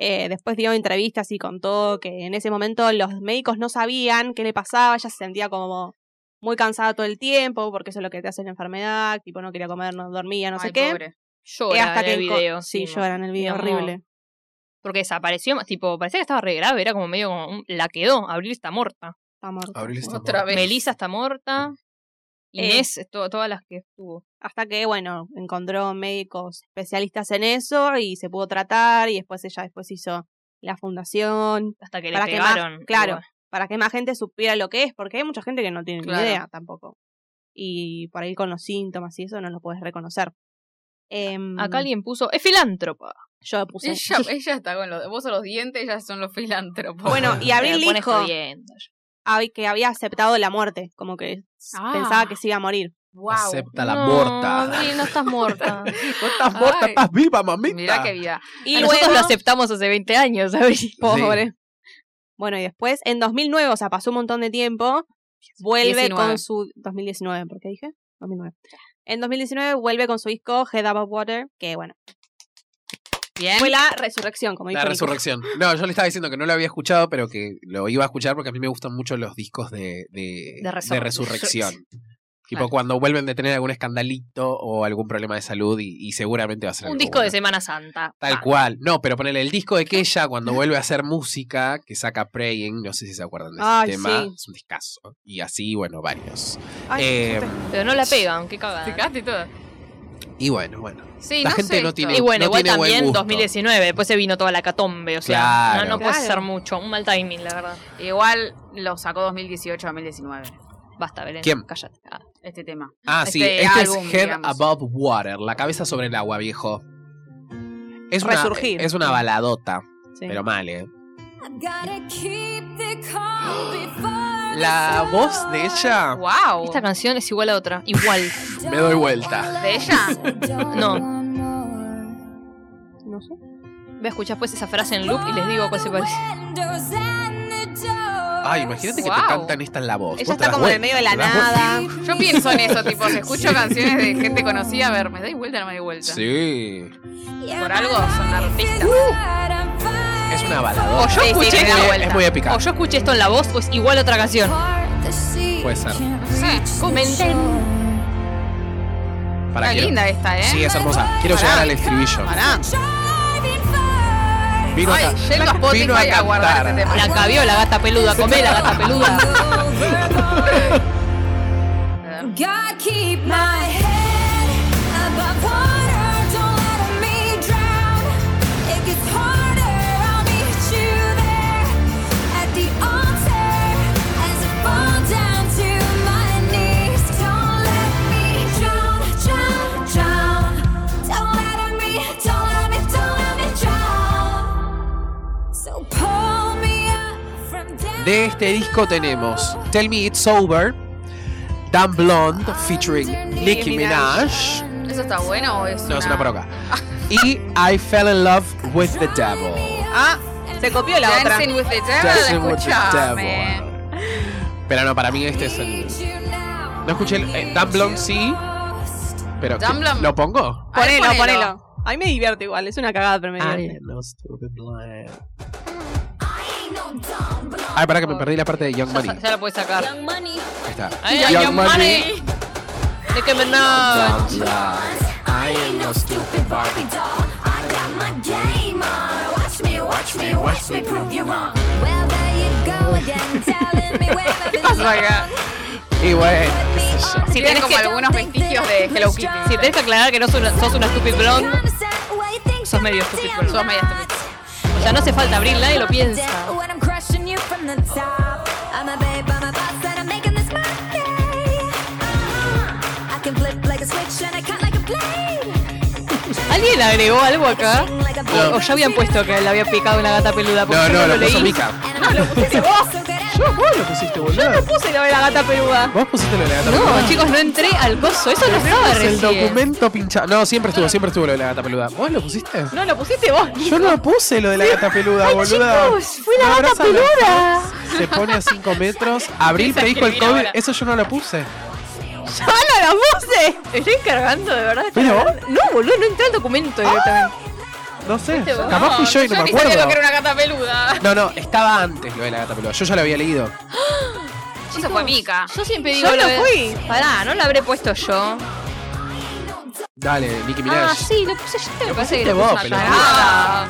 Speaker 3: Eh, después dio entrevistas y contó que en ese momento los médicos no sabían qué le pasaba, ella se sentía como muy cansada todo el tiempo, porque eso es lo que te hace la enfermedad, tipo no quería comer, no dormía, no
Speaker 2: Ay,
Speaker 3: sé qué.
Speaker 2: pobre.
Speaker 5: Llora
Speaker 3: Eh, hasta
Speaker 5: en
Speaker 3: que
Speaker 5: el
Speaker 3: enco-
Speaker 5: video.
Speaker 3: Sí,
Speaker 5: sí,
Speaker 3: llora en el video,
Speaker 5: Mi
Speaker 3: horrible.
Speaker 5: Porque desapareció, tipo, parecía que estaba re grave, era como medio como. un- La quedó, Abril está morta.
Speaker 3: Está muerta.
Speaker 1: Abril está
Speaker 2: Otra
Speaker 1: muerta.
Speaker 2: vez.
Speaker 5: Melissa está morta.
Speaker 3: Eh.
Speaker 5: Inés, to- todas las que estuvo.
Speaker 3: Hasta que, bueno, encontró médicos especialistas en eso y se pudo tratar y después ella después hizo la fundación
Speaker 5: Hasta que
Speaker 3: Para
Speaker 5: le
Speaker 3: que más-
Speaker 5: pegaron.
Speaker 3: claro.
Speaker 5: igual.
Speaker 3: para que más gente supiera lo que es, porque hay mucha gente que no tiene
Speaker 2: Claro.
Speaker 3: ni idea tampoco. Y por ahí con los síntomas y eso no lo puedes reconocer. Em,
Speaker 5: Acá alguien puso. Es filántropa.
Speaker 3: Yo
Speaker 5: *laughs*
Speaker 3: puse.
Speaker 2: Ella, ella está con los. Vos sos los dientes, ellas son los filántropos.
Speaker 5: *laughs*
Speaker 1: *laughs*
Speaker 3: Bueno, y Abril
Speaker 5: Me pone
Speaker 3: dijo
Speaker 5: jodiendo.
Speaker 3: hab- que había aceptado la muerte, como que s-
Speaker 2: Ah.
Speaker 3: pensaba que se iba a morir.
Speaker 2: wow.
Speaker 1: Acepta la
Speaker 5: no,
Speaker 1: morta.
Speaker 5: *laughs* Abril, no estás *laughs* morta.
Speaker 1: No estás muerta,
Speaker 2: Ay.
Speaker 1: estás viva, mamita.
Speaker 2: Mirá qué vida.
Speaker 3: Y
Speaker 5: Nosotros
Speaker 3: luego,
Speaker 5: lo aceptamos hace 20 años,
Speaker 1: *laughs*
Speaker 5: Abril.
Speaker 3: pobre. Bueno, y después, en 2009, o sea, pasó un montón de tiempo, vuelve
Speaker 2: 19.
Speaker 3: con su... 2019, ¿por qué dije? 2009. En 2019 vuelve con su disco Head Above Water, que bueno,
Speaker 5: Bien.
Speaker 3: fue la resurrección, como dijo
Speaker 1: La
Speaker 3: Nico.
Speaker 1: resurrección. No, yo le estaba diciendo que no lo había escuchado, pero que lo iba a escuchar porque a mí me gustan mucho los discos de, de,
Speaker 5: De resur-
Speaker 1: de resurrección. Tipo,
Speaker 5: Claro.
Speaker 1: cuando vuelven de tener algún escandalito o algún problema de salud y, y seguramente va a ser
Speaker 5: Un
Speaker 1: algo
Speaker 5: disco de
Speaker 1: bueno.
Speaker 5: Semana Santa.
Speaker 1: Tal
Speaker 5: Ah,
Speaker 1: cual. No, pero ponele el disco de que ella cuando vuelve a hacer música, que saca Praying, no sé si se acuerdan de ese
Speaker 3: Ay,
Speaker 1: tema,
Speaker 3: sí.
Speaker 1: es un discazo. Y así, bueno, varios.
Speaker 3: Ay,
Speaker 1: Eh,
Speaker 5: Pero no la pegan, qué
Speaker 2: Te
Speaker 5: cagada.
Speaker 2: cagaste y todo.
Speaker 1: y bueno, bueno.
Speaker 2: Sí,
Speaker 1: La
Speaker 2: no
Speaker 1: gente
Speaker 2: sé
Speaker 1: no
Speaker 2: esto.
Speaker 1: tiene-
Speaker 5: Y
Speaker 1: No
Speaker 5: bueno, igual
Speaker 1: tiene buen
Speaker 5: también
Speaker 1: gusto.
Speaker 5: 2019, después se vino toda la catombe, o sea,
Speaker 1: Claro.
Speaker 5: no, no puede
Speaker 3: Claro.
Speaker 5: ser mucho, un mal timing, la verdad.
Speaker 2: Igual lo sacó 2018 a 2019,
Speaker 5: Basta, Belén,
Speaker 1: ¿Quién?
Speaker 5: cállate. Ah,
Speaker 2: este tema.
Speaker 1: Ah,
Speaker 2: Este
Speaker 1: sí, este
Speaker 2: álbum,
Speaker 1: es Head
Speaker 2: digamos.
Speaker 1: Above Water, la cabeza sobre el agua, viejo. Es una,
Speaker 3: Resurgir.
Speaker 1: Es una baladota,
Speaker 3: Sí.
Speaker 1: pero mal, ¿eh?
Speaker 6: Gotta keep the calm before
Speaker 1: La voz de ella.
Speaker 2: ¡Wow!
Speaker 5: Esta canción es igual a otra, igual.
Speaker 1: Me doy vuelta.
Speaker 2: ¿De ella?
Speaker 5: No.
Speaker 3: No sé.
Speaker 5: Voy a escuchar pues esa frase en loop y les digo cuál se parece.
Speaker 1: Ay, imagínate que te
Speaker 2: Wow.
Speaker 1: cantan esta en la voz.
Speaker 3: Ella
Speaker 1: Vos te
Speaker 3: está
Speaker 1: das
Speaker 3: como en el
Speaker 1: vuelta,
Speaker 3: medio de la
Speaker 1: te das vuelta.
Speaker 5: Ah.
Speaker 3: nada.
Speaker 2: Yo pienso en
Speaker 1: *laughs*
Speaker 2: eso, tipo, si escucho canciones de gente conocida, a ver, ¿me doy vuelta o no me doy vuelta?
Speaker 1: Sí.
Speaker 2: Por algo son artistas.
Speaker 1: Es una baladota.
Speaker 5: O yo
Speaker 2: Sí, sí, me
Speaker 5: escuché
Speaker 2: da
Speaker 5: esto-
Speaker 2: vuelta.
Speaker 1: es muy épica.
Speaker 5: O yo escuché esto en la voz, pues igual otra canción.
Speaker 1: Puede ser.
Speaker 2: Sí, comenten.
Speaker 1: Para
Speaker 2: Está
Speaker 1: que-
Speaker 2: linda esta, ¿eh?
Speaker 1: Sí, es hermosa. Quiero
Speaker 2: Pará.
Speaker 1: llegar al estribillo.
Speaker 2: Pará.
Speaker 1: Vino
Speaker 2: Ay,
Speaker 1: acá.
Speaker 2: llego a
Speaker 1: Vino
Speaker 2: Spotify
Speaker 1: a
Speaker 2: a, guardar
Speaker 1: cantar.
Speaker 2: ese tema.
Speaker 5: La cabiola, gata *laughs* peluda, comé la gata peluda.
Speaker 6: God keep my head above water, don't let me drown. It gets harder, I'll meet you there at the altar as I fall down to my knees. Don't let me drown, drown, drown. Don't let me, don't let me, don't let me drown. So pull me up from down.
Speaker 1: De este disco tenemos Tell Me It's Over, Dan Blonde featuring Nicki Minaj.
Speaker 2: ¿Eso está bueno o es
Speaker 1: No, es una paroca. Y I Fell in Love with the Devil.
Speaker 2: Ah,
Speaker 3: Se copió la otra.
Speaker 2: Dancing with the
Speaker 1: Dancing
Speaker 2: Devil,
Speaker 1: with the
Speaker 2: escuchame.
Speaker 1: Devil. Pero no, para mí este es el. No escuché el. eh, Dan Blonde sí, pero. ¿qué-
Speaker 2: Dan Blonde.
Speaker 1: ¿Lo pongo?
Speaker 2: A ver,
Speaker 3: Ponelo,
Speaker 2: *laughs* ponelo.
Speaker 3: ponelo. A mí me divierte igual, es una cagada, pero me divierte.
Speaker 1: Ay, para que me perdí la parte de Young Money.
Speaker 5: Ya la puedes sacar.
Speaker 1: Ahí está.
Speaker 5: Ay, ay, young money. De que me no.
Speaker 1: Don't lie. I ain't no stupid Barbie. *laughs*
Speaker 6: ¿Qué
Speaker 2: Pasó acá.
Speaker 1: Y bueno, Eh, qué sé yo.
Speaker 2: Si
Speaker 5: Tienes
Speaker 2: tenés como
Speaker 5: que-
Speaker 2: algunos vestigios de Hello Kitty.
Speaker 5: Si tenés que aclarar que no sos una, sos una stupid blonde, sos medio stupid blonde.
Speaker 2: Sos medio stupid.
Speaker 5: o sea, no hace falta abrirla y lo piensa.
Speaker 6: Uh-huh.
Speaker 5: ¿Alguien agregó algo acá?
Speaker 1: No.
Speaker 5: O ya habían puesto que le había picado una gata peluda. porque
Speaker 1: No,
Speaker 5: yo
Speaker 1: no,
Speaker 5: lo
Speaker 1: lo puso
Speaker 5: leí.
Speaker 1: Mika.
Speaker 6: No,
Speaker 5: *laughs*
Speaker 6: lo pusiste vos.
Speaker 1: Vos lo pusiste, boludo.
Speaker 3: Puse lo de la gata peluda.
Speaker 1: Vos pusiste lo de la gata peluda.
Speaker 5: No, chicos, no entré al coso. Eso no estaba
Speaker 1: Es el
Speaker 5: recién.
Speaker 1: documento pinchado. No, siempre estuvo, siempre estuvo lo de la gata peluda. ¿Vos lo pusiste?
Speaker 3: No, lo pusiste vos.
Speaker 1: Yo no puse lo de la gata peluda, boluda.
Speaker 5: chicos, fue la
Speaker 1: Me
Speaker 5: gata
Speaker 1: abrazan
Speaker 5: peluda.
Speaker 1: las dos, Se pone a 5 metros. Abril
Speaker 5: Empieza a
Speaker 1: predijo el
Speaker 5: escribir
Speaker 1: COVID.
Speaker 5: ahora.
Speaker 1: Eso yo no lo puse.
Speaker 5: ¡Yo no la puse! Estoy cargando, de verdad. estoy
Speaker 1: ¿Pero?
Speaker 5: cargando. No, boludo, no entré al documento
Speaker 3: Ah,
Speaker 5: directamente. Este
Speaker 1: No sé. Capaz fui yo y no me
Speaker 2: ni sabía lo que
Speaker 1: acuerdo.
Speaker 2: era una gata peluda.
Speaker 1: No, no, estaba antes lo de la gata peluda. Yo ya lo había leído.
Speaker 2: Eso fue Mika.
Speaker 5: Yo siempre digo.
Speaker 3: Yo
Speaker 5: lo
Speaker 3: no
Speaker 5: de-
Speaker 3: fui.
Speaker 5: Pará, no la habré puesto yo.
Speaker 1: Dale, Nicki Minaj.
Speaker 5: Ah, sí, lo puse yo. Ah. Me
Speaker 1: pusiste
Speaker 5: parece que lo puse
Speaker 1: vos,
Speaker 5: una
Speaker 1: pelotuda.
Speaker 5: cagada.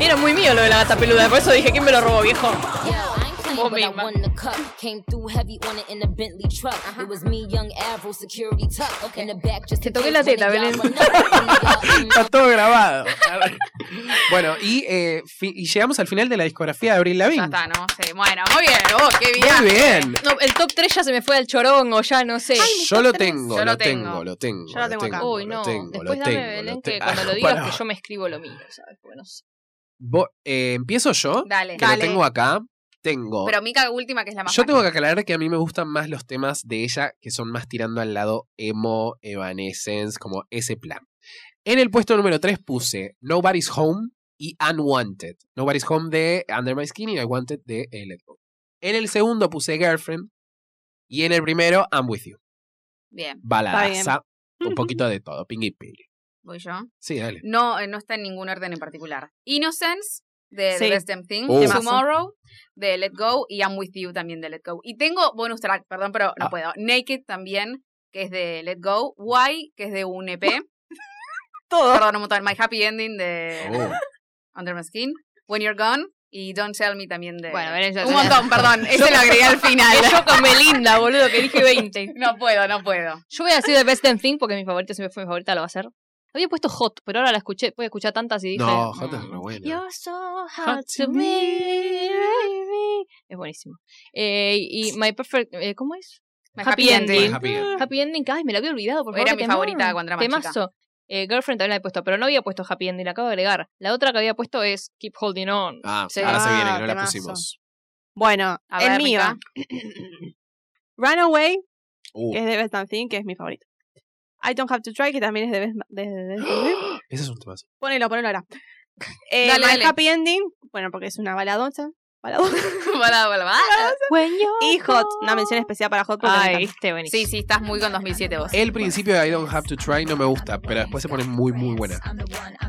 Speaker 3: Era muy mío lo de la gata peluda, por eso dije, ¿quién me lo robó, viejo?
Speaker 8: Vos misma.
Speaker 5: Te toqué la teta, Belén. *laughs*
Speaker 1: Está todo grabado. bueno, y, eh, fi- y llegamos al final de la discografía de Abril
Speaker 2: Ya
Speaker 1: Lavigne.
Speaker 2: está, ¿no? Sí, bueno, muy bien. Oh, qué bien.
Speaker 1: Muy bien.
Speaker 5: No, el top 3 ya se me fue al chorongo, ya no sé.
Speaker 1: Yo lo tengo,
Speaker 2: Yo
Speaker 1: lo
Speaker 2: lo tengo.
Speaker 1: tengo, lo tengo.
Speaker 3: Yo lo tengo acá.
Speaker 5: Uy, no.
Speaker 1: Lo tengo,
Speaker 5: Después
Speaker 1: lo
Speaker 5: dame,
Speaker 1: tengo, lo
Speaker 5: Belén, que
Speaker 1: tengo.
Speaker 5: cuando
Speaker 1: Ah,
Speaker 5: lo digas
Speaker 1: pará.
Speaker 5: que yo me escribo lo mío, ¿sabes? Porque no sé.
Speaker 1: Vo- eh, Empiezo yo,
Speaker 2: Dale.
Speaker 1: que lo tengo acá. Tengo.
Speaker 2: Pero Mika última, que es la más
Speaker 1: Yo tengo que
Speaker 2: fácil.
Speaker 1: aclarar que a mí me gustan más los temas de ella que son más tirando al lado emo, evanescence, como ese plan. En el puesto número 3 puse Nobody's Home y Unwanted. Nobody's Home de Under My Skin y Unwanted de eh, Let Go. En el segundo puse Girlfriend y en el primero I'm With You.
Speaker 2: Bien,
Speaker 1: Baladaza,
Speaker 2: *laughs*
Speaker 1: un poquito de todo, pingui pingui.
Speaker 2: voy yo.
Speaker 1: Sí,
Speaker 2: *laughs*
Speaker 1: dale.
Speaker 2: No, eh, no está en ningún orden en particular. Innocence, de
Speaker 3: Sí.
Speaker 2: The Best Damn Thing.
Speaker 1: Oh. Temazo.
Speaker 2: Tomorrow, de Let Go. Y I'm With You también de Let Go. Y tengo bonus track, perdón, pero no
Speaker 1: Ah.
Speaker 2: puedo. Naked también, que es de Let Go. Why, que es de un EP.
Speaker 1: *laughs*
Speaker 3: Todo.
Speaker 2: perdón, un montón. My Happy Ending de
Speaker 1: Oh.
Speaker 2: Under My Skin. When You're Gone. Y Don't Tell Me también de...
Speaker 5: Bueno, Belén, ya
Speaker 2: un montón,
Speaker 5: *laughs*
Speaker 2: perdón. Ese lo agregué al final.
Speaker 5: Es yo con Melinda, boludo, que dije 20.
Speaker 2: *laughs* No puedo, no puedo.
Speaker 5: Yo voy a decir The Best Damn Thing porque mi favorita siempre fue mi favorita, lo va a hacer. Había puesto Hot, pero ahora la escuché, voy a escuchar tantas y dije.
Speaker 1: No, Jota es
Speaker 5: mm,
Speaker 1: re bueno.
Speaker 5: You're so hot to me. Es buenísimo. Eh, y My Perfect. eh, ¿Cómo es?
Speaker 2: My
Speaker 5: Happy Ending.
Speaker 1: Happy Ending.
Speaker 5: Happy Ending, que, ay, me la había olvidado, por favor.
Speaker 2: Era
Speaker 5: qué
Speaker 2: mi
Speaker 5: temón.
Speaker 2: favorita cuando era más chica.
Speaker 5: Temazo. Eh, Girlfriend también la he puesto, pero no había puesto Happy Ending, la acabo de agregar. La otra que había puesto es Keep Holding On.
Speaker 1: Ah,
Speaker 5: Sí.
Speaker 1: ahora se viene, que
Speaker 3: Ah,
Speaker 1: no la
Speaker 3: temazo.
Speaker 1: pusimos.
Speaker 3: Bueno,
Speaker 2: A
Speaker 3: el
Speaker 2: ver,
Speaker 3: mío.
Speaker 2: Mica.
Speaker 3: Runaway,
Speaker 1: Uh,
Speaker 3: que es de Best Damn Thing, que es mi favorito. I Don't Have to Try, que también es de Best... de- de- de- de-
Speaker 1: ese es un temazo.
Speaker 3: Ponelo,
Speaker 5: *laughs*
Speaker 3: ponelo ahora. Eh,
Speaker 2: Dale,
Speaker 3: My
Speaker 2: dale.
Speaker 3: Happy Ending, bueno, porque es una baladonza.
Speaker 2: *laughs*
Speaker 3: baladonza.
Speaker 5: *laughs*
Speaker 2: Pará, pará, pará.
Speaker 3: Y Hot, una mención especial para Hot. porque me
Speaker 5: Ay,
Speaker 3: encanta.
Speaker 5: viste, buenísimo.
Speaker 2: Sí, sí, estás muy con 2007
Speaker 5: Este,
Speaker 2: vos.
Speaker 1: El principio de I Don't Have to Try no me gusta, pero después se pone muy, muy buena.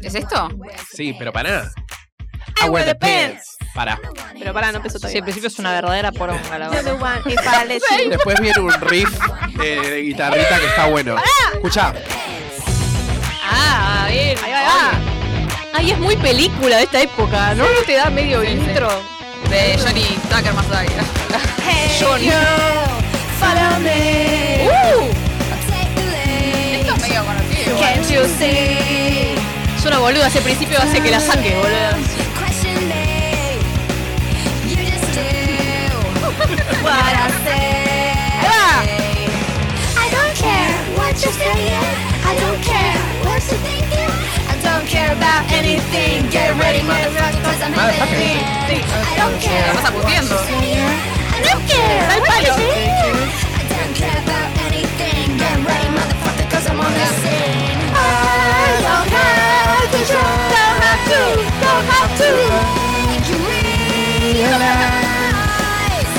Speaker 2: ¿Es esto?
Speaker 1: Sí, pero para.
Speaker 3: I wear the pants.
Speaker 1: Para.
Speaker 3: Pero pará, no empezó
Speaker 5: Sí, al
Speaker 3: todavía.
Speaker 5: principio es una verdadera poronga, la
Speaker 3: You're the
Speaker 5: verdad.
Speaker 3: one, if
Speaker 5: *laughs*
Speaker 3: I let you.
Speaker 1: Después viene un riff de, de guitarrita que está bueno. Escucha.
Speaker 5: Ah, bien.
Speaker 3: Ahí va, ahí va.
Speaker 5: Ay, es muy película de esta época, ¿no? ¿No te da medio intro?
Speaker 2: De Eh, Johnny Tucker más
Speaker 5: Johnny.
Speaker 6: Follow me.
Speaker 5: ¡Uh!
Speaker 6: I'll take the lead.
Speaker 2: Esto es medio conocido. igual.
Speaker 6: Can't you see?
Speaker 5: Es una boluda, ese principio hace que la sangre, boludo.
Speaker 6: Question me. You just do what I say. I don't care what you're saying. I don't care what you're thinking. I don't care about anything. Get ready, motherfucker, cause I'm
Speaker 1: Motherfucker.
Speaker 6: ready. I don't care.
Speaker 2: La pasa puteando.
Speaker 6: I don't care. I don't care. I don't care about anything. Get ready, motherfucker, cause I'm on the scene. I don't have control. Don't have to. Don't have to. Make you realize.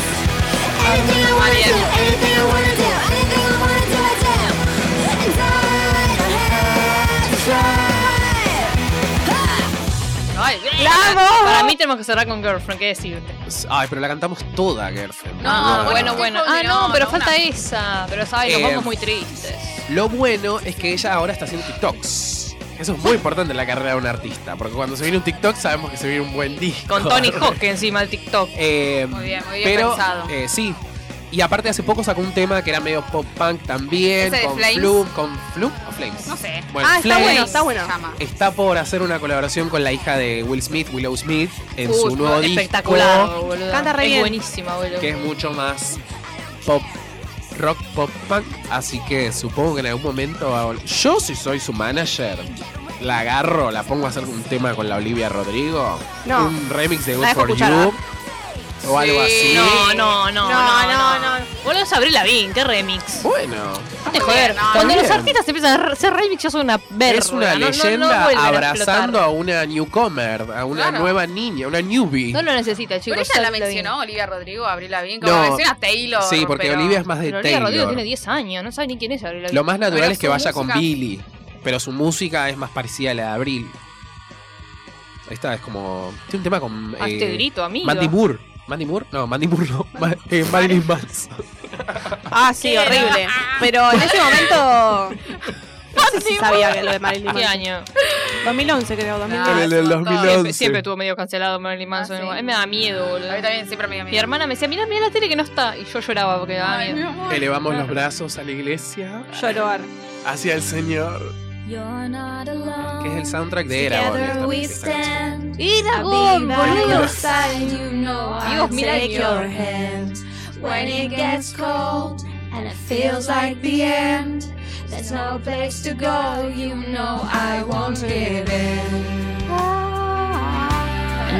Speaker 6: Anything I wanna do. Anything I wanna do. Anything I wanna do, I do. And I don't have to try. Ha!
Speaker 5: Ay,
Speaker 2: Ah,
Speaker 5: ¡La amo! Para mí tenemos que cerrar con Girlfriend, ¿qué decirte?
Speaker 1: Ay, pero la cantamos toda, Girlfriend.
Speaker 2: No,
Speaker 5: Ah, bueno,
Speaker 2: bueno,
Speaker 5: bueno.
Speaker 2: sí,
Speaker 5: Ah, no,
Speaker 2: no,
Speaker 5: pero
Speaker 2: no,
Speaker 5: falta
Speaker 2: una-
Speaker 5: esa. Pero, ay, nos
Speaker 1: Eh,
Speaker 5: vamos muy tristes.
Speaker 1: Lo bueno es que ella ahora está haciendo TikToks. Eso es muy importante en la carrera de un artista, porque cuando se viene un TikTok sabemos que se viene un buen disco.
Speaker 5: Con Tony Hawk encima el TikTok.
Speaker 1: *laughs* Eh,
Speaker 2: Muy bien, muy bien
Speaker 1: pero
Speaker 2: pensado.
Speaker 1: eh, sí. Y aparte hace poco sacó un tema que era medio pop punk también,
Speaker 2: ¿Ese de
Speaker 1: con
Speaker 2: Flames?
Speaker 1: Flume, con Flume o Flames.
Speaker 2: No sé.
Speaker 1: Bueno,
Speaker 3: ah, está
Speaker 1: Flames
Speaker 3: bueno, está bueno.
Speaker 2: Se llama.
Speaker 1: Está por hacer una colaboración con la hija de Will Smith, Willow Smith, en
Speaker 5: Uh,
Speaker 1: su nuevo disco.
Speaker 5: espectacular, boludo.
Speaker 3: Canta re
Speaker 5: es
Speaker 3: bien.
Speaker 5: buenísima, boludo.
Speaker 1: que es mucho más pop rock pop punk así que supongo que en algún momento va a vol- yo si soy su manager la agarro la pongo a hacer un tema con la Olivia Rodrigo
Speaker 3: No.
Speaker 1: un remix de Good
Speaker 3: dejo
Speaker 1: for
Speaker 3: escuchar,
Speaker 1: You o algo así
Speaker 5: No, no, no, no,
Speaker 3: No,
Speaker 5: no,
Speaker 3: no,
Speaker 5: Boludo, es Abril Lavigne, qué remix.
Speaker 1: bueno
Speaker 5: Dejate joder.
Speaker 2: no,
Speaker 5: Cuando
Speaker 1: está
Speaker 5: los
Speaker 1: bien.
Speaker 5: artistas empiezan a hacer remix, ya son una verga.
Speaker 1: es una
Speaker 5: no- no- no
Speaker 1: leyenda
Speaker 5: vuelven a
Speaker 1: abrazando
Speaker 5: explotar.
Speaker 1: a una newcomer a una
Speaker 2: Claro.
Speaker 1: nueva niña una newbie
Speaker 5: No lo necesita, chicos.
Speaker 2: Pero ella la
Speaker 5: Avril Lavigne.
Speaker 2: mencionó, Olivia Rodrigo, Abril Lavigne, como
Speaker 1: No.
Speaker 2: menciona Taylor.
Speaker 1: sí porque
Speaker 2: pero-
Speaker 1: Olivia es más Ah, de
Speaker 5: Pero Olivia
Speaker 1: Taylor
Speaker 5: Rodrigo tiene 10 años, no sabe ni quién es Abril Lavigne.
Speaker 1: lo más natural
Speaker 2: Pero
Speaker 1: es que
Speaker 2: su
Speaker 1: vaya con
Speaker 2: música-
Speaker 1: Billy pero su música es más parecida a la de Abril esta es como tiene un tema con
Speaker 2: Ah,
Speaker 5: Hazte
Speaker 2: este
Speaker 1: eh,
Speaker 5: grito, amigo.
Speaker 1: Mandy Moore. Mandy Moore, no, Mandy Moore no. *laughs* Ma- eh, Marilyn Manson.
Speaker 3: Ah, sí, horrible.
Speaker 5: Ah.
Speaker 3: Pero en ese momento.
Speaker 5: *laughs*
Speaker 3: No sé si sabía que lo de Marilyn
Speaker 1: Ah,
Speaker 5: ¿Qué
Speaker 3: Manson.
Speaker 5: año?
Speaker 3: 2011, creo, 2010.
Speaker 2: Ah,
Speaker 1: en el
Speaker 2: es un montón.
Speaker 5: Siempre,
Speaker 1: 2011.
Speaker 5: siempre estuvo medio cancelado Marilyn Manson.
Speaker 2: Ah, sí.
Speaker 5: igual. A mí me da miedo, boludo.
Speaker 2: A mí también siempre me dio
Speaker 5: Mi
Speaker 2: miedo.
Speaker 5: hermana me decía, mira, mira la tele que no está. Y yo lloraba porque me daba
Speaker 2: Ay, mi
Speaker 5: miedo.
Speaker 2: amor.
Speaker 1: Elevamos los brazos a la iglesia,
Speaker 3: Llorar.
Speaker 1: hacia el Señor,
Speaker 6: You're not alone.
Speaker 1: que es el soundtrack de Eragon.
Speaker 6: Together
Speaker 1: esta-
Speaker 6: we
Speaker 1: esta canción.
Speaker 6: stand.
Speaker 5: ¡Ida
Speaker 6: I'll be by
Speaker 1: boludo.
Speaker 6: your side, you know I'll
Speaker 5: Dios, mira
Speaker 6: take
Speaker 5: el
Speaker 6: your
Speaker 5: guión.
Speaker 6: hand. When it gets cold and it feels like the end, there's no place to go, you know I won't give in.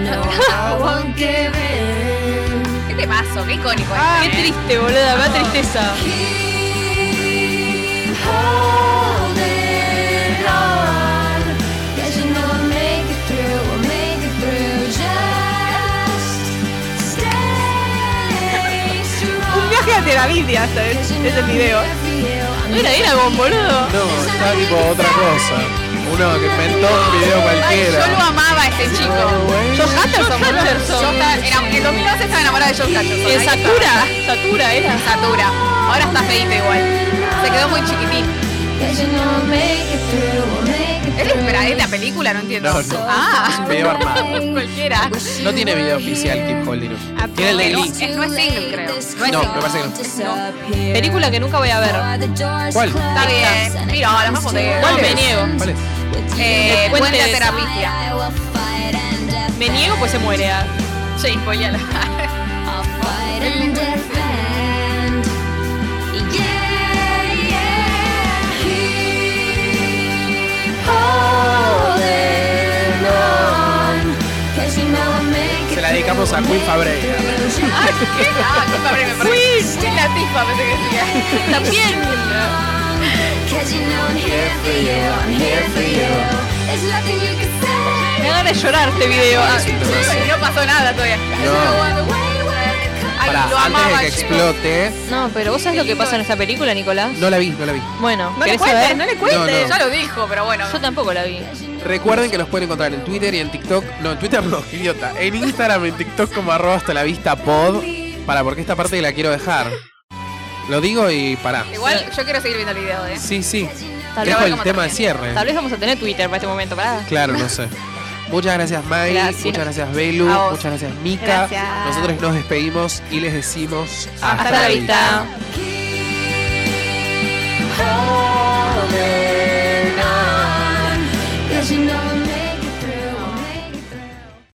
Speaker 6: No, I won't give in.
Speaker 2: Qué temazo, qué icónico.
Speaker 5: Ah, Qué triste, boludo. Me da tristeza.
Speaker 6: Keep holding on. Yes, you know I'll make it through. I'll make it through. Just stay
Speaker 3: Un
Speaker 6: strong.
Speaker 3: viaje a Tel Aviv, hasta
Speaker 6: Yes,
Speaker 3: es
Speaker 6: you
Speaker 3: el
Speaker 6: know
Speaker 3: video.
Speaker 6: I feel I'm
Speaker 5: No era Eragon, boludo.
Speaker 1: No, está tipo otra cosa. Uno que inventó un video
Speaker 2: Ay, yo lo
Speaker 1: cualquiera.
Speaker 2: amaba a
Speaker 5: Ah,
Speaker 2: ese chico.
Speaker 5: Josh Hutcherson,
Speaker 2: Josh Yo
Speaker 5: Hutcherson.
Speaker 2: estaba- era- en el 2011 estaba enamorada de Josh Hutcherson.
Speaker 5: Eh,
Speaker 2: Ahí
Speaker 5: Sakura. Sakura era.
Speaker 2: estaba. Satura. Ahora está feito igual. Se quedó muy chiquitín.
Speaker 6: Yes, you know I'll make it through. I'll make it
Speaker 2: ¿Él
Speaker 6: through.
Speaker 2: espera en la película? No entiendo.
Speaker 1: No, no.
Speaker 2: Ah,
Speaker 1: un video armado.
Speaker 2: cualquiera.
Speaker 1: No tiene video oficial Keep Holding Up. Tiene el de
Speaker 2: Pero
Speaker 1: Glee.
Speaker 2: es- no es single, creo. No es
Speaker 1: No,
Speaker 2: single.
Speaker 1: me parece que no.
Speaker 5: Película que nunca voy a ver.
Speaker 1: ¿Cuál?
Speaker 2: Está bien. Mira, ahora vamos de.
Speaker 5: No, me niego.
Speaker 1: ¿Cuál es?
Speaker 2: Eh,
Speaker 5: El puente
Speaker 2: puente
Speaker 5: de-
Speaker 2: terapia.
Speaker 5: Me niego pues se muere. ah. Sí,
Speaker 2: pues *laughs*
Speaker 5: *laughs* spoileala.
Speaker 1: Se la dedicamos a Queen Fabreira.
Speaker 2: Ah, qué padre, me parece. Queen Latifah, pensé que decía.
Speaker 5: También.
Speaker 6: Cause you know I'm here for you, I'm here for you. There's nothing you can say.
Speaker 5: Me hagan de llorar este video. Ah,
Speaker 2: Y no pasó nada todavía.
Speaker 1: No.
Speaker 2: Ay,
Speaker 1: Pará,
Speaker 2: lo
Speaker 1: antes de
Speaker 2: amaba,
Speaker 1: que
Speaker 2: chicos.
Speaker 1: explote.
Speaker 5: No, pero vos sabés lo que pasa en esta película, Nicolás.
Speaker 1: No la vi, no la vi.
Speaker 5: Bueno,
Speaker 3: No le
Speaker 5: ¿querés
Speaker 3: cuentes,
Speaker 5: saber?
Speaker 3: no le
Speaker 1: No,
Speaker 3: cuentes.
Speaker 1: no.
Speaker 2: Ya lo dijo, pero bueno.
Speaker 5: Yo tampoco la vi.
Speaker 1: Recuerden que nos pueden encontrar en Twitter y en TikTok. No, en Twitter no, *laughs* qué idiota. En Instagram, en TikTok como arroba hasta la vista pod. Para, porque esta parte la quiero dejar. Lo digo y pará.
Speaker 2: Igual yo quiero seguir viendo el video, ¿eh?
Speaker 1: Sí, sí.
Speaker 5: Tal vez,
Speaker 1: Dejo el
Speaker 2: como
Speaker 1: tema de
Speaker 2: termina.
Speaker 1: cierre.
Speaker 5: tal vez vamos a tener Twitter para este momento, pará.
Speaker 1: Claro, no sé. Muchas gracias, Mai.
Speaker 2: Gracias.
Speaker 1: Muchas gracias, Belu.
Speaker 2: A vos.
Speaker 1: Muchas gracias, Mika.
Speaker 3: Gracias.
Speaker 1: Nosotros nos despedimos y les decimos
Speaker 5: Hasta la vista.
Speaker 7: Keep